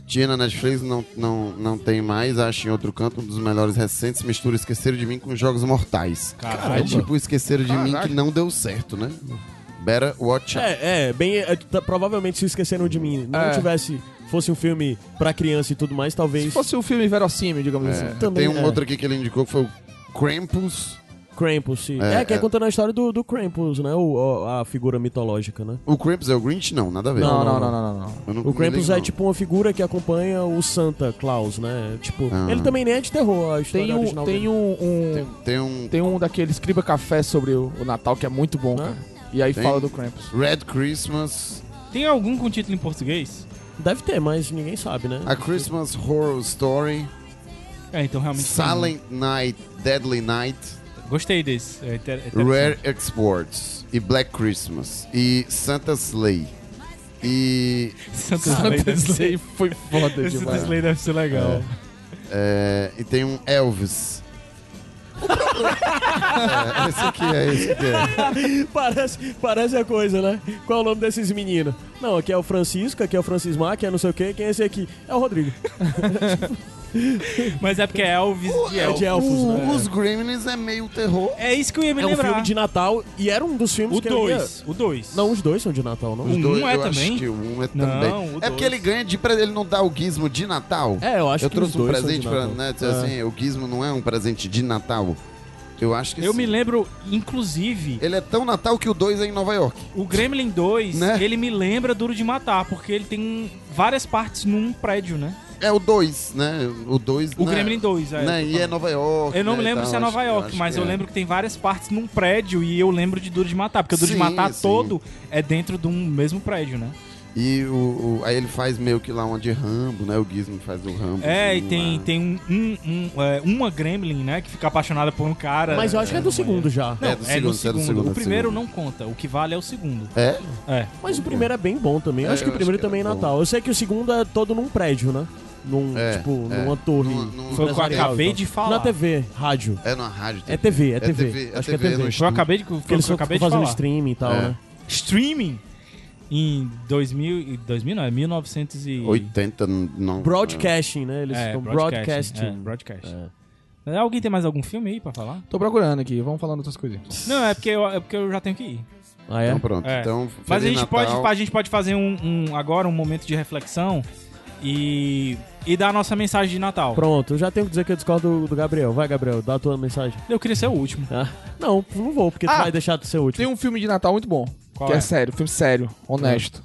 Speaker 3: Tinha na Netflix, não, não, não tem mais. Acho em outro canto, um dos melhores recentes. Mistura Esqueceram de Mim com Jogos Mortais.
Speaker 1: Caralho.
Speaker 3: É tipo Esqueceram de Mim
Speaker 4: Caraca.
Speaker 3: que não deu certo, né? Better Watch Out.
Speaker 2: É, é, bem. é, tá- provavelmente se esqueceram de mim. Não
Speaker 4: É.
Speaker 2: tivesse. Fosse um filme pra criança e tudo mais,
Speaker 4: Se
Speaker 2: talvez.
Speaker 4: fosse um filme verossímil, digamos
Speaker 3: É,
Speaker 4: assim.
Speaker 2: também,
Speaker 3: tem um
Speaker 2: é.
Speaker 3: outro aqui que ele indicou que foi o Krampus.
Speaker 2: Krampus. sim. É,
Speaker 3: É,
Speaker 2: que é
Speaker 3: é.
Speaker 2: contando a história do, do Krampus, né? O- o- a figura mitológica, né?
Speaker 3: O Krampus é o Grinch? Não, nada a ver.
Speaker 4: Não, não, não, não, não. não.
Speaker 3: Eu não-
Speaker 2: O Krampus
Speaker 3: não
Speaker 2: é
Speaker 3: lembro,
Speaker 2: tipo uma figura que acompanha o Santa Claus, né? Tipo,
Speaker 3: Ah.
Speaker 2: ele também nem é de terror, a história
Speaker 4: Tem um,
Speaker 2: original dele.
Speaker 4: tem um,
Speaker 3: não.
Speaker 4: um-
Speaker 3: Tem, tem um
Speaker 4: tem um daquele Escriba Café sobre o, o Natal que é muito bom,
Speaker 2: Hã?
Speaker 4: cara. E aí
Speaker 3: Tem?
Speaker 4: fala do Krampus.
Speaker 3: Red Christmas.
Speaker 1: Tem algum com título em português?
Speaker 2: Deve ter, mas ninguém sabe, né?
Speaker 3: A Christmas Horror Story.
Speaker 1: É, então realmente. tem
Speaker 3: Silent Night, Deadly Night.
Speaker 1: um. Gostei desse. É inter- é interessante.
Speaker 3: Rare Exports e Black Christmas e Santa Slay e
Speaker 1: Santos Lei
Speaker 4: Santa
Speaker 1: deve ser-
Speaker 4: Slay foi foda
Speaker 1: Esse
Speaker 4: demais.
Speaker 1: Slay deve ser legal.
Speaker 3: É. é, e tem um Elvis. é, esse aqui é esse que é.
Speaker 2: parece, parece a coisa, né? Qual é o nome desses meninos? Não, aqui é o Francisco, aqui é o Francismar, aqui é não sei o quê, quem é esse aqui? É o Rodrigo.
Speaker 1: Mas é porque é Elvis de
Speaker 2: É
Speaker 1: Elvis.
Speaker 2: de elfos,
Speaker 3: O-
Speaker 2: né?
Speaker 3: Os Gremlins é meio terror.
Speaker 1: É isso que eu ia me
Speaker 2: É um
Speaker 1: lembrar.
Speaker 2: filme de Natal e era um dos filmes
Speaker 1: O
Speaker 2: que eu ia...
Speaker 1: 2. O 2.
Speaker 2: Não, os dois são de Natal, não?
Speaker 3: Os
Speaker 1: Um
Speaker 3: dois,
Speaker 1: é
Speaker 3: eu acho
Speaker 1: também?
Speaker 3: que um é
Speaker 1: Não,
Speaker 3: também.
Speaker 1: o
Speaker 3: é
Speaker 1: dois.
Speaker 3: porque ele ganha de pre- ele não dá o gizmo de Natal.
Speaker 2: É, eu acho
Speaker 3: eu
Speaker 2: que os
Speaker 3: trouxe um
Speaker 2: dois são de
Speaker 3: presente pra,
Speaker 2: Natal.
Speaker 3: né,
Speaker 2: É.
Speaker 3: assim, o gizmo não é um presente de Natal. Eu acho que
Speaker 1: Eu
Speaker 3: sim.
Speaker 1: me lembro, inclusive,
Speaker 3: Ele é tão Natal que o 2 é em Nova York.
Speaker 1: o Gremlin 2,
Speaker 3: Né?
Speaker 1: ele me lembra Duro de Matar, porque ele tem várias partes num prédio, né?
Speaker 3: É o 2, né? O 2
Speaker 1: O Gremlin 2, é.
Speaker 3: né? E é Nova York.
Speaker 1: Eu não
Speaker 3: né,
Speaker 1: me lembro
Speaker 3: e tal,
Speaker 1: se é Nova
Speaker 3: acho que-
Speaker 1: York,
Speaker 3: acho
Speaker 1: mas
Speaker 3: que
Speaker 1: eu
Speaker 3: é.
Speaker 1: lembro que tem várias partes num prédio e eu lembro de Duro de Matar, porque o Duro de
Speaker 3: Sim,
Speaker 1: Matar
Speaker 3: sim.
Speaker 1: todo é dentro de um mesmo prédio, né?
Speaker 3: E o, o- aí ele faz meio que lá onde Rambo, né? O Gizmo faz o Rambo.
Speaker 1: É, e
Speaker 3: assim,
Speaker 1: tem,
Speaker 3: lá.
Speaker 1: tem um, um- um, é, uma Gremlin, né, que fica apaixonada por um cara.
Speaker 2: Mas eu acho que é do segundo já.
Speaker 1: Não, é
Speaker 3: É, do
Speaker 1: no
Speaker 3: segundo, é
Speaker 1: segundo.
Speaker 3: do segundo, é
Speaker 1: O
Speaker 3: do
Speaker 1: primeiro
Speaker 3: segundo.
Speaker 1: não conta, o que vale é o segundo.
Speaker 3: É?
Speaker 1: É.
Speaker 2: Mas o primeiro é bem bom também.
Speaker 3: É,
Speaker 2: Eu acho que o
Speaker 3: eu acho
Speaker 2: primeiro
Speaker 3: que é
Speaker 2: também é
Speaker 3: bom.
Speaker 2: Natal. Eu sei que o segundo é todo num prédio, né? Num,
Speaker 3: É,
Speaker 2: tipo,
Speaker 3: é.
Speaker 2: numa torre.
Speaker 3: Numa- numa-
Speaker 1: Foi o que eu
Speaker 2: empresarial e
Speaker 1: acabei
Speaker 2: tal.
Speaker 1: de falar.
Speaker 2: Na TV, rádio.
Speaker 3: É na rádio.
Speaker 2: É TV, é
Speaker 3: É
Speaker 2: TV.
Speaker 3: TV, é
Speaker 2: acho que é
Speaker 3: TV,
Speaker 2: TV.
Speaker 3: no
Speaker 1: Eu acabei de, foi o
Speaker 2: Porque
Speaker 1: que
Speaker 2: eles
Speaker 1: eu
Speaker 2: ficam
Speaker 1: acabém de
Speaker 2: tá fazendo
Speaker 1: falar.
Speaker 2: streaming e tal,
Speaker 3: É.
Speaker 2: né?
Speaker 1: streaming em 2000, e 2000 não, é 1900 e...
Speaker 3: 80, não.
Speaker 2: Broadcasting, né? Eles
Speaker 1: É,
Speaker 2: ficam
Speaker 1: broadcasting.
Speaker 2: broadcasting.
Speaker 1: É, broadcast. Alguém tem mais algum filme aí pra falar?
Speaker 4: Tô procurando aqui, vamos falando outras coisinhas.
Speaker 1: Não, é porque eu, é porque eu já tenho que ir.
Speaker 2: Ah, é?
Speaker 3: Então pronto.
Speaker 1: É.
Speaker 3: Então,
Speaker 1: Mas a
Speaker 3: Feliz
Speaker 1: gente,
Speaker 3: Natal.
Speaker 1: pode, a gente pode fazer um, um- agora um momento de reflexão e, e dar a nossa mensagem de Natal.
Speaker 2: Pronto, eu já tenho que dizer que eu discordo do, do Gabriel. Vai, Gabriel, dá a tua mensagem.
Speaker 1: Eu queria ser o último.
Speaker 2: Ah, não, não vou, porque tu
Speaker 4: Ah,
Speaker 2: vai deixar de ser
Speaker 4: Tem
Speaker 2: útil.
Speaker 4: um filme de Natal muito bom,
Speaker 1: Qual
Speaker 4: que é?
Speaker 1: é?
Speaker 4: sério, filme sério, honesto,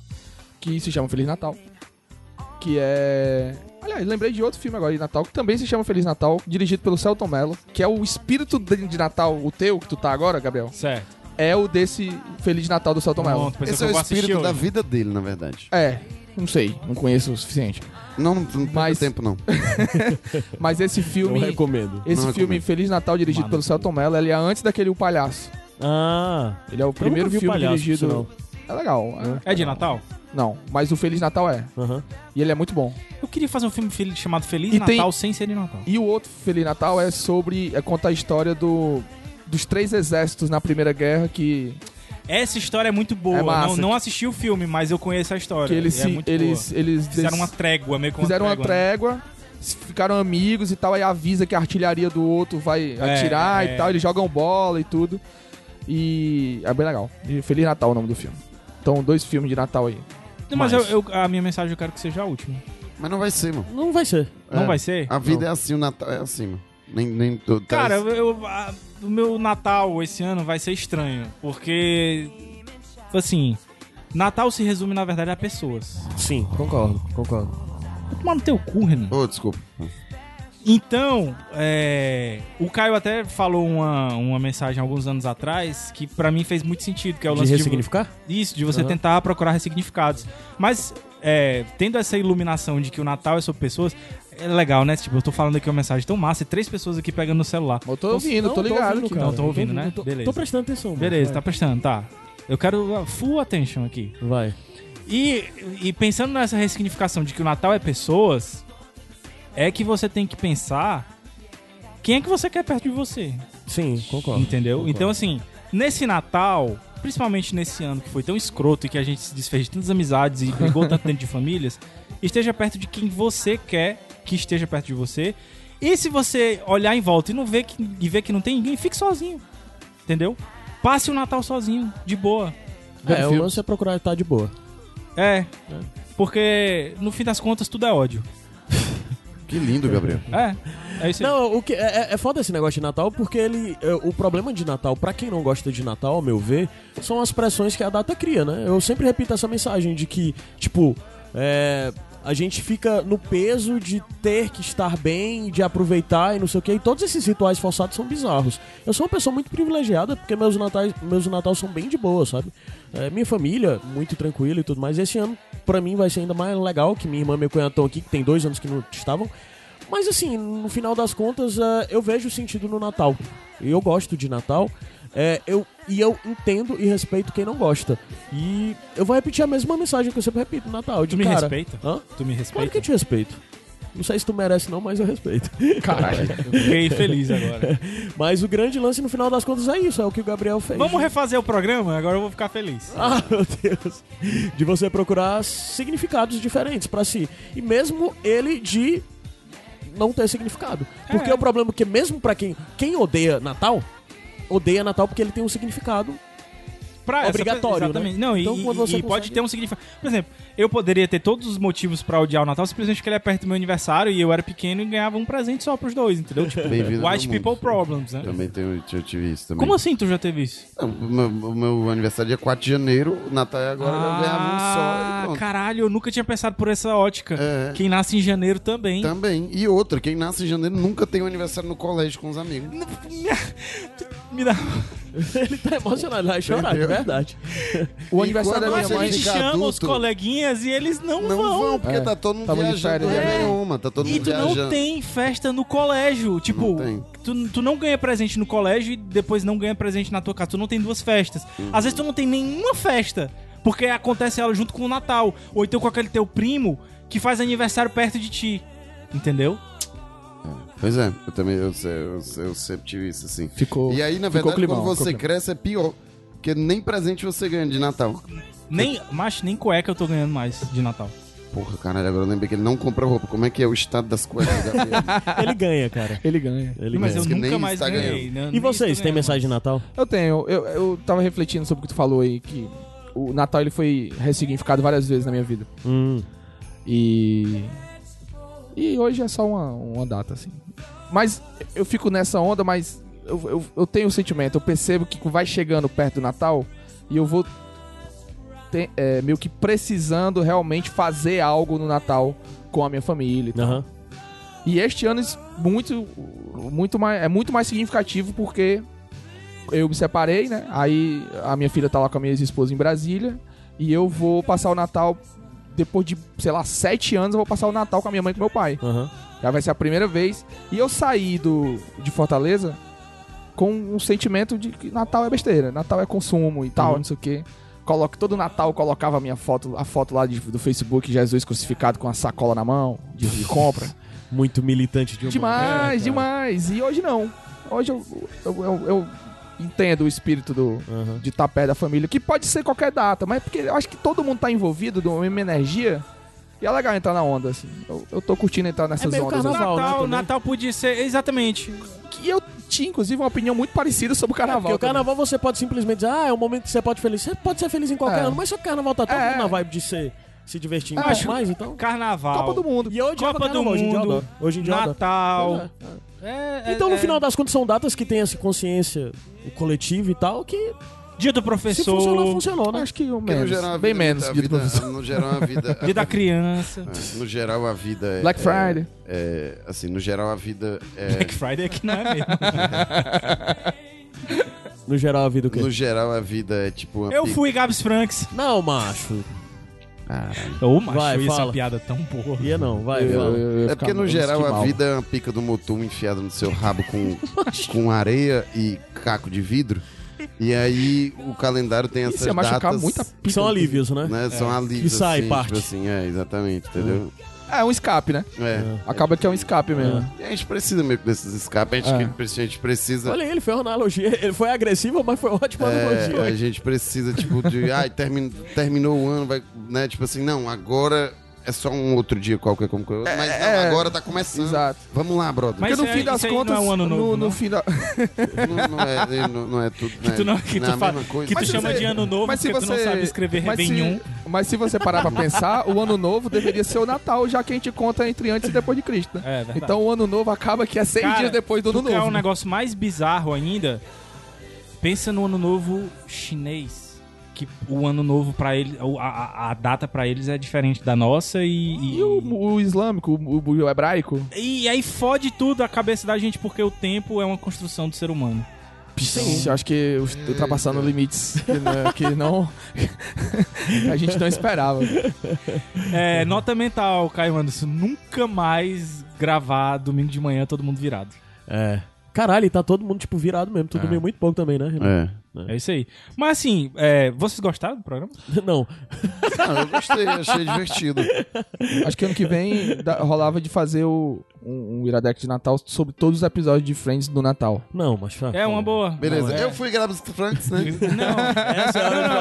Speaker 4: que se chama Feliz Natal. Que é. Aliás, lembrei de outro filme agora de Natal, que também se chama Feliz Natal, dirigido pelo Celton Mello, que é o espírito de de Natal, o teu que tu tá agora, Gabriel,
Speaker 1: Certo.
Speaker 4: é o desse Feliz Natal do Celton Mello.
Speaker 1: Pronto, pois
Speaker 3: Esse
Speaker 1: eu
Speaker 3: é o
Speaker 1: vou assistir
Speaker 3: espírito da
Speaker 1: hoje.
Speaker 3: vida dele, na verdade.
Speaker 4: É, não sei, não conheço o suficiente.
Speaker 3: Não, não, não
Speaker 4: Mas-
Speaker 3: Mas... tempo, não.
Speaker 4: Mas esse
Speaker 2: Eu
Speaker 4: filme.
Speaker 2: recomendo.
Speaker 4: Esse
Speaker 3: Não
Speaker 4: filme,
Speaker 3: recomendo.
Speaker 4: Feliz Natal, dirigido
Speaker 1: Mano,
Speaker 4: pelo Celton Mello, ele é antes daquele O Palhaço.
Speaker 2: Ah,
Speaker 4: Ele é o primeiro
Speaker 2: vi o
Speaker 4: filme
Speaker 2: Palhaço, por
Speaker 4: dirigido.
Speaker 2: sinal.
Speaker 4: É legal. é-
Speaker 1: É de Natal?
Speaker 4: Não, mas o Feliz Natal é.
Speaker 2: aham.
Speaker 4: E ele é muito bom.
Speaker 1: Eu queria fazer um filme fel- chamado Feliz
Speaker 4: E tem-
Speaker 1: Natal sem ser de Natal.
Speaker 4: E o outro Feliz Natal é sobre. É contar a história do. Dos três exércitos na Primeira Guerra que,
Speaker 1: Essa história é muito boa.
Speaker 4: É
Speaker 1: Eu
Speaker 4: massa.
Speaker 1: não, não assisti o filme, mas eu conheço a história.
Speaker 4: que eles
Speaker 1: E é
Speaker 4: se.
Speaker 1: muito
Speaker 4: eles,
Speaker 1: boa.
Speaker 4: eles
Speaker 1: Fizeram
Speaker 4: des-
Speaker 1: uma trégua, meio que uma
Speaker 4: fizeram uma
Speaker 1: trégua. né?
Speaker 4: trégua, se- ficaram amigos e tal, aí avisa que a artilharia do outro vai atirar
Speaker 1: é.
Speaker 4: e tal, eles jogam bola e tudo. E é bem legal. E Feliz Natal é o nome do filme. Então, dois filmes de Natal aí.
Speaker 1: Não, Mas eu,
Speaker 2: Mas-
Speaker 1: eu- a minha mensagem eu quero que seja a última.
Speaker 3: Mas não vai ser, mano.
Speaker 2: Não vai ser.
Speaker 1: Não
Speaker 3: É.
Speaker 1: vai ser?
Speaker 3: A vida é assim, o Natal é assim, mano. Nem, nem todo.
Speaker 1: Cara, eu, eu- a- o meu Natal esse ano vai ser estranho, porque assim, Natal se resume na verdade a pessoas.
Speaker 2: Sim, concordo, concordo.
Speaker 1: Vai tomar no teu cu, Renan.
Speaker 3: Ô, desculpa.
Speaker 1: Então, é, o Caio até falou uma, uma mensagem alguns anos atrás que pra mim fez muito sentido, que é o
Speaker 2: De
Speaker 1: lance
Speaker 2: ressignificar?
Speaker 1: De, isso, de você
Speaker 2: Aham.
Speaker 1: tentar procurar ressignificados. Mas é, tendo essa iluminação de que o Natal é sobre pessoas, é legal, né? Tipo, eu tô falando aqui uma mensagem tão massa e três pessoas aqui pegando no celular.
Speaker 4: Eu tô ouvindo,
Speaker 2: Não,
Speaker 4: tô ligado
Speaker 2: ouvindo,
Speaker 4: aqui.
Speaker 2: cara.
Speaker 1: Não, tô ouvindo, né?
Speaker 2: Tô,
Speaker 1: Beleza.
Speaker 2: tô prestando atenção. mano.
Speaker 1: Beleza, tá prestando, tá. Eu quero uh, full attention aqui.
Speaker 2: Vai.
Speaker 1: E, e pensando nessa ressignificação de que o Natal é pessoas, é que você tem que pensar quem é que você quer perto de você.
Speaker 2: Sim, concordo.
Speaker 1: Entendeu?
Speaker 2: Concordo.
Speaker 1: Então, assim, nesse Natal, principalmente nesse ano que foi tão escroto e que a gente se desfez de tantas amizades e brigou tanto dentro de famílias, esteja perto de quem você quer que esteja perto de você. E se você olhar em volta e não ver que, e ver que não tem ninguém, fique sozinho. Entendeu? Passe o Natal sozinho, de boa.
Speaker 2: É, o
Speaker 4: Filmes.
Speaker 2: lance é procurar estar de boa.
Speaker 1: É. Porque, no fim das contas, tudo é ódio.
Speaker 3: Que lindo, Gabriel.
Speaker 1: É. É isso aí.
Speaker 2: Não, o que é, é- é foda esse negócio de Natal porque ele é, o problema de Natal pra quem não gosta de Natal, ao meu ver, são as pressões que a data cria, né? Eu sempre repito essa mensagem de que tipo é, a gente fica no peso de ter que estar bem, de aproveitar e não sei o que. E todos esses rituais forçados são bizarros. Eu sou uma pessoa muito privilegiada porque meus natais, meus natal são bem de boa, sabe? É, minha família muito tranquila e tudo mais. Esse ano pra mim vai ser ainda mais legal que minha irmã e meu cunhado estão aqui, que tem dois anos que não estavam. Mas assim, no final das contas, eh, eu vejo sentido no Natal. Eu gosto de Natal. eh, eu, e eu entendo e respeito quem não gosta. E eu vou repetir a mesma mensagem que eu sempre repito no Natal. De,
Speaker 1: Tu me
Speaker 2: cara,
Speaker 1: respeita?
Speaker 2: Hã?
Speaker 1: Tu me
Speaker 2: Claro
Speaker 1: respeita.
Speaker 2: que eu te respeito. Não sei se tu merece não, mas eu respeito.
Speaker 4: Caralho.
Speaker 1: Fiquei feliz agora.
Speaker 2: Mas o grande lance no final das contas é isso, é o que o Gabriel fez.
Speaker 1: Vamos refazer o programa? Agora eu vou ficar feliz.
Speaker 2: Ah, meu Deus. De você procurar significados diferentes pra si. E mesmo ele de não ter significado. Porque
Speaker 1: É.
Speaker 2: o problema é que mesmo pra quem quem odeia Natal, odeia Natal porque ele tem um significado.
Speaker 1: Pra essa
Speaker 2: Obrigatório,
Speaker 1: pe- exatamente.
Speaker 2: né?
Speaker 1: Não, e-
Speaker 2: Então,
Speaker 1: e,
Speaker 2: quando você
Speaker 1: e pode
Speaker 2: consegue-
Speaker 1: ter um significado. Por exemplo, eu poderia ter todos os motivos pra odiar o Natal, simplesmente porque ele é perto do meu aniversário e eu era pequeno e ganhava um presente só pros dois, entendeu? Tipo,
Speaker 3: Bem-vindo ao
Speaker 1: White
Speaker 3: mundo.
Speaker 1: People Problems, né?
Speaker 3: Também tenho, eu tive isso também.
Speaker 1: Como assim tu já teve isso?
Speaker 3: Não, O meu, o meu aniversário é dia 4 de janeiro, o Natal é agora eu ganhava um só. e pronto.
Speaker 1: Ah, caralho, eu nunca tinha pensado por essa ótica.
Speaker 3: É.
Speaker 1: Quem nasce em janeiro também.
Speaker 3: Também. E outra, quem nasce em janeiro nunca tem um aniversário no colégio com os amigos.
Speaker 1: Me dá...
Speaker 2: Ele tá emocionado, ele vai chorar, de
Speaker 3: Entendeu?
Speaker 2: verdade.
Speaker 4: O
Speaker 3: E
Speaker 4: aniversário da
Speaker 3: quando
Speaker 4: minha
Speaker 1: Nossa,
Speaker 3: você
Speaker 1: a
Speaker 4: mãe.
Speaker 1: gente
Speaker 3: fica
Speaker 1: chama os
Speaker 3: é adulto.
Speaker 1: coleguinhas e eles não,
Speaker 3: Não
Speaker 1: vão.
Speaker 3: vão, porque
Speaker 4: É,
Speaker 3: tá todo mundo
Speaker 4: tava de
Speaker 3: viajando
Speaker 4: férias,
Speaker 3: mulher
Speaker 1: né?
Speaker 3: nenhuma, tá todo
Speaker 1: E
Speaker 3: mundo
Speaker 1: tu não
Speaker 3: viajando.
Speaker 1: tem festa no colégio. Tipo,
Speaker 3: tem.
Speaker 1: tu, tu não ganha presente no colégio e depois não ganha presente na tua casa. Tu não tem duas festas. Às vezes tu não tem nenhuma festa, porque acontece ela junto com o Natal. Ou então com aquele teu primo que faz aniversário perto de ti. Entendeu?
Speaker 3: Pois é, eu também, eu, sei- eu, sei- eu sempre tive isso, assim.
Speaker 4: Ficou.
Speaker 3: E aí, na
Speaker 4: ficou
Speaker 3: verdade,
Speaker 4: climão,
Speaker 3: quando você
Speaker 4: ficou climão.
Speaker 3: cresce é pior. Porque nem presente você ganha de Natal.
Speaker 1: Nem, macho, nem cueca eu tô ganhando mais de Natal.
Speaker 3: Porra, caralho, agora eu lembrei que ele não compra roupa. Como é que é o estado das cuecas, Gabriel?
Speaker 2: Ele ganha, cara.
Speaker 4: Ele ganha.
Speaker 2: Ele
Speaker 1: Mas
Speaker 2: ganha.
Speaker 1: eu
Speaker 3: que
Speaker 1: nunca
Speaker 3: nem
Speaker 1: mais
Speaker 3: está
Speaker 1: ganhei. né?
Speaker 2: E
Speaker 1: Nem
Speaker 2: vocês,
Speaker 1: tô
Speaker 2: têm
Speaker 1: ganhando
Speaker 2: mensagem de Natal?
Speaker 4: Eu tenho. Eu, eu tava refletindo sobre o que tu falou aí, que o Natal ele foi ressignificado várias vezes na minha vida.
Speaker 2: Hum,
Speaker 4: E. E hoje é só uma, uma data, assim. Mas eu fico nessa onda, mas eu, eu, eu tenho o sentimento, eu percebo que vai chegando perto do Natal e eu vou te- é, meio que precisando realmente fazer algo no Natal com a minha família e tal.
Speaker 2: aham.
Speaker 4: E este ano isso muito, muito mais, é muito mais significativo porque eu me separei, né? Aí a minha filha tá lá com a minha ex-esposa em Brasília. E eu vou passar o Natal, depois de, sei lá, sete anos, eu vou passar o Natal com a minha mãe e com meu pai.
Speaker 2: aham.
Speaker 4: Já vai ser a primeira vez. E eu saí do, de Fortaleza com um sentimento de que Natal é besteira, Natal é consumo e tal,
Speaker 2: Uhum.
Speaker 4: não sei o quê. Coloco, todo Natal eu colocava a minha foto, a foto lá de- do Facebook, Jesus crucificado com a sacola na mão, de, de compra.
Speaker 2: Muito militante de uma
Speaker 4: demais,
Speaker 2: É, cara.
Speaker 4: demais. E hoje não. Hoje eu, eu, eu- eu entendo o espírito do,
Speaker 2: Aham.
Speaker 4: de estar perto da família, que pode ser qualquer data, mas porque eu acho que todo mundo tá envolvido de uma mesma energia. E é legal entrar na onda, assim. Eu, eu tô curtindo entrar nessas
Speaker 2: meio
Speaker 4: ondas.
Speaker 2: carnaval.
Speaker 4: Assim.
Speaker 1: Natal,
Speaker 2: né,
Speaker 1: Natal,
Speaker 2: também.
Speaker 1: podia ser. Exatamente.
Speaker 4: E eu tinha, inclusive, uma opinião muito parecida sobre o
Speaker 1: É,
Speaker 4: carnaval.
Speaker 2: É, Porque o carnaval você pode simplesmente dizer, ah, é um momento que você pode feliz. Você pode ser feliz em qualquer
Speaker 4: É.
Speaker 2: ano, mas só que o carnaval tá todo
Speaker 4: É.
Speaker 2: mundo na vibe de ser, se divertir um
Speaker 4: É.
Speaker 2: pouco mais, então.
Speaker 4: também.
Speaker 1: Carnaval.
Speaker 4: Copa do Mundo.
Speaker 2: E eu odiava
Speaker 1: Copa do
Speaker 2: carnaval, hoje em dia eu
Speaker 1: Mundo,
Speaker 2: adoro. Hoje em dia eu adoro.
Speaker 1: Natal.
Speaker 2: Pois é. Então,
Speaker 1: final
Speaker 2: no final das contas, são datas que têm essa consciência coletiva e tal, que
Speaker 1: Dia do
Speaker 2: Se
Speaker 1: professor,
Speaker 2: funcionou, funcionou, né?
Speaker 4: Acho que o
Speaker 3: Porque no
Speaker 4: menos.
Speaker 3: geral, a
Speaker 4: Bem
Speaker 3: vida-
Speaker 4: menos,
Speaker 3: a
Speaker 4: dia do
Speaker 3: vida-
Speaker 4: professor.
Speaker 3: No geral, a vida.
Speaker 1: dia da criança.
Speaker 3: É, No geral, a vida é.
Speaker 4: Black
Speaker 3: é-
Speaker 4: Friday.
Speaker 3: é, assim, no geral, a vida é.
Speaker 1: Black Friday aqui não é mesmo.
Speaker 2: No geral, a vida
Speaker 4: é?
Speaker 2: o quê?
Speaker 3: No geral, a vida é tipo. uma
Speaker 1: Eu
Speaker 3: pi-
Speaker 1: fui Gabs Franks.
Speaker 2: Não, macho.
Speaker 1: Ô, macho,
Speaker 2: Vai,
Speaker 1: ia ser
Speaker 2: fala.
Speaker 1: uma piada é tão boa.
Speaker 2: Ia é não, vai,
Speaker 4: Eu-
Speaker 2: fala.
Speaker 4: eu- eu ia
Speaker 3: É
Speaker 4: ficar
Speaker 3: porque, no
Speaker 4: mal,
Speaker 3: geral,
Speaker 4: eu
Speaker 3: a
Speaker 4: fiquei
Speaker 3: vida é uma pica do motum enfiada no seu rabo com, com areia e caco de vidro. E aí, o calendário tem
Speaker 4: mal.
Speaker 3: essas
Speaker 4: Isso ia machucar
Speaker 3: datas.
Speaker 4: muita É.
Speaker 2: Que
Speaker 4: pica.
Speaker 2: são alívios, né?
Speaker 3: Né, São alívios.
Speaker 2: Que sai
Speaker 3: assim,
Speaker 2: parte.
Speaker 3: Tipo assim, é, exatamente, entendeu?
Speaker 4: É um escape, né?
Speaker 3: É.
Speaker 4: Acaba que é um escape mesmo.
Speaker 3: E a gente precisa meio que desses escapes. A gente,
Speaker 4: É.
Speaker 3: que a gente precisa.
Speaker 2: Olha, aí, ele foi uma analogia. Ele foi agressivo, mas foi ótima
Speaker 3: É, a
Speaker 2: analogia.
Speaker 3: gente precisa, tipo, de. Ai, termin- terminou o ano, vai. Né? Tipo assim, não, agora é só um outro dia qualquer como que eu. Mas não,
Speaker 4: é.
Speaker 3: agora tá começando.
Speaker 4: Exato.
Speaker 3: Vamos lá, brother.
Speaker 1: Mas
Speaker 4: Porque no
Speaker 1: isso é-
Speaker 4: fim das
Speaker 1: isso aí
Speaker 4: contas.
Speaker 1: não é um ano
Speaker 4: no-
Speaker 1: novo,
Speaker 4: no
Speaker 1: não?
Speaker 4: fim da-
Speaker 3: Não, não é, não- não é tudo. Né?
Speaker 1: Tu não, que
Speaker 3: Não é
Speaker 1: tu,
Speaker 3: a
Speaker 1: fala,
Speaker 3: mesma coisa.
Speaker 1: que tu
Speaker 3: Mas é.
Speaker 1: chama
Speaker 4: você-
Speaker 1: de ano novo
Speaker 4: mas se
Speaker 1: porque tu não
Speaker 4: você-
Speaker 1: sabe escrever um.
Speaker 4: Mas
Speaker 1: Réveillon.
Speaker 4: se, mas se você parar pra pensar, o ano novo deveria ser o Natal, já que a gente conta entre antes e depois de Cristo, né?
Speaker 1: É, verdade.
Speaker 4: Então o ano novo acaba que é seis
Speaker 1: Cara,
Speaker 4: dias depois do
Speaker 1: tu
Speaker 4: ano
Speaker 1: quer
Speaker 4: novo.
Speaker 1: um negócio mais bizarro ainda? Pensa no ano novo chinês. Que o ano novo pra ele, o- a, a- a data pra eles é diferente da nossa e. e-
Speaker 4: E o, o islâmico, o, o hebraico?
Speaker 1: e aí fode tudo a cabeça da gente, porque o tempo é uma construção do ser humano.
Speaker 4: Sim. Eu acho que os- ultrapassando limites que não, que não- que a gente não esperava.
Speaker 1: É, nota mental, Caio Anderson. Nunca mais gravar domingo de manhã todo mundo virado.
Speaker 2: É. Caralho, e tá todo mundo, tipo, virado mesmo. Tu dormiu muito pouco também, né, Renan?
Speaker 3: É.
Speaker 1: É isso aí. Mas assim, é, vocês gostaram do programa?
Speaker 2: Não.
Speaker 3: Ah, eu gostei, achei divertido.
Speaker 4: Acho que ano que vem da- rolava de fazer o, um, um Iradex de Natal sobre todos os episódios de Friends do Natal.
Speaker 2: Não, macho. ah,
Speaker 1: É uma boa.
Speaker 3: Beleza.
Speaker 1: Não, é-
Speaker 3: Eu fui gravar os Franks, né?
Speaker 1: Não,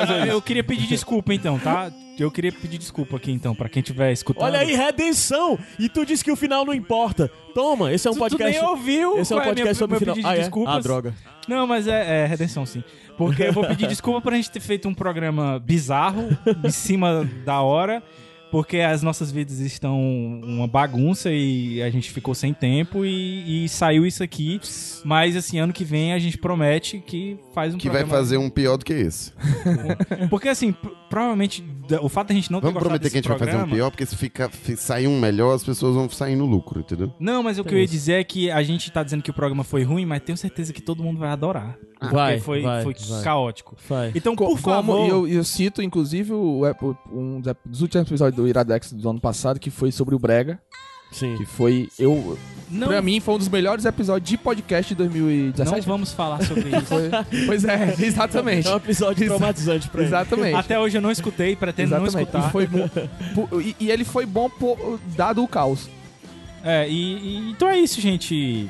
Speaker 1: não, não, eu queria pedir desculpa então, tá? Eu queria pedir desculpa aqui então, pra quem tiver escutando.
Speaker 2: Olha aí, redenção! E tu disse que o final não importa. Toma, esse é um
Speaker 1: Tu-
Speaker 2: podcast.
Speaker 1: Tu nem ouviu
Speaker 2: Esse é um
Speaker 1: qual
Speaker 2: podcast
Speaker 1: meu-
Speaker 2: sobre
Speaker 1: meu
Speaker 2: o final.
Speaker 1: pedido de
Speaker 2: Ah, é?
Speaker 1: desculpas.
Speaker 2: Ah, droga.
Speaker 1: Não, mas é, é redenção, sim. Porque eu vou pedir desculpa por a gente ter feito um programa bizarro, em cima da hora, porque as nossas vidas estão uma bagunça e a gente ficou sem tempo e, e saiu isso aqui. Mas, assim, ano que vem a gente promete que faz um
Speaker 3: Que vai
Speaker 1: programa...
Speaker 3: fazer um pior do que esse.
Speaker 1: Porque, assim, pr- provavelmente da- o fato da gente não ter
Speaker 3: Vamos
Speaker 1: gostado
Speaker 3: prometer que a
Speaker 1: desse
Speaker 3: gente vai fazer um
Speaker 1: programa-
Speaker 3: pior, porque se, fica, se sair um melhor, as pessoas vão sair no lucro, entendeu?
Speaker 1: Não, mas o que eu ia dizer é que a gente tá dizendo que o programa foi ruim, mas tenho certeza que todo mundo vai adorar. Porque
Speaker 2: vai,
Speaker 1: Ah, foi,
Speaker 2: vai,
Speaker 1: foi
Speaker 2: vai.
Speaker 1: caótico.
Speaker 2: Vai.
Speaker 1: Então,
Speaker 4: Co-
Speaker 1: por favor,
Speaker 4: e eu, e eu cito, inclusive, o, ep- um dos ep- dos últimos episódios do Iradex do ano passado, que foi sobre o Brega,
Speaker 2: Sim.
Speaker 4: que foi. Eu,
Speaker 1: não,
Speaker 4: pra mim, foi um dos melhores episódios de podcast de
Speaker 1: não
Speaker 4: 2017.
Speaker 1: vamos falar sobre isso.
Speaker 4: Tá Foi- pois é, exatamente.
Speaker 2: É um episódio
Speaker 4: Exa-
Speaker 2: traumatizante pra ele.
Speaker 4: Exatamente.
Speaker 1: Até hoje eu não escutei, pretendo não
Speaker 4: Exatamente.
Speaker 1: escutar.
Speaker 4: E, foi bom, pu- e, e ele foi bom por- dado o caos.
Speaker 1: É, e, e- então é isso, gente.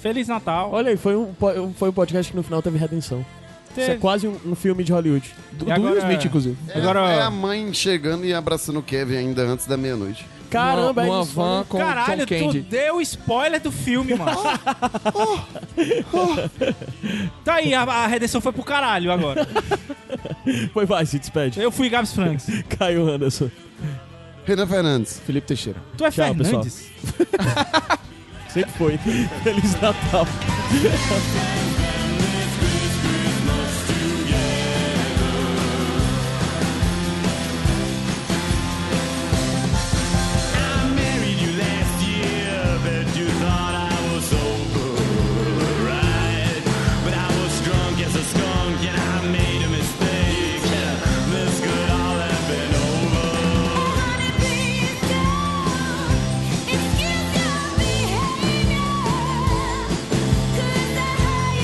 Speaker 1: Feliz Natal.
Speaker 2: Olha aí, foi um, po- foi um podcast que no final teve redenção. Isso é
Speaker 1: Teve-
Speaker 2: quase um, um filme de Hollywood.
Speaker 4: Do,
Speaker 1: E
Speaker 4: do
Speaker 1: agora-
Speaker 4: Will Smith, inclusive.
Speaker 3: É,
Speaker 1: Agora-
Speaker 3: é a mãe chegando e abraçando o Kevin ainda antes da meia-noite.
Speaker 2: Caramba,
Speaker 4: Numa-
Speaker 2: é
Speaker 4: numa
Speaker 2: isso.
Speaker 1: um
Speaker 4: van com
Speaker 1: Caralho,
Speaker 4: Tom
Speaker 1: tu
Speaker 4: Candy.
Speaker 1: deu spoiler do filme, mano. Oh, tá aí, a, a redenção foi pro caralho agora.
Speaker 2: Foi, vai, se despede.
Speaker 1: Eu fui Gabs Franks.
Speaker 2: Caio Anderson.
Speaker 3: Renan Fernandes.
Speaker 4: Felipe Teixeira.
Speaker 1: Tu é
Speaker 2: Tchau,
Speaker 1: Fernandes?
Speaker 2: Sempre foi. Feliz Natal.
Speaker 8: Excuse your behavior, 'cause I